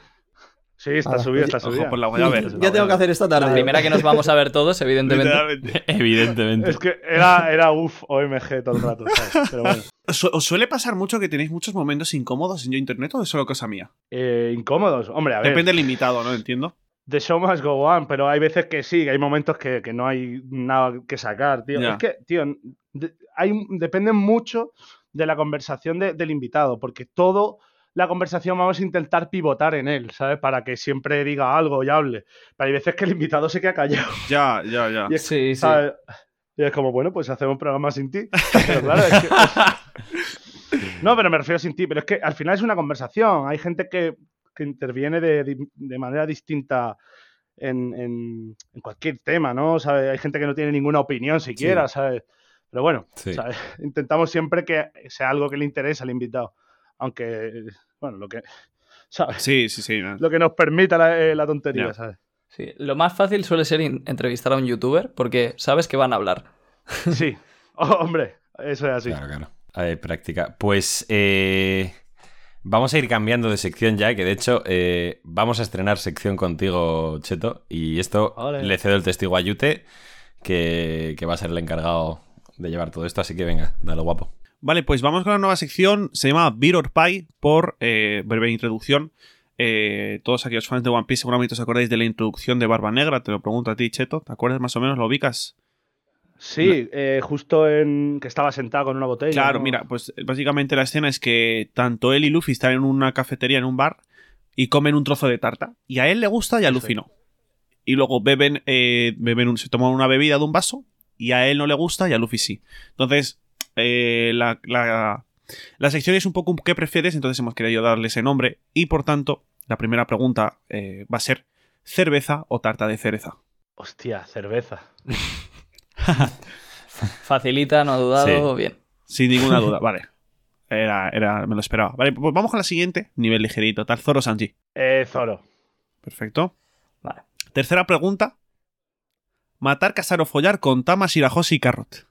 Speaker 3: Sí, está
Speaker 4: Ah,
Speaker 3: subida, está
Speaker 6: Ojo,
Speaker 3: subida.
Speaker 6: pues la voy a ver.
Speaker 4: <laughs> ya tengo que hacer esta tarde.
Speaker 5: La primera que nos vamos a ver todos, evidentemente.
Speaker 6: Literalmente. <laughs>
Speaker 2: Evidentemente.
Speaker 3: Es que era, era uff, OMG todo el rato, ¿sabes? Pero bueno.
Speaker 6: ¿Os su- ¿Os suele pasar mucho que tenéis muchos momentos incómodos en yo internet o es solo cosa mía?
Speaker 3: Eh, incómodos, hombre, a ver.
Speaker 6: Depende del invitado, ¿no? Entiendo.
Speaker 3: The show must go on, pero hay veces que sí, que hay momentos que, que no hay nada que sacar, tío.
Speaker 6: Ya.
Speaker 3: Es que, tío, de- hay, depende mucho de la conversación de- del invitado, porque todo la conversación vamos a intentar pivotar en él, ¿sabes? Para que siempre diga algo y hable. Pero hay veces que el invitado se queda callado,
Speaker 6: Ya, ya, ya.
Speaker 3: Y-
Speaker 5: Sí, sí.
Speaker 3: ¿sabes? Y es como, bueno, pues hacemos un programa sin ti. Pero claro, es que- No, pero me refiero sin ti, pero es que al final es una conversación. Hay gente que, que interviene de, di- de manera distinta en, en- en cualquier tema, ¿no? ¿Sabes? Hay gente que no tiene ninguna opinión siquiera, ¿sabes? Pero bueno,
Speaker 2: Sí.
Speaker 3: ¿sabes? intentamos siempre que sea algo que le interese al invitado. Aunque, bueno, lo que, ¿sabes?
Speaker 6: Sí, sí, sí. no.
Speaker 3: Lo que nos permita la, eh, la tontería,
Speaker 6: Ya.
Speaker 3: ¿sabes?
Speaker 5: Sí, Lo más fácil suele ser in- entrevistar a un youtuber porque sabes que van a hablar.
Speaker 3: Sí, Oh, hombre, eso es así.
Speaker 2: Claro, claro. A ver, práctica. Pues eh, vamos a ir cambiando de sección ya, que de hecho eh, vamos a estrenar sección contigo, Cheto. Y esto
Speaker 3: Ole.
Speaker 2: le cedo el testigo a Yute, que, que va a ser el encargado de llevar todo esto. Así que venga, dale guapo.
Speaker 6: Vale, pues vamos con la nueva sección. Se llama Beer or Pie por eh, breve introducción. Eh, todos aquellos fans de One Piece seguramente os acordáis de la introducción de Barba Negra. Te lo pregunto a ti, Cheto. ¿Te acuerdas más o menos? ¿Lo ubicas?
Speaker 3: Sí, eh, justo en que estaba sentado con una botella.
Speaker 6: Claro,
Speaker 3: ¿no?
Speaker 6: mira, pues básicamente la escena es que tanto él y Luffy están en una cafetería, en un bar, y comen un trozo de tarta. Y a él le gusta y a Luffy no. Y luego beben, eh, beben un- se toman una bebida de un vaso, y a él no le gusta y a Luffy sí. Entonces, eh, la, la, la sección es un poco un qué prefieres, entonces hemos querido darle ese nombre, y por tanto, la primera pregunta eh, va a ser cerveza o tarta de cereza.
Speaker 3: Hostia, cerveza.
Speaker 5: Facilita, no ha dudado, bien.
Speaker 6: Sin ninguna duda, vale. Era, era, me lo esperaba. Vale, pues vamos con la siguiente. Nivel ligerito, tal Zoro Sanji.
Speaker 3: Eh, Zoro.
Speaker 6: Perfecto.
Speaker 5: Vale.
Speaker 6: Tercera pregunta. Matar, casar o follar con Tama, Shirahoshi y Carrot.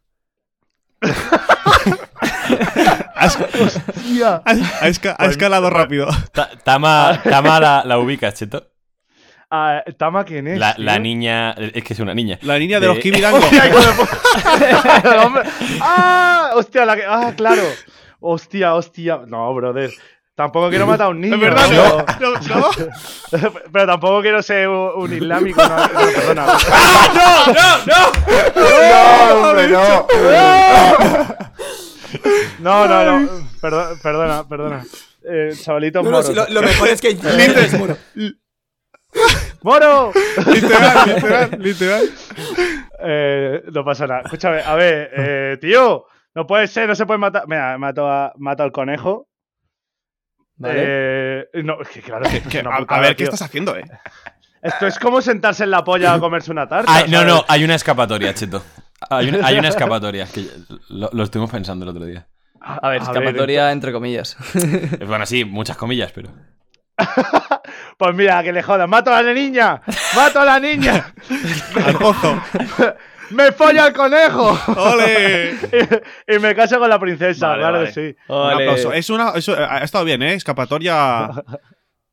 Speaker 6: has,
Speaker 3: Hostia.
Speaker 6: has- has ca- ha escalado rápido.
Speaker 2: Ta- Tama, Tama la, la ubicas, Cheto.
Speaker 3: Ah, ¿Tama quién es?
Speaker 2: La, la
Speaker 3: tío?
Speaker 2: niña. Es que es una niña.
Speaker 6: La niña de,
Speaker 2: De-
Speaker 6: los <laughs> Kimirango.
Speaker 3: Hostia, hijo de pu- <laughs> El hombre- ¡Ah! Hostia, la que... ¡Ah, claro! Hostia, hostia. No, brother. Tampoco quiero matar a un niño.
Speaker 6: Es verdad,
Speaker 3: pero-
Speaker 6: no, no, no.
Speaker 3: <laughs> Pero tampoco quiero ser u- un islámico. No, no, perdona.
Speaker 7: ¡No, hombre, no!
Speaker 3: No, no, no. Perdona, perdona. perdona. Eh, chavalito
Speaker 4: No,
Speaker 3: moro.
Speaker 4: no, si lo, lo mejor es que es muro.
Speaker 3: ¡Moro!
Speaker 6: literal,
Speaker 3: <laughs>
Speaker 6: literal, literal.
Speaker 3: Eh, no pasa nada. Escúchame, a
Speaker 6: <laughs>
Speaker 3: ver, eh, tío. No puede ser, no se puede matar. Mira, mato, a, mato al conejo.
Speaker 5: Vale.
Speaker 3: Eh, no, es que claro,
Speaker 6: <laughs>
Speaker 3: que esto es
Speaker 6: Que-
Speaker 3: una
Speaker 6: a, a
Speaker 3: putada,
Speaker 6: ver, ¿qué
Speaker 3: tío.
Speaker 6: estás haciendo, eh?
Speaker 3: Esto es como sentarse en la polla a comerse una tarta.
Speaker 2: Ay, no,
Speaker 3: ¿sabes?
Speaker 2: no, hay una escapatoria, Cheto. Hay una, hay una escapatoria. Que lo, lo estuvimos pensando el otro día.
Speaker 5: A ver, escapatoria entre comillas. <laughs>
Speaker 2: Bueno, sí, muchas comillas, pero.
Speaker 3: Pues mira, que le jodan. Mato a la niña. Mato a la
Speaker 6: <laughs>
Speaker 3: niña.
Speaker 6: Al pozo.
Speaker 3: Me follo al
Speaker 6: <laughs>
Speaker 3: conejo.
Speaker 6: ¡Ole!
Speaker 3: y, me caso con la princesa.
Speaker 6: Vale,
Speaker 3: claro
Speaker 6: vale.
Speaker 3: que sí.
Speaker 6: Un aplauso. Es una, eso, eh, ha estado bien, ¿eh? Escapatoria.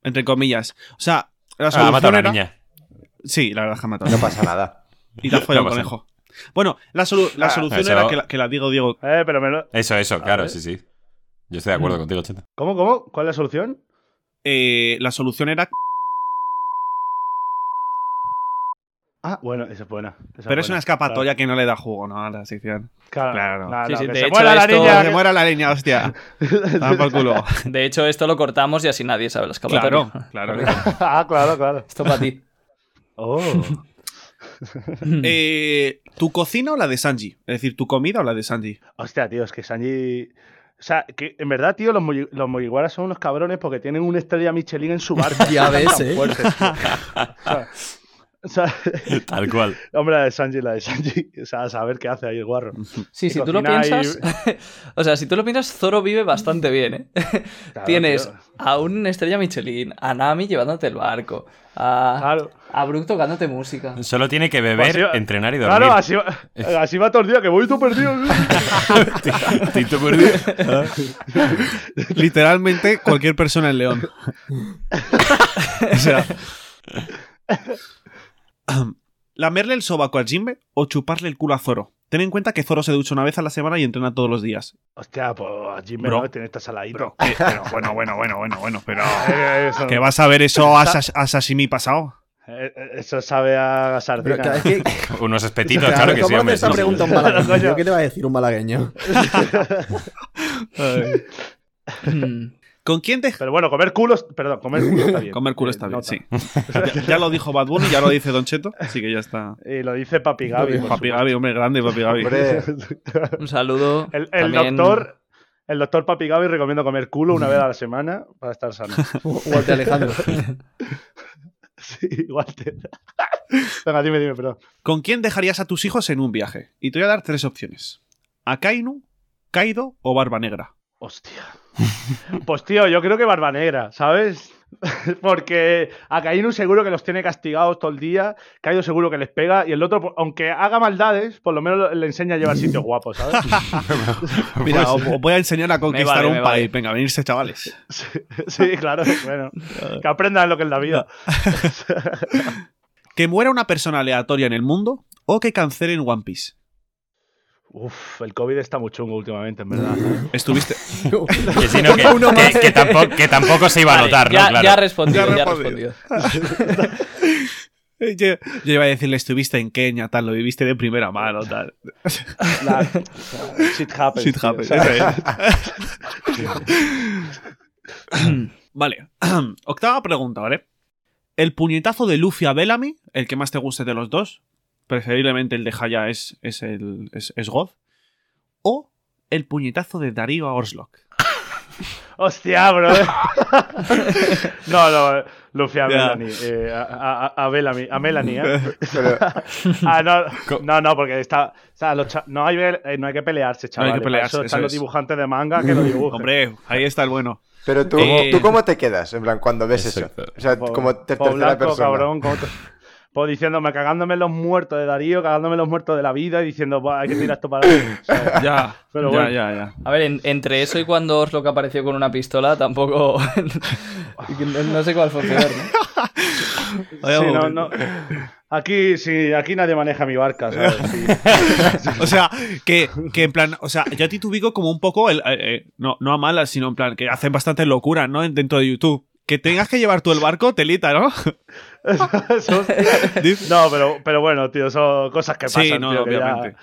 Speaker 6: Entre comillas. O sea, la
Speaker 2: Ah, ha
Speaker 6: solución
Speaker 2: matado a
Speaker 6: era-
Speaker 2: una niña.
Speaker 6: Sí, la verdad es que ha matado.
Speaker 7: No pasa nada.
Speaker 6: Y te ha follado
Speaker 2: No
Speaker 6: el
Speaker 2: pasa
Speaker 6: conejo. Bueno, la, solu- la solución
Speaker 2: eso-
Speaker 6: era que la, que la digo, Diego.
Speaker 3: Eh, pero me lo...
Speaker 2: Eso, eso, claro, sí, sí. Yo estoy de
Speaker 3: Mm.
Speaker 2: acuerdo contigo, Cheto.
Speaker 3: ¿Cómo, cómo? ¿Cuál es la solución?
Speaker 6: Eh, la solución era.
Speaker 3: Ah, bueno, esa es buena. esa
Speaker 6: Pero
Speaker 3: buena.
Speaker 6: es una escapatoria que no le da jugo, ¿no? A la sección.
Speaker 3: Claro.
Speaker 6: Claro.
Speaker 3: claro,
Speaker 5: Sí, sí,
Speaker 3: que
Speaker 5: de
Speaker 3: se
Speaker 5: hecho,
Speaker 3: muera la
Speaker 5: esto-
Speaker 3: niña.
Speaker 6: Que
Speaker 3: <laughs>
Speaker 6: se muera la leña, hostia. Dame por culo.
Speaker 5: De hecho, esto lo cortamos y así nadie sabe la escapatoria.
Speaker 6: Claro, claro.
Speaker 3: ah, claro, claro.
Speaker 5: Esto
Speaker 3: <laughs>
Speaker 5: para ti.
Speaker 3: Oh.
Speaker 6: <laughs> Eh, ¿Tu cocina o la de Sanji? Es decir, ¿tu comida o la de Sanji?
Speaker 3: Hostia, tío, es que Sanji. O sea, que en verdad, tío, los, Mugi- los Mugiwaras son unos cabrones porque tienen una estrella Michelin en su
Speaker 6: <laughs>
Speaker 3: barco.
Speaker 4: <laughs> Ya ves,
Speaker 3: Tan
Speaker 4: eh.
Speaker 3: fuertes, tío. O sea, <laughs> o sea,
Speaker 2: <laughs> Tal cual.
Speaker 3: hombre, la de Sanji, la de Sanji. O sea, a saber qué hace ahí el guarro.
Speaker 5: Sí,
Speaker 3: Y
Speaker 5: si tú lo
Speaker 3: cocina y-
Speaker 5: piensas. <laughs> o sea, si tú lo piensas, Zoro vive bastante bien, ¿eh? <laughs>
Speaker 3: Claro,
Speaker 5: Tienes
Speaker 3: tío.
Speaker 5: a un estrella Michelin, a Nami llevándote el barco,
Speaker 6: Ah.
Speaker 5: a,
Speaker 3: Claro,
Speaker 5: a Brook tocándote música.
Speaker 2: <laughs> Solo tiene que beber,
Speaker 3: Pues sí,
Speaker 2: entrenar y dormir.
Speaker 3: claro
Speaker 2: <laughs>
Speaker 3: así, va, así va todo el día, que voy tú perdido.
Speaker 6: <laughs>
Speaker 2: Tito perdido.
Speaker 6: Literalmente cualquier persona en León. <laughs> o sea. <clears throat> ¿Lamerle el sobaco al Jimbe o chuparle el culo a Zoro? Ten en cuenta que Zoro se ducha una vez a la semana y entrena todos los días.
Speaker 3: Hostia, pues Jim
Speaker 6: Bro.
Speaker 3: no tiene esta saladito.
Speaker 6: Bro, eh, pero bueno, bueno, bueno, bueno, bueno, pero.
Speaker 3: <laughs> Eh, eso,
Speaker 6: ¿Que vas a ver eso a, sas- a sashimi pasado?
Speaker 3: eh, eso sabe a
Speaker 4: Pero
Speaker 3: sardina.
Speaker 4: claro, es que,
Speaker 2: Unos espetitos,
Speaker 4: claro,
Speaker 2: claro que sí,
Speaker 4: ¿cómo hace
Speaker 2: hombre.
Speaker 4: esta
Speaker 2: sí, sí.
Speaker 4: pregunta a un
Speaker 3: Claro,
Speaker 4: malagueño?
Speaker 3: coño.
Speaker 4: ¿Qué te va a decir un malagueño?
Speaker 5: Mm,
Speaker 6: ¿Con quién te
Speaker 3: Pero bueno, comer culos, perdón, comer culo
Speaker 6: <laughs>
Speaker 3: está bien.
Speaker 6: Comer culo
Speaker 3: Eh,
Speaker 6: está bien,
Speaker 3: nota.
Speaker 6: sí. Ya, ya lo dijo Bad Bunny, ya lo dice Don Cheto, así que ya está.
Speaker 3: Y lo dice Papi Gaby. por
Speaker 6: Papi Gaby, hombre, grande Papi Gaby.
Speaker 7: Hombre,
Speaker 5: Un saludo.
Speaker 3: El, el
Speaker 5: También-
Speaker 3: doctor, el doctor Papi Gaby recomienda comer culo una vez a la semana para estar sano.
Speaker 4: O- o al
Speaker 2: <laughs>
Speaker 4: de Alejandro.
Speaker 3: sí, igual te. <laughs> Venga, dime, dime, perdón.
Speaker 6: ¿Con quién dejarías a tus hijos en un viaje? Y te voy a dar tres opciones. ¿A Kainu, Kaido o Barba Negra?
Speaker 3: Hostia. Pues tío, yo creo que Barba Negra, ¿sabes? <laughs> Porque a Caínu seguro que los tiene castigados todo el día, Caído seguro que les pega y el otro, por- aunque haga maldades, por lo menos le enseña a llevar sitios guapos, ¿sabes?
Speaker 6: Mira, os, os voy a enseñar a conquistar
Speaker 5: vale,
Speaker 6: un
Speaker 5: me
Speaker 6: país.
Speaker 5: vale.
Speaker 6: Venga, venirse, chavales.
Speaker 3: Sí, claro, bueno. Que aprendan lo que es la vida.
Speaker 6: ¿Que muera una persona aleatoria en el mundo o que cancelen One Piece?
Speaker 3: Uf, el COVID está muy chungo últimamente, en verdad.
Speaker 6: Estuviste...
Speaker 2: Que, sí, no, que, que- que tampoco, que tampoco se iba a
Speaker 5: Vale,
Speaker 2: notar,
Speaker 5: ya,
Speaker 2: ¿no? Claro.
Speaker 5: ya ha respondido,
Speaker 6: Ya ha
Speaker 5: ya ha
Speaker 6: respondido.
Speaker 5: respondido.
Speaker 6: <laughs> yo, yo iba a decirle, estuviste en Kenia, tal, lo viviste de primera mano, tal.
Speaker 3: <laughs> La- o sea, shit happens.
Speaker 6: Shit
Speaker 3: tío,
Speaker 6: happens,
Speaker 3: o sea,
Speaker 6: <laughs> Vale. <clears throat> Octava pregunta, ¿vale? El puñetazo de Luffy a Bellamy, el que más te guste de los dos, preferiblemente el de Haya es, es, el, es, es God, o el puñetazo de Darío a Orslock.
Speaker 3: Hostia, bro. no, no, Luffy a
Speaker 6: Ya.
Speaker 3: Melanie. eh, a, a- a Bellamy- a Melanie, ¿eh?
Speaker 7: Pero-
Speaker 3: <laughs> Ah, no, no, no, porque está. o sea, los cha- no, hay, eh, no hay que pelearse, chaval.
Speaker 6: pelearse,
Speaker 3: Eso
Speaker 6: eso
Speaker 3: están los
Speaker 6: es.
Speaker 3: dibujantes de manga que lo dibujan.
Speaker 6: Hombre, ahí está el bueno.
Speaker 7: Pero tú,
Speaker 6: Eh,
Speaker 7: ¿tú cómo te quedas? En plan, cuando ves
Speaker 2: Exacto.
Speaker 7: eso. O sea,
Speaker 3: Po-
Speaker 7: como ter-
Speaker 3: po
Speaker 7: tercera
Speaker 3: blanco,
Speaker 7: persona.
Speaker 3: cabrón, como te- po diciéndome, cagándome en los muertos de Darío, cagándome en los muertos de la vida y diciendo, "Buah, hay que tirar esto
Speaker 6: <laughs>
Speaker 3: para adelante", o sea,
Speaker 6: Ya,
Speaker 3: Pero
Speaker 6: ya,
Speaker 3: bueno.
Speaker 6: ya, ya.
Speaker 5: A ver, en- entre eso y cuando Oslo que apareció con una pistola, tampoco. <laughs> no, no sé cuál fue peor, ¿no?
Speaker 6: Vaya
Speaker 3: sí, no,
Speaker 6: momento.
Speaker 3: no. Aquí, sí, aquí nadie maneja mi barca, ¿sabes? Sí.
Speaker 6: <laughs> O sea, que, que en plan, o sea, yo a ti te ubico como un poco, el, eh, eh, no, no a malas, sino en plan, que hacen bastante locura, ¿no? Dentro de YouTube. Que tengas que llevar tú el barco, telita, ¿no?
Speaker 3: <laughs> Eso-
Speaker 6: <laughs>
Speaker 3: no, pero, pero bueno, tío, son cosas que pasan.
Speaker 6: Sí, no,
Speaker 3: tío, que ya-
Speaker 6: obviamente.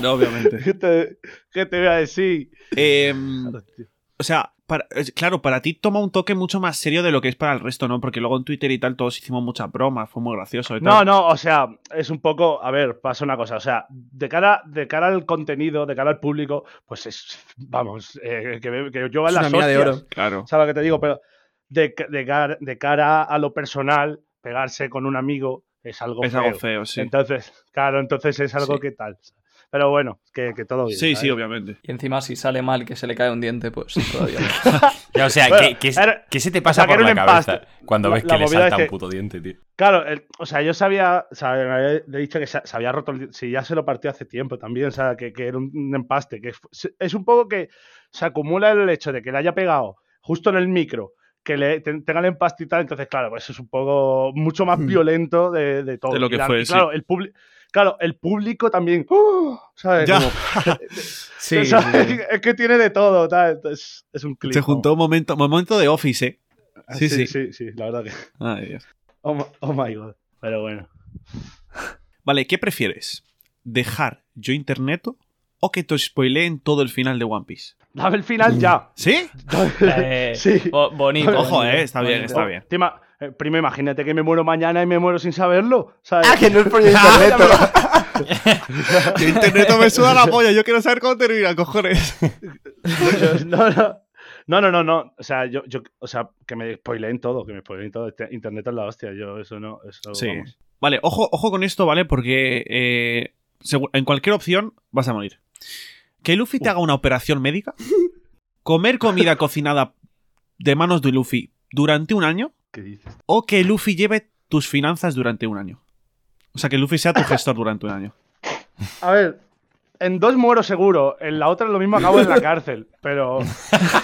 Speaker 6: No, obviamente.
Speaker 3: <laughs> ¿Qué, te, qué te voy a decir?
Speaker 6: Em, o sea, para- es- claro, para ti toma un toque mucho más serio de lo que es para el resto, ¿no? Porque luego en Twitter y tal todos hicimos muchas bromas, fue muy gracioso y
Speaker 3: No,
Speaker 6: tal.
Speaker 3: no, o sea, es un poco, a ver, pasa una cosa, o sea, de cara, de cara al contenido, de cara al público, pues es, vamos, eh, que, me- que yo
Speaker 4: Es
Speaker 3: las
Speaker 4: una mina de
Speaker 3: hostias.
Speaker 4: oro.
Speaker 6: Claro.
Speaker 3: ¿Sabes lo que te digo? Pero de, ca- de cara, de cara a lo personal, pegarse con un amigo es algo
Speaker 6: Es
Speaker 3: feo.
Speaker 6: algo feo, sí.
Speaker 3: Entonces, claro, entonces es algo
Speaker 6: Sí.
Speaker 3: que tal. Pero bueno, que, que todo bien.
Speaker 6: Sí, sí,
Speaker 3: ¿sabes?
Speaker 6: obviamente.
Speaker 5: Y encima, si sale mal que se le cae un diente, pues todavía no.
Speaker 2: Ya, o sea,
Speaker 3: Bueno,
Speaker 2: ¿qué, qué-
Speaker 3: era-
Speaker 2: qué se te
Speaker 3: o
Speaker 2: pasa
Speaker 3: sea, que
Speaker 2: por
Speaker 3: era
Speaker 2: la
Speaker 3: un
Speaker 2: cabeza
Speaker 3: empaste.
Speaker 2: cuando
Speaker 3: La-
Speaker 2: ves
Speaker 3: la
Speaker 2: que le
Speaker 3: movida es
Speaker 2: salta
Speaker 3: que-
Speaker 2: un puto diente, tío?
Speaker 3: Claro, el- o sea, yo sabía, o sea, me había dicho que se, se había roto, el- si ya se lo partió hace tiempo también, o sea, que, que era un, un empaste, que fu- se- es un poco que se acumula el hecho de que le haya pegado justo en el micro, que le te- tenga el empaste y tal, entonces, claro, pues es un poco mucho más
Speaker 6: Hmm.
Speaker 4: Mm.
Speaker 3: violento de, de todo.
Speaker 6: De lo
Speaker 3: Y
Speaker 6: que
Speaker 3: la-
Speaker 6: fue,
Speaker 3: y
Speaker 6: sí.
Speaker 3: claro, el público, claro, el público también, ¡uh! ¿sabes?
Speaker 6: Ya. <laughs>
Speaker 3: Como-
Speaker 6: Sí,
Speaker 3: ¿sabes? <laughs> Es que tiene de todo, tal, entonces, es un clip.
Speaker 6: Se juntó un momento, momento de office, ¿eh?
Speaker 3: vamos.
Speaker 6: sí, sí.
Speaker 3: sí, sí, sí, la verdad que,
Speaker 6: Ay, Dios.
Speaker 3: oh my- oh my god, pero bueno.
Speaker 6: Vale, ¿qué prefieres? ¿Dejar yo internet o que te spoileen todo el final de One Piece?
Speaker 3: Dame el final ya.
Speaker 6: ¿Sí?
Speaker 5: Eh,
Speaker 6: Mm.
Speaker 3: Sí.
Speaker 5: bo- bonito.
Speaker 6: Ojo,
Speaker 5: bonito,
Speaker 6: eh, está bien,
Speaker 5: bonito.
Speaker 6: está bien.
Speaker 3: Te ima- eh, primo, imagínate que me muero mañana y me muero sin saberlo. ¿sabes? <laughs>
Speaker 7: Ah, que no es por internet.
Speaker 6: Yo internet me suda la polla, yo quiero saber cómo termina, cojones.
Speaker 3: no, no. No, no, no, no. O sea, yo, yo, o sea, que me spoileen todo, que me spoileen todo. Este- Internet es la hostia. Yo eso no, eso
Speaker 6: Sí.
Speaker 3: vamos.
Speaker 6: <laughs> Vale, ojo, ojo con esto, ¿vale? Porque eh, segu- en cualquier opción vas a morir. Que Luffy te haga una operación médica, comer comida cocinada de manos de Luffy durante un año,
Speaker 3: ¿Qué dices?
Speaker 6: o que Luffy lleve tus finanzas durante un año. O sea, que Luffy sea tu gestor durante un año.
Speaker 3: A ver, en dos muero seguro. En la otra lo mismo acabo en la cárcel. Pero,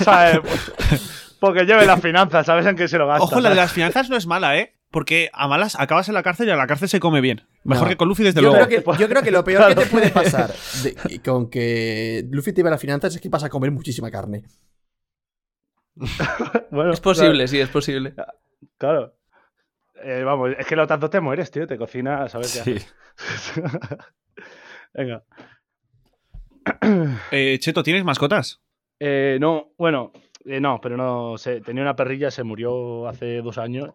Speaker 3: ¿sabes? Pues, porque lleve las finanzas, ¿sabes en qué se lo gasta?
Speaker 6: Ojo, la de
Speaker 3: ¿sabes?
Speaker 6: las finanzas no es mala, ¿eh? Porque a malas acabas en la cárcel y a la cárcel se come bien. Mejor
Speaker 4: No.
Speaker 6: eh. que con Luffy, desde
Speaker 4: Yo
Speaker 6: luego.
Speaker 4: creo, que, yo creo que lo peor que te puede pasar de- y con que Luffy te lleve a las finanzas es que vas a comer muchísima carne.
Speaker 3: <laughs> Bueno,
Speaker 5: Es posible, sí, es posible.
Speaker 3: Claro. Eh, vamos, es que lo tanto te mueres, tío. Te cocinas, ¿sabes qué
Speaker 2: Sí.
Speaker 3: haces? <laughs> Venga.
Speaker 6: Eh, Cheto, ¿tienes mascotas?
Speaker 3: Eh, no, bueno, eh, no, pero no sé. Tenía una perrilla, se murió hace dos años.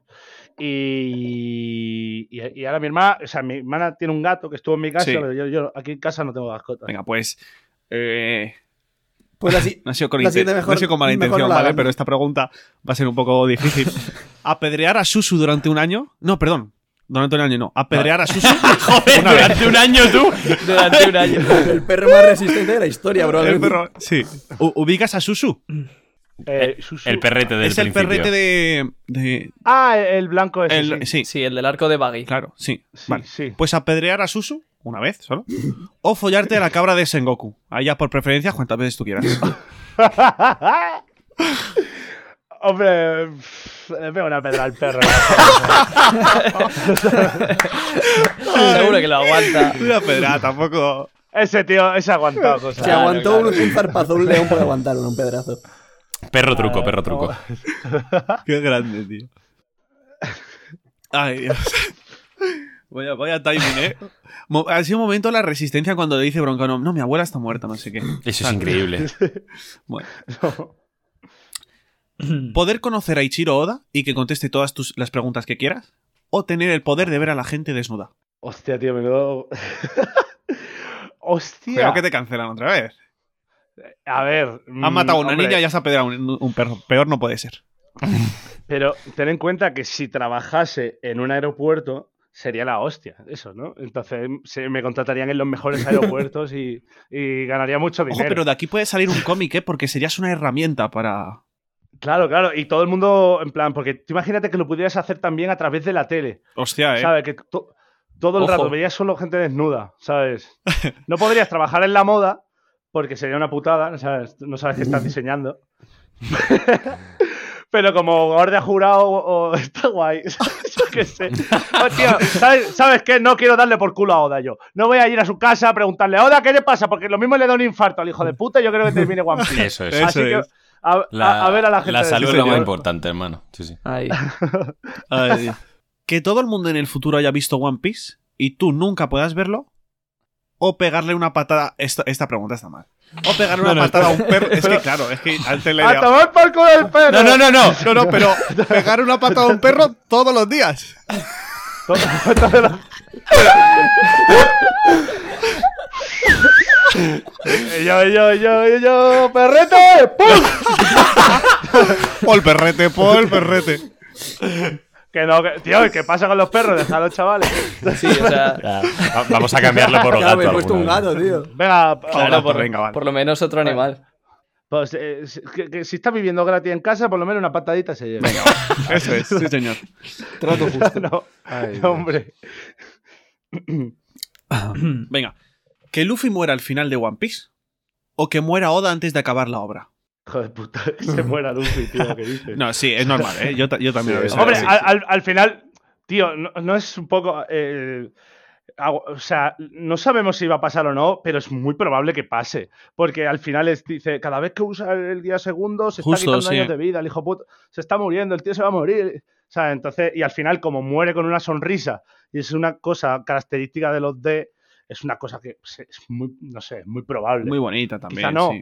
Speaker 3: Y, y, y ahora mi hermana, o sea, mi hermana tiene un gato que estuvo en mi casa,
Speaker 6: Sí.
Speaker 3: pero yo, yo aquí en casa no tengo mascotas.
Speaker 6: Venga, pues. eh,
Speaker 4: Pues
Speaker 6: <laughs>
Speaker 4: así.
Speaker 6: no ha sido con,
Speaker 4: La
Speaker 6: inten-
Speaker 4: siguiente
Speaker 6: no ha
Speaker 4: mejor-
Speaker 6: sido con mala
Speaker 4: mejor
Speaker 6: intención,
Speaker 4: no la
Speaker 6: ¿vale?
Speaker 4: hagan.
Speaker 6: Pero esta pregunta va a ser un poco
Speaker 4: <laughs>
Speaker 6: difícil. ¿Apedrear a Susu durante un año? No, perdón. Durante un año no. ¿Apedrear
Speaker 4: Ah. <laughs>
Speaker 6: a Susu?
Speaker 2: Joder,
Speaker 6: Una vez.
Speaker 2: durante un año tú.
Speaker 5: Durante un año.
Speaker 4: El perro más resistente de la historia, bro.
Speaker 6: El perro- Sí. U- ¿Ubicas a Susu?
Speaker 3: Eh, Susu-
Speaker 2: El perrete del
Speaker 6: es el
Speaker 2: principio.
Speaker 6: perrete de. de-
Speaker 3: Ah, el blanco ese.
Speaker 6: el-
Speaker 3: sí.
Speaker 6: sí.
Speaker 5: Sí, el del arco de Baggy.
Speaker 6: claro, sí.
Speaker 3: Sí,
Speaker 6: Vale.
Speaker 3: sí. <laughs>
Speaker 6: Pues apedrear a Susu, una vez solo. O follarte a la cabra de Sengoku. Allá por preferencia, cuantas veces tú quieras.
Speaker 3: Hombre, pff, le pego una pedra al perro.
Speaker 5: Ah, Seguro que lo aguanta.
Speaker 6: Una pedrada, tampoco.
Speaker 3: ese tío, ese ha aguantado cosas. <laughs>
Speaker 4: Se aguantó un, un zarpazo, un león puede aguantar uno, un pedrazo.
Speaker 2: Perro truco, perro truco.
Speaker 6: Qué grande, tío. Ay, Dios. Vaya, vaya timing, ¿eh? Mo- Ha sido un momento la resistencia cuando le dice Broncano, no, mi abuela está muerta, no sé qué.
Speaker 2: Eso es
Speaker 3: <laughs>
Speaker 2: increíble.
Speaker 6: Bueno. Poder conocer a Ichiro Oda y que conteste todas tus, las preguntas que quieras. O tener el poder de ver a la gente desnuda.
Speaker 3: <laughs> Hostia, tío, menudo. Hostia.
Speaker 6: Creo que te cancelan otra vez.
Speaker 3: A ver.
Speaker 6: Han matado a una niña y
Speaker 3: ya.
Speaker 6: ya se ha pedido un, un perro. Peor no puede ser.
Speaker 3: Pero ten en cuenta que si trabajase en un aeropuerto, sería la hostia, eso, ¿no? Entonces se- me contratarían en los mejores
Speaker 6: <laughs>
Speaker 3: aeropuertos y, y ganaría mucho
Speaker 6: Ojo,
Speaker 3: dinero.
Speaker 6: pero de aquí puede salir un cómic, ¿eh? Porque serías una herramienta para.
Speaker 3: Claro, claro. Y todo el mundo, en plan, porque tú imagínate que lo pudieras hacer también a través de la tele,
Speaker 6: Hostia, ¿eh?
Speaker 3: ¿sabes? Que to- todo el
Speaker 5: Ojo.
Speaker 3: rato veías solo gente desnuda, ¿sabes? No podrías trabajar en la moda porque sería una putada, ¿sabes? No sabes qué
Speaker 2: Uh.
Speaker 3: estás diseñando. <laughs> Pero como guardia jurado o- <laughs> está guay. Yo qué sé. Hostia, ¿sabes, ¿sabes qué? No quiero darle por culo a Oda yo. No voy a ir a su casa a preguntarle, Oda, ¿qué le pasa? Porque lo mismo le da un infarto al hijo de puta y yo creo que termine One
Speaker 2: <laughs>
Speaker 3: Piece.
Speaker 2: Eso es.
Speaker 6: Eso
Speaker 3: Así que
Speaker 6: es.
Speaker 3: a, a-
Speaker 2: La,
Speaker 3: a ver a la gente.
Speaker 2: la
Speaker 3: de
Speaker 2: salud
Speaker 3: ese
Speaker 2: es lo más
Speaker 3: señor.
Speaker 2: importante, hermano. Sí,
Speaker 3: <laughs>
Speaker 2: sí.
Speaker 5: Ahí.
Speaker 6: Ay. que todo el mundo en el futuro haya visto One Piece y tú nunca puedas verlo. O pegarle una patada. Esta, esta pregunta está mal. O pegarle una patada <laughs> a un perro. Es que claro, es <laughs> que antes le
Speaker 3: ¡A tomar por culo el perro!
Speaker 6: No, no, no, no, no, no, pero pegar una patada a un perro todos los días.
Speaker 3: To- todos los- yo, yo, yo, yo, perrete, ¡pum!
Speaker 6: Pol perrete, pol perrete.
Speaker 3: Que no, que- tío, ¿qué pasa con los perros? Dejadlos, chavales.
Speaker 5: Sí, o sea,
Speaker 2: Va- Vamos a cambiarlo por los
Speaker 4: Claro,
Speaker 2: gatos.
Speaker 4: Ah, me he puesto un
Speaker 2: alguna vez.
Speaker 4: gato, tío.
Speaker 3: Venga, pa-
Speaker 6: <laughs> Ahora,
Speaker 5: claro, por,
Speaker 6: venga, vale.
Speaker 5: por lo menos otro animal.
Speaker 3: pues eh, si- que, que si estás viviendo gratis en casa, por lo menos una patadita se lleva.
Speaker 6: Eso
Speaker 3: <laughs>
Speaker 6: es, sí, señor.
Speaker 4: Trato justo.
Speaker 3: No,
Speaker 7: Ay, Dios.
Speaker 3: no, hombre.
Speaker 5: Ah.
Speaker 6: Venga, ¿que Luffy muera al final de One Piece? ¿O que muera Oda antes de acabar la obra?
Speaker 3: Hijo de puta, <laughs> que se muera Luffy, tío, que dices.
Speaker 6: No, sí, es normal, ¿eh? Yo, ta- yo también
Speaker 3: <laughs>
Speaker 6: lo
Speaker 7: Sí,
Speaker 6: veo.
Speaker 3: Hombre,
Speaker 6: Sí.
Speaker 3: al, al- al final, tío, no, no es un poco. eh, hago- o sea, no sabemos si va a pasar o no, pero es muy probable que pase. Porque al final es- dice: cada vez que usa el día segundo, se
Speaker 6: Justo,
Speaker 3: está quitando
Speaker 6: sí.
Speaker 3: años de vida, el hijo puto se está muriendo, el tío se va a morir. O sea, entonces, y al final, como muere con una sonrisa, y es una cosa característica de los D, es una cosa que se- es muy, no sé, muy probable.
Speaker 6: Muy bonita también.
Speaker 3: Quizá no.
Speaker 6: sí.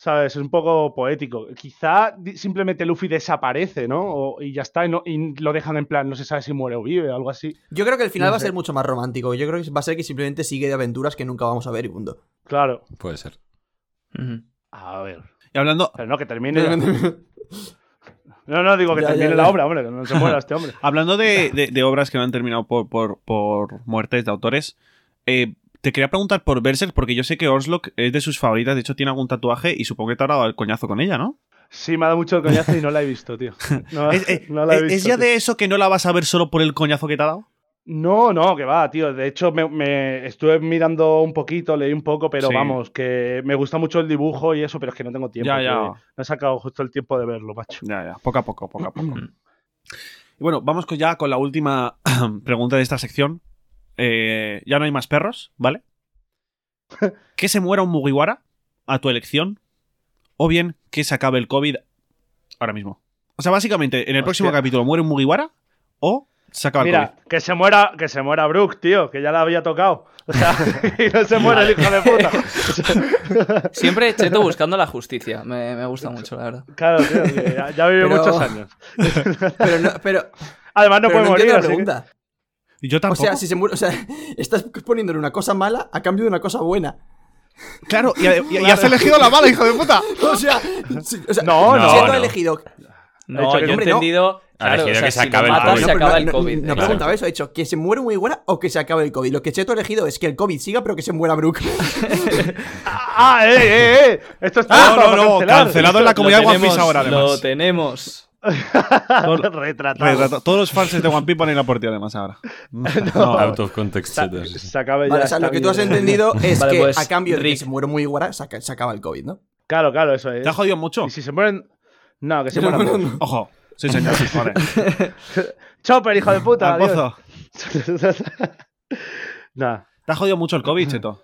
Speaker 3: ¿Sabes? Es un poco poético. Quizá di- simplemente Luffy desaparece, ¿no? O- y ya está, y, no- y lo dejan en plan, no se sabe si muere o vive, algo así.
Speaker 4: Yo creo que el final
Speaker 3: No
Speaker 4: va a
Speaker 3: sé.
Speaker 4: ser mucho más romántico. Yo creo que va a ser que simplemente sigue de aventuras que nunca vamos a ver y punto.
Speaker 3: Claro.
Speaker 2: Puede ser.
Speaker 5: <clears throat> Ujú.
Speaker 3: A ver.
Speaker 6: Y hablando,
Speaker 3: Pero no, que termine.
Speaker 6: <laughs>
Speaker 3: la- No, no, digo que
Speaker 4: Ya, ya,
Speaker 3: termine
Speaker 4: ya.
Speaker 3: la obra, hombre, que no se muera este
Speaker 6: <laughs>
Speaker 3: hombre.
Speaker 6: hablando de, de- de obras que no han terminado por, por- por muertes de autores, eh, te quería preguntar por Berserk, porque yo sé que Orslock es de sus favoritas. De hecho, tiene algún tatuaje y supongo que te ha dado el coñazo con ella, ¿no?
Speaker 3: Sí, me ha dado mucho el coñazo y no la he visto, tío. No,
Speaker 6: ¿Es, eh,
Speaker 3: Ah, no la he
Speaker 6: ¿es-
Speaker 3: visto.
Speaker 6: es ya
Speaker 3: tío.
Speaker 6: de eso que no la vas a ver solo por el coñazo que te ha dado?
Speaker 3: No, no, que va, tío. De hecho, me, me estuve mirando un poquito, leí un poco, pero
Speaker 6: Sí.
Speaker 3: vamos, que me gusta mucho el dibujo y eso, pero es que no tengo tiempo.
Speaker 6: Ya, ya.
Speaker 3: tío. No he sacado justo el tiempo de verlo, macho.
Speaker 6: Ya, ya, poco a poco, poco a poco. Y bueno, vamos con- ya con la última <clears throat> pregunta de esta sección. Eh, ya no hay más perros, ¿vale? Que se muera un Mugiwara a tu elección, o bien que se acabe el COVID ahora mismo. O sea, básicamente, en el próximo
Speaker 3: Hostia.
Speaker 6: capítulo muere un Mugiwara o se acaba el
Speaker 3: Mira,
Speaker 6: COVID.
Speaker 3: que se muera, que se muera Brook, tío, que ya la había tocado. O
Speaker 6: <laughs>
Speaker 3: sea, <laughs> y no se muere el hijo de puta.
Speaker 5: Siempre Cheto buscando la justicia. Me, me gusta mucho, la verdad.
Speaker 3: Claro, tío, que ya, ya vive
Speaker 4: Pero-
Speaker 3: muchos años.
Speaker 4: Pero no, pero,
Speaker 3: Además, no
Speaker 4: pero
Speaker 3: puede
Speaker 4: no
Speaker 3: morir.
Speaker 4: entiendo la
Speaker 3: así que-
Speaker 4: pregunta.
Speaker 6: Y Yo
Speaker 4: O
Speaker 6: tampoco.
Speaker 4: sea, si se muere, o sea, <laughs> estás poniéndole una cosa mala a cambio de una cosa buena. <laughs>
Speaker 6: Claro, y, y- y has elegido la mala, hijo de puta.
Speaker 4: O sea, si- o sea,
Speaker 3: No,
Speaker 2: no,
Speaker 4: si él lo
Speaker 2: no.
Speaker 4: ha elegido.
Speaker 5: No,
Speaker 3: que
Speaker 5: yo he
Speaker 4: hombre, no.
Speaker 5: entendido. Claro,
Speaker 2: elegido
Speaker 5: o sea,
Speaker 2: que se
Speaker 5: si lo
Speaker 2: acabe el
Speaker 5: matas,
Speaker 2: COVID.
Speaker 5: se
Speaker 4: pero
Speaker 5: acaba
Speaker 4: no-
Speaker 5: el
Speaker 4: no-
Speaker 5: COVID.
Speaker 4: No,
Speaker 5: exacto.
Speaker 4: preguntaba eso, he dicho, que se muere muy buena o que se acabe el COVID. Lo que Cheto ha elegido es que el COVID siga, pero que se muera Brook.
Speaker 3: Ah, eh, eh, eh. Esto está
Speaker 6: Ah,
Speaker 3: para
Speaker 6: no, no,
Speaker 3: cancelar.
Speaker 6: cancelado en la comunidad One Piece ahora,
Speaker 5: Lo
Speaker 6: además.
Speaker 5: tenemos.
Speaker 3: <laughs> <laughs> Retratado.
Speaker 6: Retrato- Todos los fans de One Piece van a ir a por ti, además, ahora.
Speaker 3: No.
Speaker 2: Out of context.
Speaker 3: Se,
Speaker 2: sí, sí.
Speaker 3: se acaba ya.
Speaker 4: Vale, o sea,
Speaker 3: esta
Speaker 4: lo que tú has
Speaker 3: mierda.
Speaker 4: entendido es
Speaker 5: Vale,
Speaker 4: que
Speaker 5: pues,
Speaker 4: a cambio de que
Speaker 5: Rick.
Speaker 4: se muere muy buena, se, aca- se acaba el COVID, ¿no?
Speaker 3: Claro, claro, eso es.
Speaker 6: ¿Te ha jodido mucho?
Speaker 3: Y si se mueren. No, que se mueran.
Speaker 4: <laughs> No, no,
Speaker 3: todos.
Speaker 4: no.
Speaker 6: Ojo. Sí, señor. sí, vale.
Speaker 3: Chopper, hijo de puta.
Speaker 6: Al
Speaker 3: adiós.
Speaker 6: pozo.
Speaker 3: <laughs>
Speaker 6: <laughs>
Speaker 3: Nah.
Speaker 6: Te ha jodido mucho el COVID, Cheto.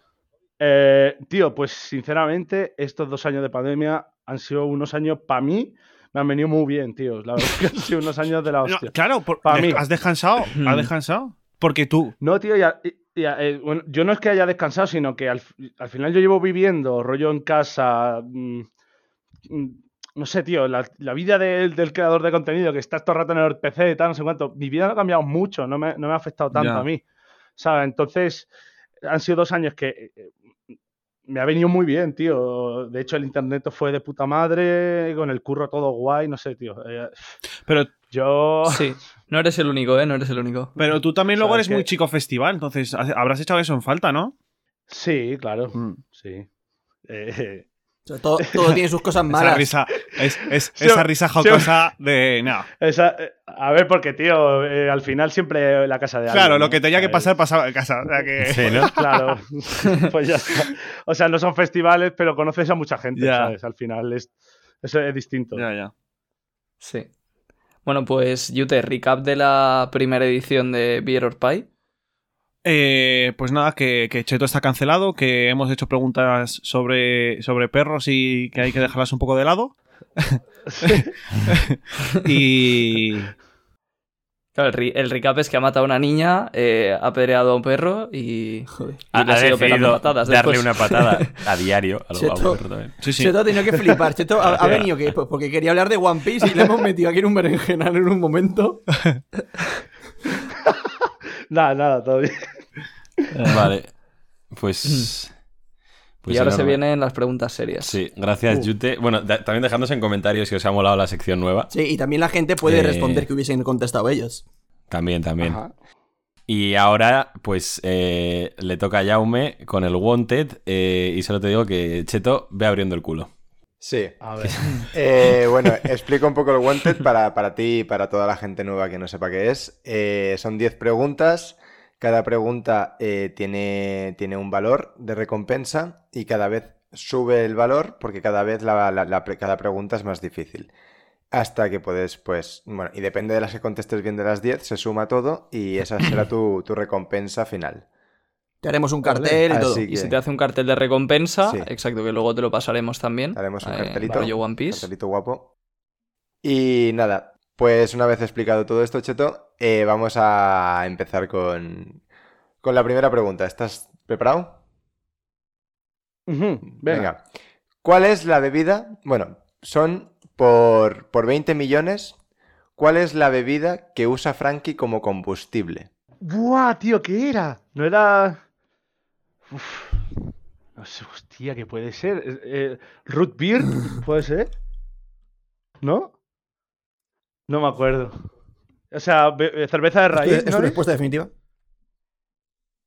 Speaker 3: Eh, tío, pues sinceramente, estos dos años de pandemia han sido unos años, para mí, me han venido muy bien, tío. La verdad es que han sido unos años de la
Speaker 6: No,
Speaker 3: hostia.
Speaker 6: claro, por-
Speaker 3: Pa'
Speaker 6: de-
Speaker 3: mí.
Speaker 6: has descansado, has descansado. Porque tú,
Speaker 3: No, tío, ya, ya, eh, bueno, yo no es que haya descansado, sino que al, fi- al final yo llevo viviendo rollo en casa. mm, mm, no sé, tío, la, la vida del, del creador de contenido, que estás todo el rato en el PC y tal, no sé cuánto. Mi vida no ha cambiado mucho, no me, no me ha afectado tanto
Speaker 6: Ya.
Speaker 3: a mí. ¿Sabes? Entonces, han sido dos años que. eh, me ha venido muy bien, tío. De hecho, el internet fue de puta madre, con el curro todo guay, no sé, tío. Eh,
Speaker 6: Pero, <laughs>
Speaker 3: yo.
Speaker 5: Sí, no eres el único, ¿eh? No eres el único.
Speaker 6: pero tú también luego
Speaker 3: ¿Sabes
Speaker 6: eres muy
Speaker 3: qué?
Speaker 6: chico festival, entonces ha- habrás echado eso en falta, ¿no?
Speaker 3: Sí, claro.
Speaker 6: Mm.
Speaker 3: Sí. Eh,
Speaker 8: O sea, todo, todo tiene sus cosas
Speaker 6: Esa
Speaker 8: malas.
Speaker 6: risa, es,
Speaker 3: <laughs>
Speaker 6: es-
Speaker 3: Sí,
Speaker 6: esa risa
Speaker 3: sí.
Speaker 6: jocosa
Speaker 3: <laughs>
Speaker 6: de. No.
Speaker 3: esa- eh, a ver, porque, tío, eh, al final siempre la casa de alguien,
Speaker 6: Claro,
Speaker 3: ¿no?
Speaker 6: lo que tenía que
Speaker 3: ¿Sabes?
Speaker 6: pasar pasaba en casa. o sea que-
Speaker 2: Sí, ¿no?
Speaker 3: Claro, <laughs> pues ya está. O sea, no son festivales, pero conoces a mucha gente,
Speaker 6: Ya.
Speaker 3: ¿sabes? Al final es, eso es distinto.
Speaker 6: <laughs> Ya, ya.
Speaker 5: Sí. Bueno, pues, Yute, recap de la primera edición de Beer or Pie.
Speaker 6: Eh, pues nada, que, que Cheto está cancelado, que hemos hecho preguntas sobre, sobre perros y que hay que dejarlas un poco de lado. y.
Speaker 5: Claro, el, ri- el recap es que ha matado a una niña, eh, ha apedreado a un perro y.
Speaker 8: <laughs> Joder.
Speaker 5: Y
Speaker 2: Ha,
Speaker 5: le ha
Speaker 2: ha
Speaker 5: sido pegando
Speaker 2: decidido
Speaker 5: patadas
Speaker 2: darle
Speaker 5: después.
Speaker 2: una patada a diario al
Speaker 8: Cheto.
Speaker 2: guapo también.
Speaker 3: <laughs>
Speaker 6: Sí, sí.
Speaker 8: Cheto ha tenido que flipar. Cheto ha, ha venido que, pues, porque quería hablar de One Piece y le hemos metido aquí en un berenjenal en un momento.
Speaker 3: <laughs> Nada, nada, todo bien.
Speaker 2: Vale. Pues. pues
Speaker 5: y ahora
Speaker 2: era
Speaker 5: se
Speaker 2: una-
Speaker 5: vienen las preguntas serias.
Speaker 2: Sí, gracias, Yute. Bueno, da- también dejadnos en comentarios si os ha molado la sección nueva.
Speaker 8: Sí, y también la gente puede
Speaker 2: Eh.
Speaker 8: responder que hubiesen contestado ellos.
Speaker 2: También, también.
Speaker 8: Ajá.
Speaker 2: Y ahora, pues, eh, le toca a Jaume con el Wanted. eh, y solo te digo que, Cheto, ve abriendo el culo.
Speaker 7: Sí.
Speaker 3: A ver.
Speaker 7: <laughs> Eh, bueno, explico un poco el Wanted para, para ti y para toda la gente nueva que no sepa qué es. Eh, son 10 preguntas. Cada pregunta eh, tiene, tiene un valor de recompensa y cada vez sube el valor porque cada vez la- la- la pre- cada pregunta es más difícil. Hasta que puedes, pues, bueno, y depende de las que contestes bien de las 10, se suma todo y esa será tu, tu recompensa final.
Speaker 8: Te haremos un cartel y
Speaker 7: Así
Speaker 8: todo.
Speaker 5: Y
Speaker 7: que
Speaker 5: se te hace un cartel de recompensa,
Speaker 7: Sí.
Speaker 5: exacto, que luego te lo pasaremos también.
Speaker 7: Haremos un
Speaker 5: eh,
Speaker 7: cartelito,
Speaker 5: rollo One Piece.
Speaker 7: cartelito guapo. Y nada, pues una vez explicado todo esto, Cheto, eh, vamos a empezar con, con la primera pregunta. ¿Estás preparado?
Speaker 3: Ujú, venga.
Speaker 7: Venga. ¿Cuál es la bebida? Bueno, son por, por 20 millones. ¿Cuál es la bebida que usa Frankie como combustible? <laughs>
Speaker 3: Buah, tío, ¿qué era? No era. Uf. No sé, hostia, ¿qué puede ser? Eh, eh, ¿Root Beer? ¿Puede ser? ¿No? No me acuerdo. O sea, be- eh, cerveza de
Speaker 4: ¿Es,
Speaker 3: raíz.
Speaker 4: tu- es
Speaker 3: ¿no?
Speaker 4: tu respuesta definitiva?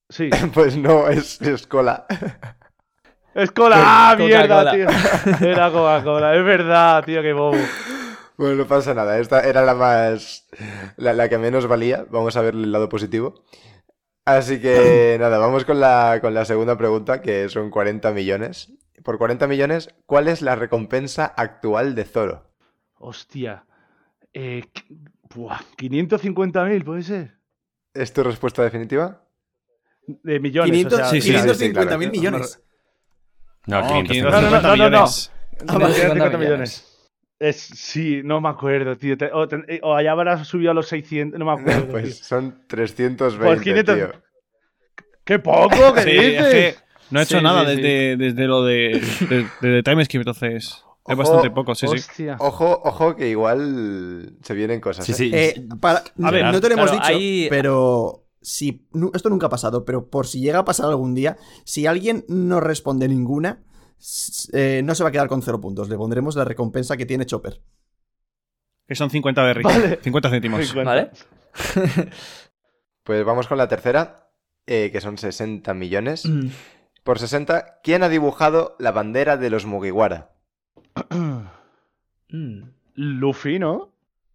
Speaker 3: Sí.
Speaker 7: Pues no, es, es cola.
Speaker 3: Es cola. ¡Ah, mierda,
Speaker 5: Coca-Cola.
Speaker 3: tío! Era Coca-Cola. Es verdad, tío, qué bobo.
Speaker 7: Bueno, no pasa nada. Esta era la más. La, la que menos valía. Vamos a ver el lado positivo. Así
Speaker 3: <laughs>
Speaker 7: que nada, vamos con la, con la segunda pregunta, que son 40 millones. Por 40 millones, ¿cuál es la recompensa actual de Zoro?
Speaker 3: Hostia. Eh, qu- buah, 550.000, puede ser.
Speaker 7: ¿Es tu respuesta definitiva?
Speaker 3: De millones.
Speaker 8: 500
Speaker 3: o sea,
Speaker 6: sí, sí,
Speaker 8: 550.000
Speaker 7: sí, claro.
Speaker 8: millones.
Speaker 2: No,
Speaker 6: No,
Speaker 2: 550.
Speaker 3: no, no, no,
Speaker 6: 550
Speaker 3: no.
Speaker 6: millones.
Speaker 3: Ah, vale,
Speaker 5: 50
Speaker 3: 50
Speaker 5: millones.
Speaker 3: millones. Es, sí, no me acuerdo, tío. Te- o, ten- eh, o allá habrá subido a los 600, no me
Speaker 6: <laughs>
Speaker 3: acuerdo.
Speaker 7: <laughs> Pues
Speaker 3: tío.
Speaker 7: son 320,
Speaker 3: Por 500.
Speaker 7: tío.
Speaker 3: ¡Qué poco! ¿Qué
Speaker 6: Sí,
Speaker 3: dices?
Speaker 6: es que no he hecho
Speaker 5: Sí,
Speaker 6: nada
Speaker 5: sí, sí.
Speaker 6: desde, desde lo de, de, de Time Skip, entonces. Es
Speaker 7: Ojo,
Speaker 6: bastante poco, sí, Oh, sí.
Speaker 3: Hostia.
Speaker 7: Ojo, ojo, que igual se vienen cosas.
Speaker 2: Sí,
Speaker 7: ¿eh?
Speaker 2: sí. <laughs>
Speaker 4: Eh, para- no-
Speaker 2: ver,
Speaker 4: no te lo hemos
Speaker 5: claro,
Speaker 4: dicho,
Speaker 5: ahí-
Speaker 4: pero si nu- esto nunca ha pasado, pero por si llega a pasar algún día, si alguien no responde ninguna, s- eh, no se va a quedar con cero puntos. Le pondremos la recompensa que tiene Chopper.
Speaker 6: Que son 50 berries. 50 céntimos.
Speaker 3: 50.
Speaker 5: ¿Vale?
Speaker 7: Pues vamos con la tercera, eh, que son 60 millones.
Speaker 3: Mm.
Speaker 7: Por 60, ¿quién ha dibujado la bandera de los Mugiwara?
Speaker 5: Mm.
Speaker 3: Luffy, ¿no?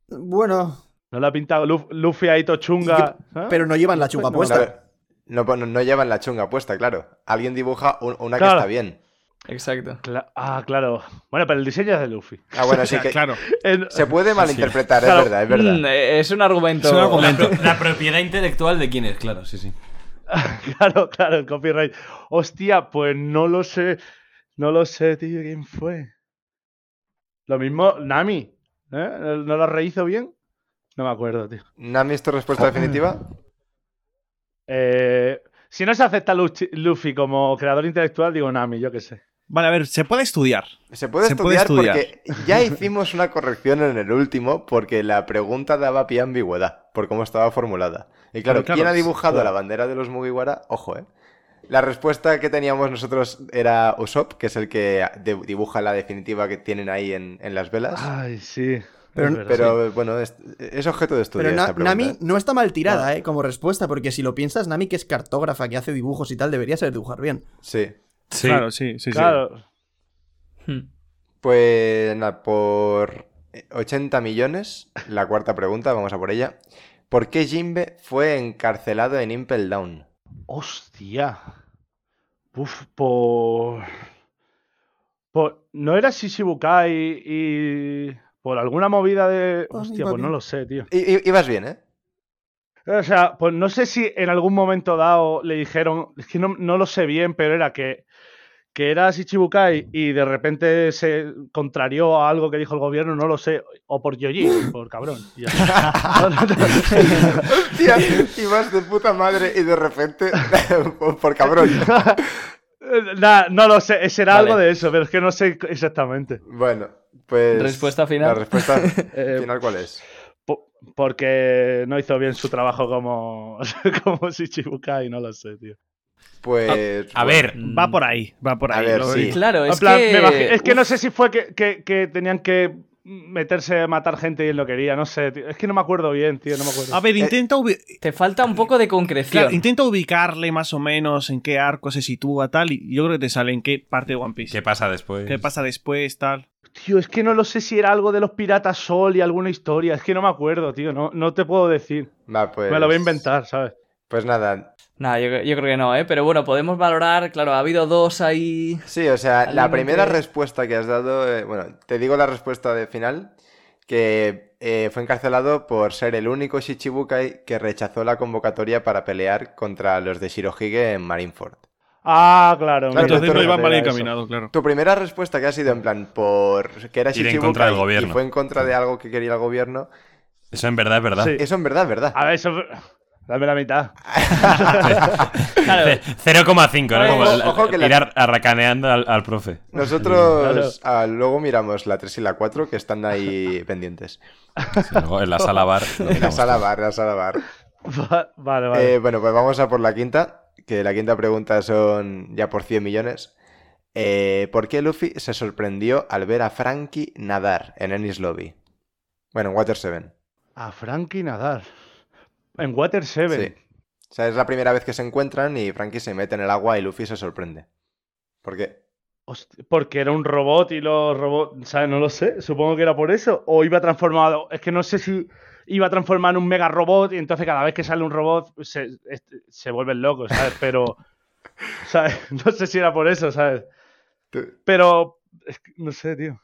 Speaker 4: Bueno,
Speaker 3: No la ha pintado Luf- Luffy ahí tochunga. ¿eh?
Speaker 4: pero no llevan la chunga
Speaker 3: No,
Speaker 4: puesta.
Speaker 7: Claro, No, pon- no llevan la chunga puesta, claro. Alguien dibuja un- una
Speaker 3: Claro.
Speaker 7: que está bien.
Speaker 5: Mm, Exacto.
Speaker 3: Cla- ah, claro. Bueno, pero el diseño es de Luffy. <laughs>
Speaker 7: Ah, bueno,
Speaker 6: O
Speaker 7: sí
Speaker 6: <laughs> sea,
Speaker 7: que
Speaker 6: claro.
Speaker 3: El-
Speaker 7: se puede malinterpretar,
Speaker 3: Claro.
Speaker 7: es verdad, Ah, es verdad.
Speaker 5: Mm, eh, es un argumento.
Speaker 6: Es
Speaker 5: <laughs>
Speaker 6: un argumento.
Speaker 2: La propiedad intelectual de quién es, claro, sí, sí.
Speaker 3: Claro, claro, el copyright. Hostia, pues no lo sé. No lo sé, tío, quién fue. Lo mismo, Nami. ¿eh? ¿No lo rehizo bien? No me acuerdo, tío.
Speaker 7: Nami, ¿es tu
Speaker 6: Oh.
Speaker 7: respuesta definitiva?
Speaker 3: Eh, si no se acepta Luchi- Luffy como creador intelectual, digo Nami, yo qué sé.
Speaker 6: Vale, a ver, se puede estudiar.
Speaker 7: Se puede,
Speaker 6: Se puede
Speaker 7: estudiar, porque
Speaker 6: <laughs>
Speaker 7: ya hicimos una corrección en el último porque la pregunta daba pie a ambigüedad por cómo estaba formulada. Y claro,
Speaker 6: Pero claro,
Speaker 7: ¿quién ha dibujado
Speaker 6: claro.
Speaker 7: la bandera de los Mugiwara? Ojo, ¿eh? La respuesta que teníamos nosotros era Usopp, que es el que de- dibuja la definitiva que tienen ahí en, en las velas.
Speaker 6: Ah,
Speaker 3: Ay, sí.
Speaker 4: Pero-
Speaker 3: es verdad.
Speaker 7: Pero bueno, es, es objeto de estudio.
Speaker 4: Pero Na-
Speaker 7: esta pregunta,
Speaker 4: Nami
Speaker 7: ¿eh?
Speaker 4: no está mal tirada, ¿eh? Como respuesta, porque si lo piensas, Nami, que es cartógrafa, que hace dibujos y tal, debería saber dibujar bien.
Speaker 7: ¿eh? Sí.
Speaker 2: Sí.
Speaker 6: Claro, sí, sí, sí.
Speaker 3: Claro.
Speaker 5: Hmm.
Speaker 7: Pues nada, por 80 millones, la cuarta pregunta, vamos a por ella. ¿Por qué Jinbe fue encarcelado en Impel Down?
Speaker 3: Hostia. Uf, por... por... ¿No era Shishibukai y... Por alguna movida de...
Speaker 4: Pues
Speaker 3: Hostia,
Speaker 4: iba
Speaker 3: pues no
Speaker 4: bien.
Speaker 3: lo sé, tío.
Speaker 7: I- i-
Speaker 3: <laughs>
Speaker 7: ibas bien, ¿eh?
Speaker 3: O sea, pues no sé si en algún momento dado le dijeron, es que no, no lo sé bien, pero era que, que era Shichibukai y de repente se contrarió a algo que dijo el gobierno, no lo sé, o por Yoji, por cabrón. y ya está. <laughs> No, no, no sé.
Speaker 7: Hostia, ibas de puta madre y de repente, <laughs> por, por cabrón.
Speaker 3: Nah, no lo sé, será
Speaker 5: Vale.
Speaker 3: algo de eso, pero es que no sé exactamente.
Speaker 7: Bueno, pues...
Speaker 5: Respuesta final. <laughs>
Speaker 7: La respuesta
Speaker 3: Eh,
Speaker 7: final, ¿cuál es?
Speaker 3: po- porque no hizo bien su trabajo como, <laughs> como Shichibukai, no lo sé, tío.
Speaker 7: Pues...
Speaker 2: A
Speaker 7: bueno,
Speaker 2: ver,
Speaker 6: Va por ahí, va por
Speaker 7: A
Speaker 6: ahí.
Speaker 7: ver,
Speaker 6: lo-
Speaker 7: sí.
Speaker 5: Claro,
Speaker 3: En
Speaker 5: es
Speaker 3: plan, me
Speaker 5: que...
Speaker 3: imagi- es que no
Speaker 5: Uf,
Speaker 3: sé si fue que, que- que tenían que meterse a matar gente y él lo quería, no sé, tío. Es que no me acuerdo bien, tío, no me acuerdo.
Speaker 6: A
Speaker 7: Eh,
Speaker 6: ver, intenta, ubi-
Speaker 5: Te falta un poco de
Speaker 6: claro,
Speaker 5: concreción.
Speaker 6: intenta ubicarle más o menos en qué arco se sitúa, tal, y yo creo que te sale en qué parte de One Piece.
Speaker 2: ¿qué pasa después?
Speaker 6: ¿Qué pasa después, tal?
Speaker 3: Tío, es que no lo sé si era algo de los piratas Sol y alguna historia. Es que no me acuerdo, tío. No, no te puedo decir.
Speaker 7: va, pues-
Speaker 3: Me lo voy a inventar, ¿sabes?
Speaker 7: Pues nada,
Speaker 5: Nah, yo, yo creo que no, ¿eh? Pero bueno, podemos valorar, claro, ha habido dos ahí...
Speaker 7: sí, o sea, la
Speaker 5: Alguien
Speaker 7: primera
Speaker 5: entre-
Speaker 7: respuesta que has dado, eh, bueno, te digo la respuesta de final, que eh, fue encarcelado por ser el único Shichibukai que rechazó la convocatoria para pelear contra los de Shirohige en Marineford.
Speaker 3: Ah, claro.
Speaker 7: Claro,
Speaker 3: mira,
Speaker 7: pero
Speaker 6: Entonces
Speaker 7: tú
Speaker 6: no iba
Speaker 3: fíjate,
Speaker 6: mal
Speaker 3: era eso.
Speaker 6: encaminado, claro.
Speaker 7: Tu primera respuesta que ha sido en plan por que era
Speaker 2: Ir en
Speaker 7: Shichibukai
Speaker 2: contra del
Speaker 7: y
Speaker 2: gobierno.
Speaker 7: fue en contra de algo que quería el gobierno,
Speaker 2: Eso en verdad es verdad.
Speaker 3: Sí.
Speaker 7: eso en verdad, es ¿verdad?
Speaker 3: A ver, eso. Dame la mitad. <laughs>
Speaker 5: Claro,
Speaker 2: C- 0,5, ¿no?
Speaker 5: Ojo,
Speaker 2: Como el-
Speaker 7: ojo que la-
Speaker 2: ir ar- arracaneando al, al profe.
Speaker 7: Nosotros ah, luego miramos la 3 y la 4 que
Speaker 3: <laughs>
Speaker 7: están ahí pendientes.
Speaker 2: Sí, luego en la sala bar. lo
Speaker 7: En la
Speaker 2: miramos.
Speaker 7: sala bar, en la sala bar.
Speaker 3: Va- Vale, vale.
Speaker 7: Eh, bueno, pues vamos a por la quinta, que la quinta pregunta son ya por 100 millones. Eh, ¿Por qué Luffy se sorprendió al ver a Frankie nadar en Ennis Lobby? Bueno, en Water 7.
Speaker 3: A Frankie Nadar. En Water 7.
Speaker 7: Sí. O sea, es la primera vez que se encuentran y Frankie se mete en el agua y Luffy se sorprende. ¿Por qué?
Speaker 3: Hosti- Porque era un robot y los robots, ¿sabes? No lo sé, supongo que era por eso. O iba transformado, es que no sé si iba transformado en un mega robot y entonces cada vez que sale un robot se, este- se vuelven locos, ¿sabes? Pero, ¿sabes? <laughs> No sé si era por eso, ¿sabes?
Speaker 7: Tú-
Speaker 3: Pero, es que no sé, tío.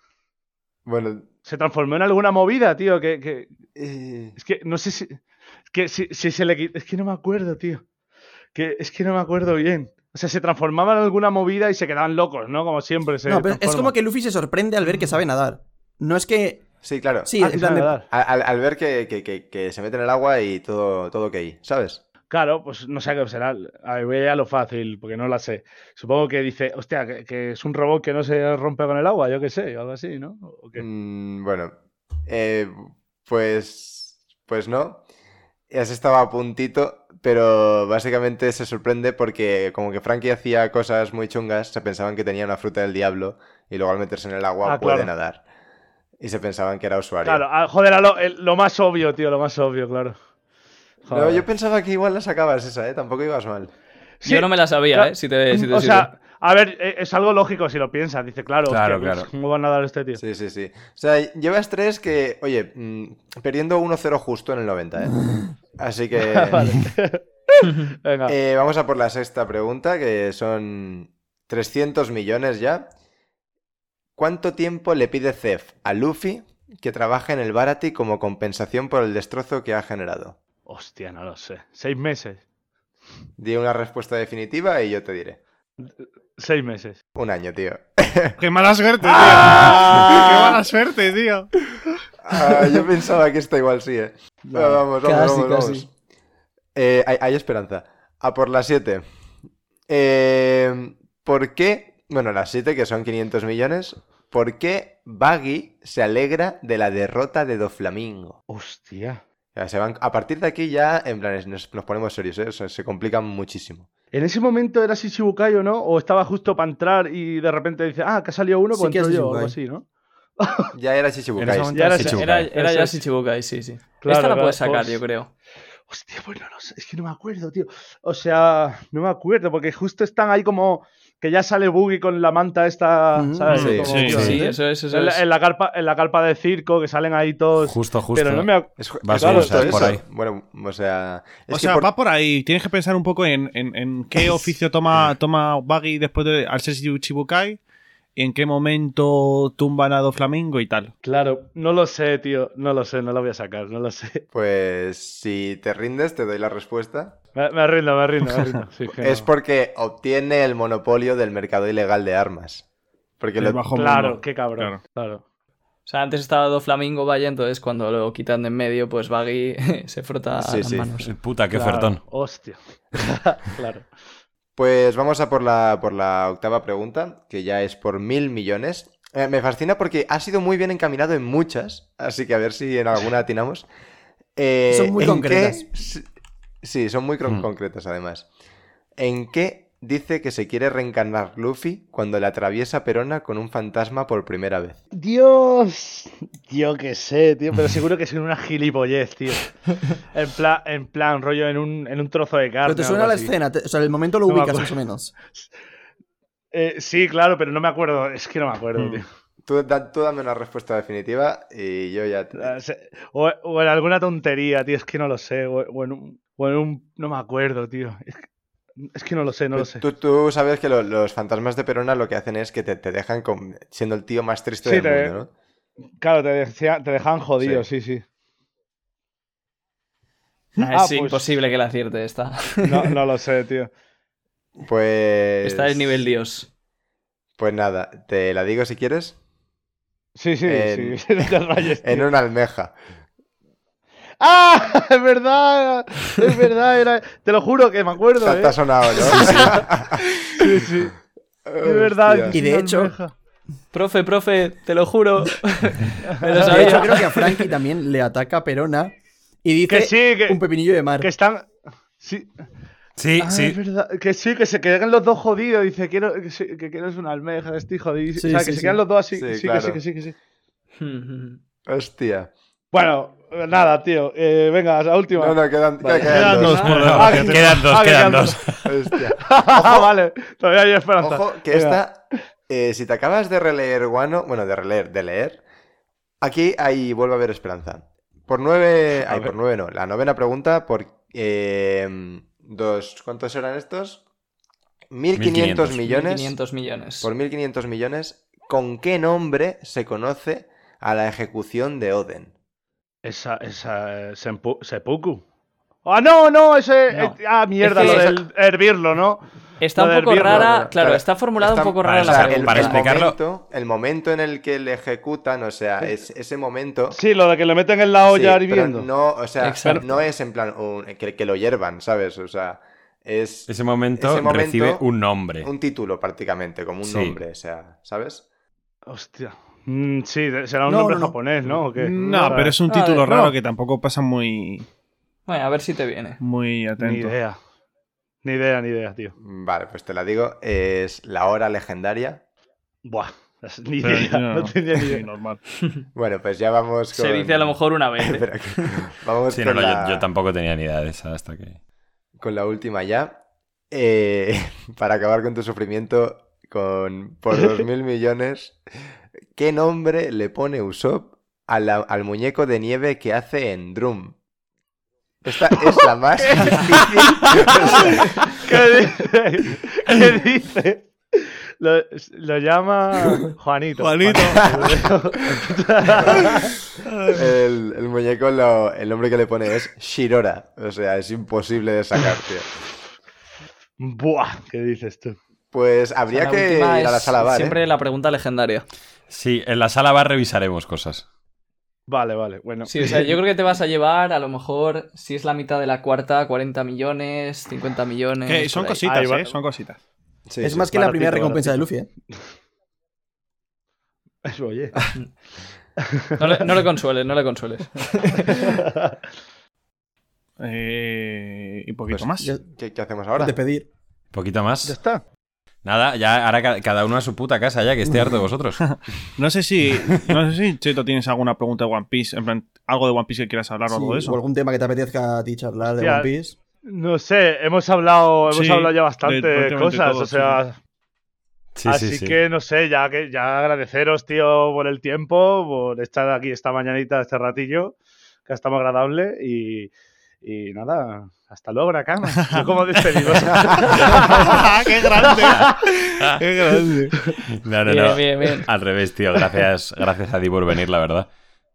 Speaker 7: Bueno,
Speaker 3: Se transformó en alguna movida, tío, que, que-
Speaker 7: eh,
Speaker 3: es que no sé si, que si, si se le qui- es que no me acuerdo, tío. Que, es que no me acuerdo bien. O sea, se transformaban en alguna movida y se quedaban locos, ¿no? Como siempre. Se
Speaker 4: no, pero es
Speaker 3: transforman.
Speaker 4: como que Luffy se sorprende al ver que sabe nadar. No es que.
Speaker 7: sí, claro.
Speaker 4: Sí,
Speaker 3: Ah, que
Speaker 4: en plan
Speaker 3: sabe
Speaker 4: de-
Speaker 3: nadar.
Speaker 7: Al, al- al ver que, que- que- que se mete en el agua y todo, todo que hay, ¿sabes?
Speaker 3: Claro, pues no sé qué será. A ver, voy a lo fácil, porque no la sé. Supongo que dice, hostia, que, que es un robot que no se rompe con el agua, yo qué sé, o algo así, ¿no? ¿O qué?
Speaker 7: Mm, bueno, eh, pues, pues no. Has estado a puntito, pero básicamente se sorprende porque como que Frankie hacía cosas muy chungas, se pensaban que tenía una fruta del diablo y luego al meterse en el agua
Speaker 3: Ah,
Speaker 7: puede
Speaker 3: claro.
Speaker 7: nadar. Y se pensaban que era usuario.
Speaker 3: Claro, ah, joder, a lo, el- lo más obvio, tío, lo más obvio, claro.
Speaker 7: No,
Speaker 3: Joder.
Speaker 7: yo pensaba que igual la sacabas esa, ¿eh? Tampoco ibas mal.
Speaker 3: Sí,
Speaker 5: yo no me la sabía,
Speaker 3: claro.
Speaker 5: ¿eh? Si te, si te
Speaker 3: o
Speaker 5: sirve.
Speaker 3: sea, a ver, eh, es algo lógico si lo piensas. Dice, claro,
Speaker 2: Claro,
Speaker 3: hostia, pues,
Speaker 2: claro.
Speaker 3: ¿cómo van a dar este tío?
Speaker 7: Sí, sí, sí. O sea, llevas tres que, oye, mm, perdiendo 1-0 justo en el
Speaker 3: <laughs>
Speaker 7: 90, ¿eh? Así que...
Speaker 3: Vale. Venga.
Speaker 7: Eh, vamos a por la sexta pregunta, que son 300 millones ya. ¿Cuánto tiempo le pide Zef a Luffy que trabaje en el Barati como compensación por el destrozo que ha generado?
Speaker 3: Hostia, no lo sé. Seis meses.
Speaker 7: Di una respuesta definitiva y yo te diré.
Speaker 3: Seis meses.
Speaker 7: Un año, tío. Eh.
Speaker 6: ¡Qué mala suerte, tío! <laughs> ¡Qué mala suerte, tío!
Speaker 7: Ah, yo pensaba que esta igual sí, eh.
Speaker 4: No,
Speaker 7: Ah, vamos, vamos,
Speaker 4: casi,
Speaker 7: vamos,
Speaker 4: casi.
Speaker 7: vamos. Eh, hay, hay esperanza. A por las 7. ¿Por qué? Bueno, las 7, que son 500 millones. ¿Por qué Baggy se alegra de la derrota de Doflamingo?
Speaker 3: Hostia.
Speaker 7: O sea, se van- a partir de aquí ya, en plan, es- nos, nos ponemos serios, ¿eh? O sea, se complican muchísimo.
Speaker 3: ¿En ese momento era así Shibukai o no? ¿O estaba justo para entrar y de repente dice, ah, que ha salido uno,
Speaker 4: Sí
Speaker 3: pues
Speaker 4: que es
Speaker 3: entro yo o
Speaker 4: Shichibukai.
Speaker 3: algo así, ¿no?
Speaker 7: Ya era
Speaker 2: En ese
Speaker 7: Shichibukai.
Speaker 2: momento
Speaker 3: Ya
Speaker 2: era
Speaker 3: era-
Speaker 2: Shichibukai.
Speaker 5: Era, era
Speaker 3: Eso
Speaker 5: ya
Speaker 3: es.
Speaker 5: Shichibukai, sí, sí.
Speaker 3: Claro,
Speaker 5: Esta la
Speaker 3: claro,
Speaker 5: puedes sacar,
Speaker 3: pues-
Speaker 5: yo creo.
Speaker 3: Hostia, pues no lo sé, es que no me acuerdo, tío. O sea, no me acuerdo, porque justo están ahí como que ya sale Boogie con la manta esta,
Speaker 4: Ujú.
Speaker 3: ¿sabes?
Speaker 7: Sí,
Speaker 3: Como,
Speaker 7: sí,
Speaker 3: tío,
Speaker 5: Sí,
Speaker 7: sí.
Speaker 3: ¿eh?
Speaker 5: eso es, eso
Speaker 3: en,
Speaker 5: es.
Speaker 3: la, en la carpa, en la carpa de circo, que salen ahí todos.
Speaker 2: Justo, justo.
Speaker 3: Pero no me ac-
Speaker 7: Es,
Speaker 2: Vas,
Speaker 7: claro,
Speaker 2: Gonzalo,
Speaker 7: todo
Speaker 2: por
Speaker 7: eso.
Speaker 2: ahí.
Speaker 7: Bueno, o sea. es
Speaker 6: O
Speaker 7: que
Speaker 6: sea,
Speaker 7: por-
Speaker 6: va por ahí. Tienes que pensar un poco en, en- en qué oficio toma, toma Buggy después de al ser Shichibukai. y En qué momento tumban a Doflamingo y tal.
Speaker 3: Claro, no lo sé, tío. No lo sé, no la voy a sacar, no lo sé. <laughs>
Speaker 7: Pues si te rindes, te doy la respuesta.
Speaker 3: Me, me rindo, me rindo, me rindo. Sí, que
Speaker 7: Es
Speaker 3: no.
Speaker 7: porque obtiene el monopolio del mercado ilegal de armas. Porque
Speaker 6: Del
Speaker 7: lo,
Speaker 6: bajo
Speaker 3: Claro,
Speaker 6: mundo.
Speaker 3: qué cabrón.
Speaker 6: Claro.
Speaker 3: Claro.
Speaker 5: O sea, antes estaba Doflamingo, vaya, entonces cuando lo quitan de en medio, pues Baggy <laughs> se frota
Speaker 7: Sí,
Speaker 5: las
Speaker 7: sí.
Speaker 5: manos.
Speaker 2: Puta, qué
Speaker 3: Claro,
Speaker 2: ofertón.
Speaker 3: Hostia. <laughs> claro.
Speaker 7: Pues vamos a por la, por la octava pregunta, que ya es por mil millones. Eh, me fascina porque ha sido muy bien encaminado en muchas, así que a ver si en alguna atinamos. Eh,
Speaker 4: Son muy
Speaker 7: ¿en qué
Speaker 4: concretas.
Speaker 7: s- Sí, son muy cron-
Speaker 2: Mm.
Speaker 7: concretas además. ¿En qué dice que se quiere reencarnar Luffy cuando le atraviesa Perona con un fantasma por primera vez?
Speaker 3: Dios, yo qué sé, tío, pero seguro que soy una gilipollez, tío. En plan, en plan rollo en un, en un trozo de carne.
Speaker 4: Pero te
Speaker 3: o
Speaker 4: suena
Speaker 3: algo
Speaker 4: la
Speaker 3: así.
Speaker 4: escena, te- o sea, el momento lo
Speaker 3: No me
Speaker 4: ubicas
Speaker 3: acuerdo.
Speaker 4: más o menos.
Speaker 3: Eh, sí, claro, pero no me acuerdo, es que no me acuerdo, tío.
Speaker 7: Tú, da- tú dame una respuesta definitiva y yo ya... te-
Speaker 3: Ah, se- O, o en alguna tontería, tío, es que no lo sé. O, o en, un, o en un. No me acuerdo, tío. Es que, es que no lo sé, no lo sé.
Speaker 7: Tú, tú sabes que lo- los fantasmas de Perona lo que hacen es que te, te dejan con- siendo el tío más triste
Speaker 3: Sí,
Speaker 7: del
Speaker 3: te-
Speaker 7: mundo, ¿no?
Speaker 3: Claro, te, decía- te dejaban jodido, sí, sí.
Speaker 5: Ah,
Speaker 3: Ah,
Speaker 5: es
Speaker 3: pues-
Speaker 5: imposible que la acierte esta.
Speaker 3: No, no lo sé, tío.
Speaker 7: Pues.
Speaker 5: Está en nivel Dios.
Speaker 7: Pues nada, te la digo si quieres.
Speaker 3: Sí, sí,
Speaker 7: En-
Speaker 3: sí. <laughs> No te rayes,
Speaker 7: En
Speaker 3: tío.
Speaker 7: una
Speaker 3: <laughs>
Speaker 7: almeja.
Speaker 3: ¡Ah! <laughs> Es verdad, es verdad, era... te lo juro que me acuerdo.
Speaker 7: Te,
Speaker 3: ¿eh?
Speaker 7: te ha sonado,
Speaker 3: <laughs>
Speaker 7: <laughs> ¿no?
Speaker 3: Sí, sí. Es verdad.
Speaker 7: Hostia.
Speaker 3: es
Speaker 4: Y de
Speaker 3: una
Speaker 4: hecho-
Speaker 3: almeja.
Speaker 5: Profe, profe, te lo <laughs> juro. Me lo
Speaker 4: De hecho,
Speaker 5: sabía.
Speaker 4: creo que a Frankie también le ataca a Perona y dice
Speaker 3: Que sí, que,
Speaker 4: un pepinillo de mar.
Speaker 3: que están. Sí,
Speaker 2: Sí,
Speaker 3: ah,
Speaker 2: sí.
Speaker 3: es verdad. Que sí, que se quedan los dos jodidos. Dice, quiero, que, sí, que quiero es una almeja, que estoy jodido.
Speaker 4: Sí,
Speaker 3: o sea,
Speaker 4: sí,
Speaker 3: que se
Speaker 4: sí.
Speaker 3: quedan los dos así.
Speaker 7: Sí,
Speaker 3: Sí, que
Speaker 7: claro.
Speaker 3: sí, que sí, que sí.
Speaker 5: Hmm,
Speaker 7: Hostia.
Speaker 3: Bueno, eh, nada, tío. Eh, venga, la última.
Speaker 7: No, no, quedan,
Speaker 4: Vale.
Speaker 7: quedan
Speaker 6: Quedan
Speaker 7: dos.
Speaker 6: dos, por
Speaker 2: No,
Speaker 3: Ah,
Speaker 6: desgracia.
Speaker 3: que-
Speaker 2: quedan dos,
Speaker 3: ah, que
Speaker 2: quedan
Speaker 3: quedan Ah,
Speaker 2: dos.
Speaker 3: <laughs>
Speaker 7: Hostia.
Speaker 3: vale, todavía hay esperanza.
Speaker 2: <laughs>
Speaker 7: Ojo, que
Speaker 3: Venga.
Speaker 7: esta. eh, si te acabas de releer Guano. Bueno, de releer, de leer. Aquí ahí vuelve a haber esperanza. Por nueve.
Speaker 3: A
Speaker 7: Ay,
Speaker 3: ver.
Speaker 7: por nueve no. La novena pregunta por. eh, dos. ¿Cuántos eran estos? 1500
Speaker 2: 1500.
Speaker 7: millones.
Speaker 5: 500 millones.
Speaker 7: por 1.500 millones, ¿con qué nombre se conoce a la ejecución de Oden?
Speaker 3: Esa, esa, eh, sempu- seppuku. Ah, no, no, ese.
Speaker 5: No.
Speaker 3: eh, ah, mierda,
Speaker 5: Es que-
Speaker 3: lo del hervirlo, ¿no?
Speaker 5: Está
Speaker 3: Lo
Speaker 5: un
Speaker 3: del
Speaker 5: poco
Speaker 3: birro,
Speaker 5: rara,
Speaker 7: ¿verdad?
Speaker 5: claro,
Speaker 7: Claro,
Speaker 5: está formulada
Speaker 7: está-
Speaker 5: un poco
Speaker 2: para
Speaker 5: rara
Speaker 7: O sea,
Speaker 5: la
Speaker 2: saber-
Speaker 7: el,
Speaker 5: pregunta.
Speaker 2: para
Speaker 7: el
Speaker 2: explicarlo-
Speaker 7: momento, el momento en el que le ejecutan, o sea, es, ese momento...
Speaker 3: Sí, lo de que le meten en la
Speaker 7: sí,
Speaker 3: olla
Speaker 7: pero
Speaker 3: hirviendo.
Speaker 7: no, o sea,
Speaker 5: Exacto.
Speaker 7: no es en plan un- que, que lo hiervan, ¿sabes? O sea, es
Speaker 2: Ese momento,
Speaker 7: Ese momento-
Speaker 2: recibe un nombre.
Speaker 7: un título prácticamente, como un
Speaker 2: Sí.
Speaker 7: nombre, o sea, ¿sabes?
Speaker 3: Hostia. Mm, sí, de- será un
Speaker 4: No,
Speaker 3: nombre
Speaker 4: no, no.
Speaker 3: japonés, ¿no? ¿O qué?
Speaker 6: No,
Speaker 3: O sea,
Speaker 6: pero es un
Speaker 5: Ah,
Speaker 6: título
Speaker 5: no.
Speaker 6: raro que tampoco pasa muy,
Speaker 5: Bueno, a ver si te viene.
Speaker 6: muy
Speaker 3: Ni
Speaker 6: atento.
Speaker 3: idea. Ni idea, ni idea, tío.
Speaker 7: Vale, pues te la digo, es la hora legendaria.
Speaker 3: Buah. <laughs> es- Ni
Speaker 6: Pero
Speaker 3: idea.
Speaker 6: yo
Speaker 3: No, tenía ni idea.
Speaker 6: Sí, normal.
Speaker 7: Bueno, pues ya vamos con...
Speaker 5: Se dice a lo
Speaker 7: <laughs>
Speaker 5: mejor una vez. ¿eh?
Speaker 7: Espera, vamos
Speaker 2: Sí, no,
Speaker 7: con
Speaker 2: no, yo-
Speaker 7: la-
Speaker 2: yo, tampoco tenía ni idea de esa hasta que.
Speaker 7: con la última ya. Eh, <laughs> para acabar con tu sufrimiento, con, por dos mil millones, ¿qué nombre le pone Usopp a la- al muñeco de nieve que hace en Drum? Esta es la más difícil.
Speaker 3: ¿Qué dice? ¿Qué dice? Lo, lo llama Juanito.
Speaker 6: Juanito.
Speaker 7: el, el muñeco, lo- el nombre que le pone es Shirora. O sea, es imposible de sacar, tío.
Speaker 3: Buah, ¿qué dices tú?
Speaker 7: Pues habría
Speaker 5: La
Speaker 7: que ir
Speaker 5: última
Speaker 7: a la
Speaker 5: es
Speaker 7: sala bar, ¿eh?
Speaker 5: Siempre la pregunta legendaria.
Speaker 2: Sí, en la sala bar revisaremos cosas.
Speaker 3: Vale, vale, bueno.
Speaker 5: Sí, o sea,
Speaker 6: <laughs>
Speaker 5: yo creo que te vas a llevar, a lo mejor, si es la mitad de la cuarta, 40 millones, 50 millones.
Speaker 6: Que son
Speaker 5: por ahí.
Speaker 6: cositas,
Speaker 3: Ahí va.
Speaker 6: ¿eh? Son cositas.
Speaker 7: Sí,
Speaker 4: es
Speaker 7: sí.
Speaker 4: más que la primera
Speaker 3: Baratito,
Speaker 4: recompensa de Luffy, ¿eh?
Speaker 3: Eso, <laughs> Oye.
Speaker 5: No le, no le consueles, no le consueles.
Speaker 6: Eh, y un poquito
Speaker 7: Pues
Speaker 6: más.
Speaker 4: Ya-
Speaker 6: Eh,
Speaker 7: ¿Qué, qué hacemos ahora?
Speaker 4: Despedir.
Speaker 2: Poquito
Speaker 3: Ya
Speaker 2: más.
Speaker 3: está.
Speaker 2: Nada, ya ahora ca- cada uno a su puta casa ya, que esté harto de vosotros.
Speaker 6: No sé si, no sé si Cheto, tienes alguna pregunta de One Piece, en plan, algo de One Piece que quieras hablar o algo de
Speaker 4: O
Speaker 6: eso. <laughs>
Speaker 4: algún tema que te apetezca a ti charlar de
Speaker 3: Hostia,
Speaker 4: One Piece.
Speaker 3: No sé, hemos hablado, hemos
Speaker 6: Sí,
Speaker 3: hablado ya
Speaker 6: de
Speaker 3: bastante
Speaker 6: prácticamente
Speaker 3: cosas,
Speaker 6: todo,
Speaker 3: o sea,
Speaker 2: Sí,
Speaker 3: así
Speaker 2: sí, sí.
Speaker 3: que no sé, ya que ya agradeceros, tío, por el tiempo, por estar aquí esta mañanita, este ratillo, que ha estado agradable y, y nada, hasta luego, Nakama. Yo como
Speaker 6: <laughs>
Speaker 3: despedimos.
Speaker 6: Ah, ¡Qué grande! ¡Qué grande!
Speaker 2: No, no,
Speaker 5: eh, Bien,
Speaker 2: no.
Speaker 5: bien, bien.
Speaker 2: Al revés, tío. Gracias, gracias a ti por venir, la verdad.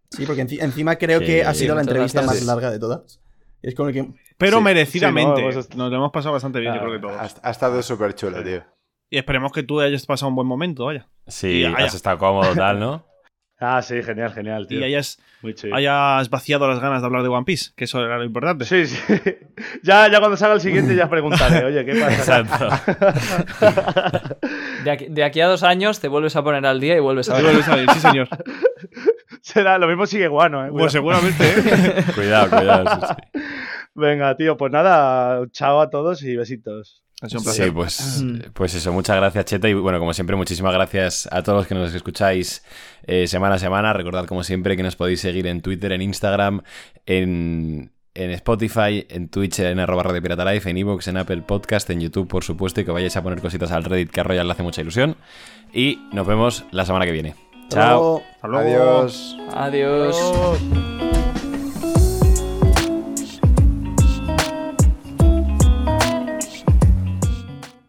Speaker 4: Sí, porque enci- encima creo
Speaker 2: Sí,
Speaker 4: que ha
Speaker 2: sí,
Speaker 4: sido la
Speaker 5: muchas
Speaker 4: entrevista
Speaker 5: gracias.
Speaker 4: más larga de todas. Es con el que.
Speaker 6: Pero
Speaker 7: Sí,
Speaker 6: merecidamente.
Speaker 3: sí, no, pues-
Speaker 6: Nos lo hemos pasado bastante bien, yo creo que todos.
Speaker 7: Ha, ha estado súper chulo,
Speaker 6: Sí.
Speaker 7: tío.
Speaker 6: Y esperemos que tú hayas pasado un buen momento, vaya.
Speaker 2: Sí,
Speaker 6: Y haya-
Speaker 2: has estado cómodo, tal, ¿no?
Speaker 3: ah, sí, genial, genial, tío.
Speaker 6: Y hayas,
Speaker 3: Muy chido.
Speaker 6: hayas vaciado las ganas de hablar de One Piece, que eso era lo importante.
Speaker 3: Sí, <laughs> sí. Ya, ya cuando salga el siguiente ya preguntaré, oye, ¿qué
Speaker 6: <laughs>
Speaker 3: pasa?
Speaker 2: Exacto.
Speaker 5: De aquí, de aquí a dos años te vuelves a poner al día y vuelves a
Speaker 6: Sí,
Speaker 5: ver.
Speaker 6: vuelves a ir, sí, señor.
Speaker 3: Será, lo mismo sigue guano, eh.
Speaker 6: Pues
Speaker 3: Cuidado.
Speaker 6: seguramente, ¿eh?
Speaker 2: Cuidado, cuidado. sí, sí.
Speaker 3: Venga, tío, pues nada, chao a todos y besitos.
Speaker 6: Ha sido un placer.
Speaker 2: Sí, pues, pues eso, muchas gracias Cheta y bueno, como siempre, muchísimas gracias a todos los que nos escucháis eh, semana a semana. Recordad como siempre que nos podéis seguir en Twitter, en Instagram, en, en Spotify, en Twitch, en arroba Radio Pirata Life, en Evox, en Apple Podcast, en YouTube, por supuesto, y que vayáis a poner cositas al Reddit que a Royal le hace mucha ilusión. Y nos vemos la semana que viene.
Speaker 4: Hasta
Speaker 2: Chao.
Speaker 4: luego.
Speaker 6: Hasta luego.
Speaker 7: Adiós.
Speaker 5: Adiós.
Speaker 3: Oh.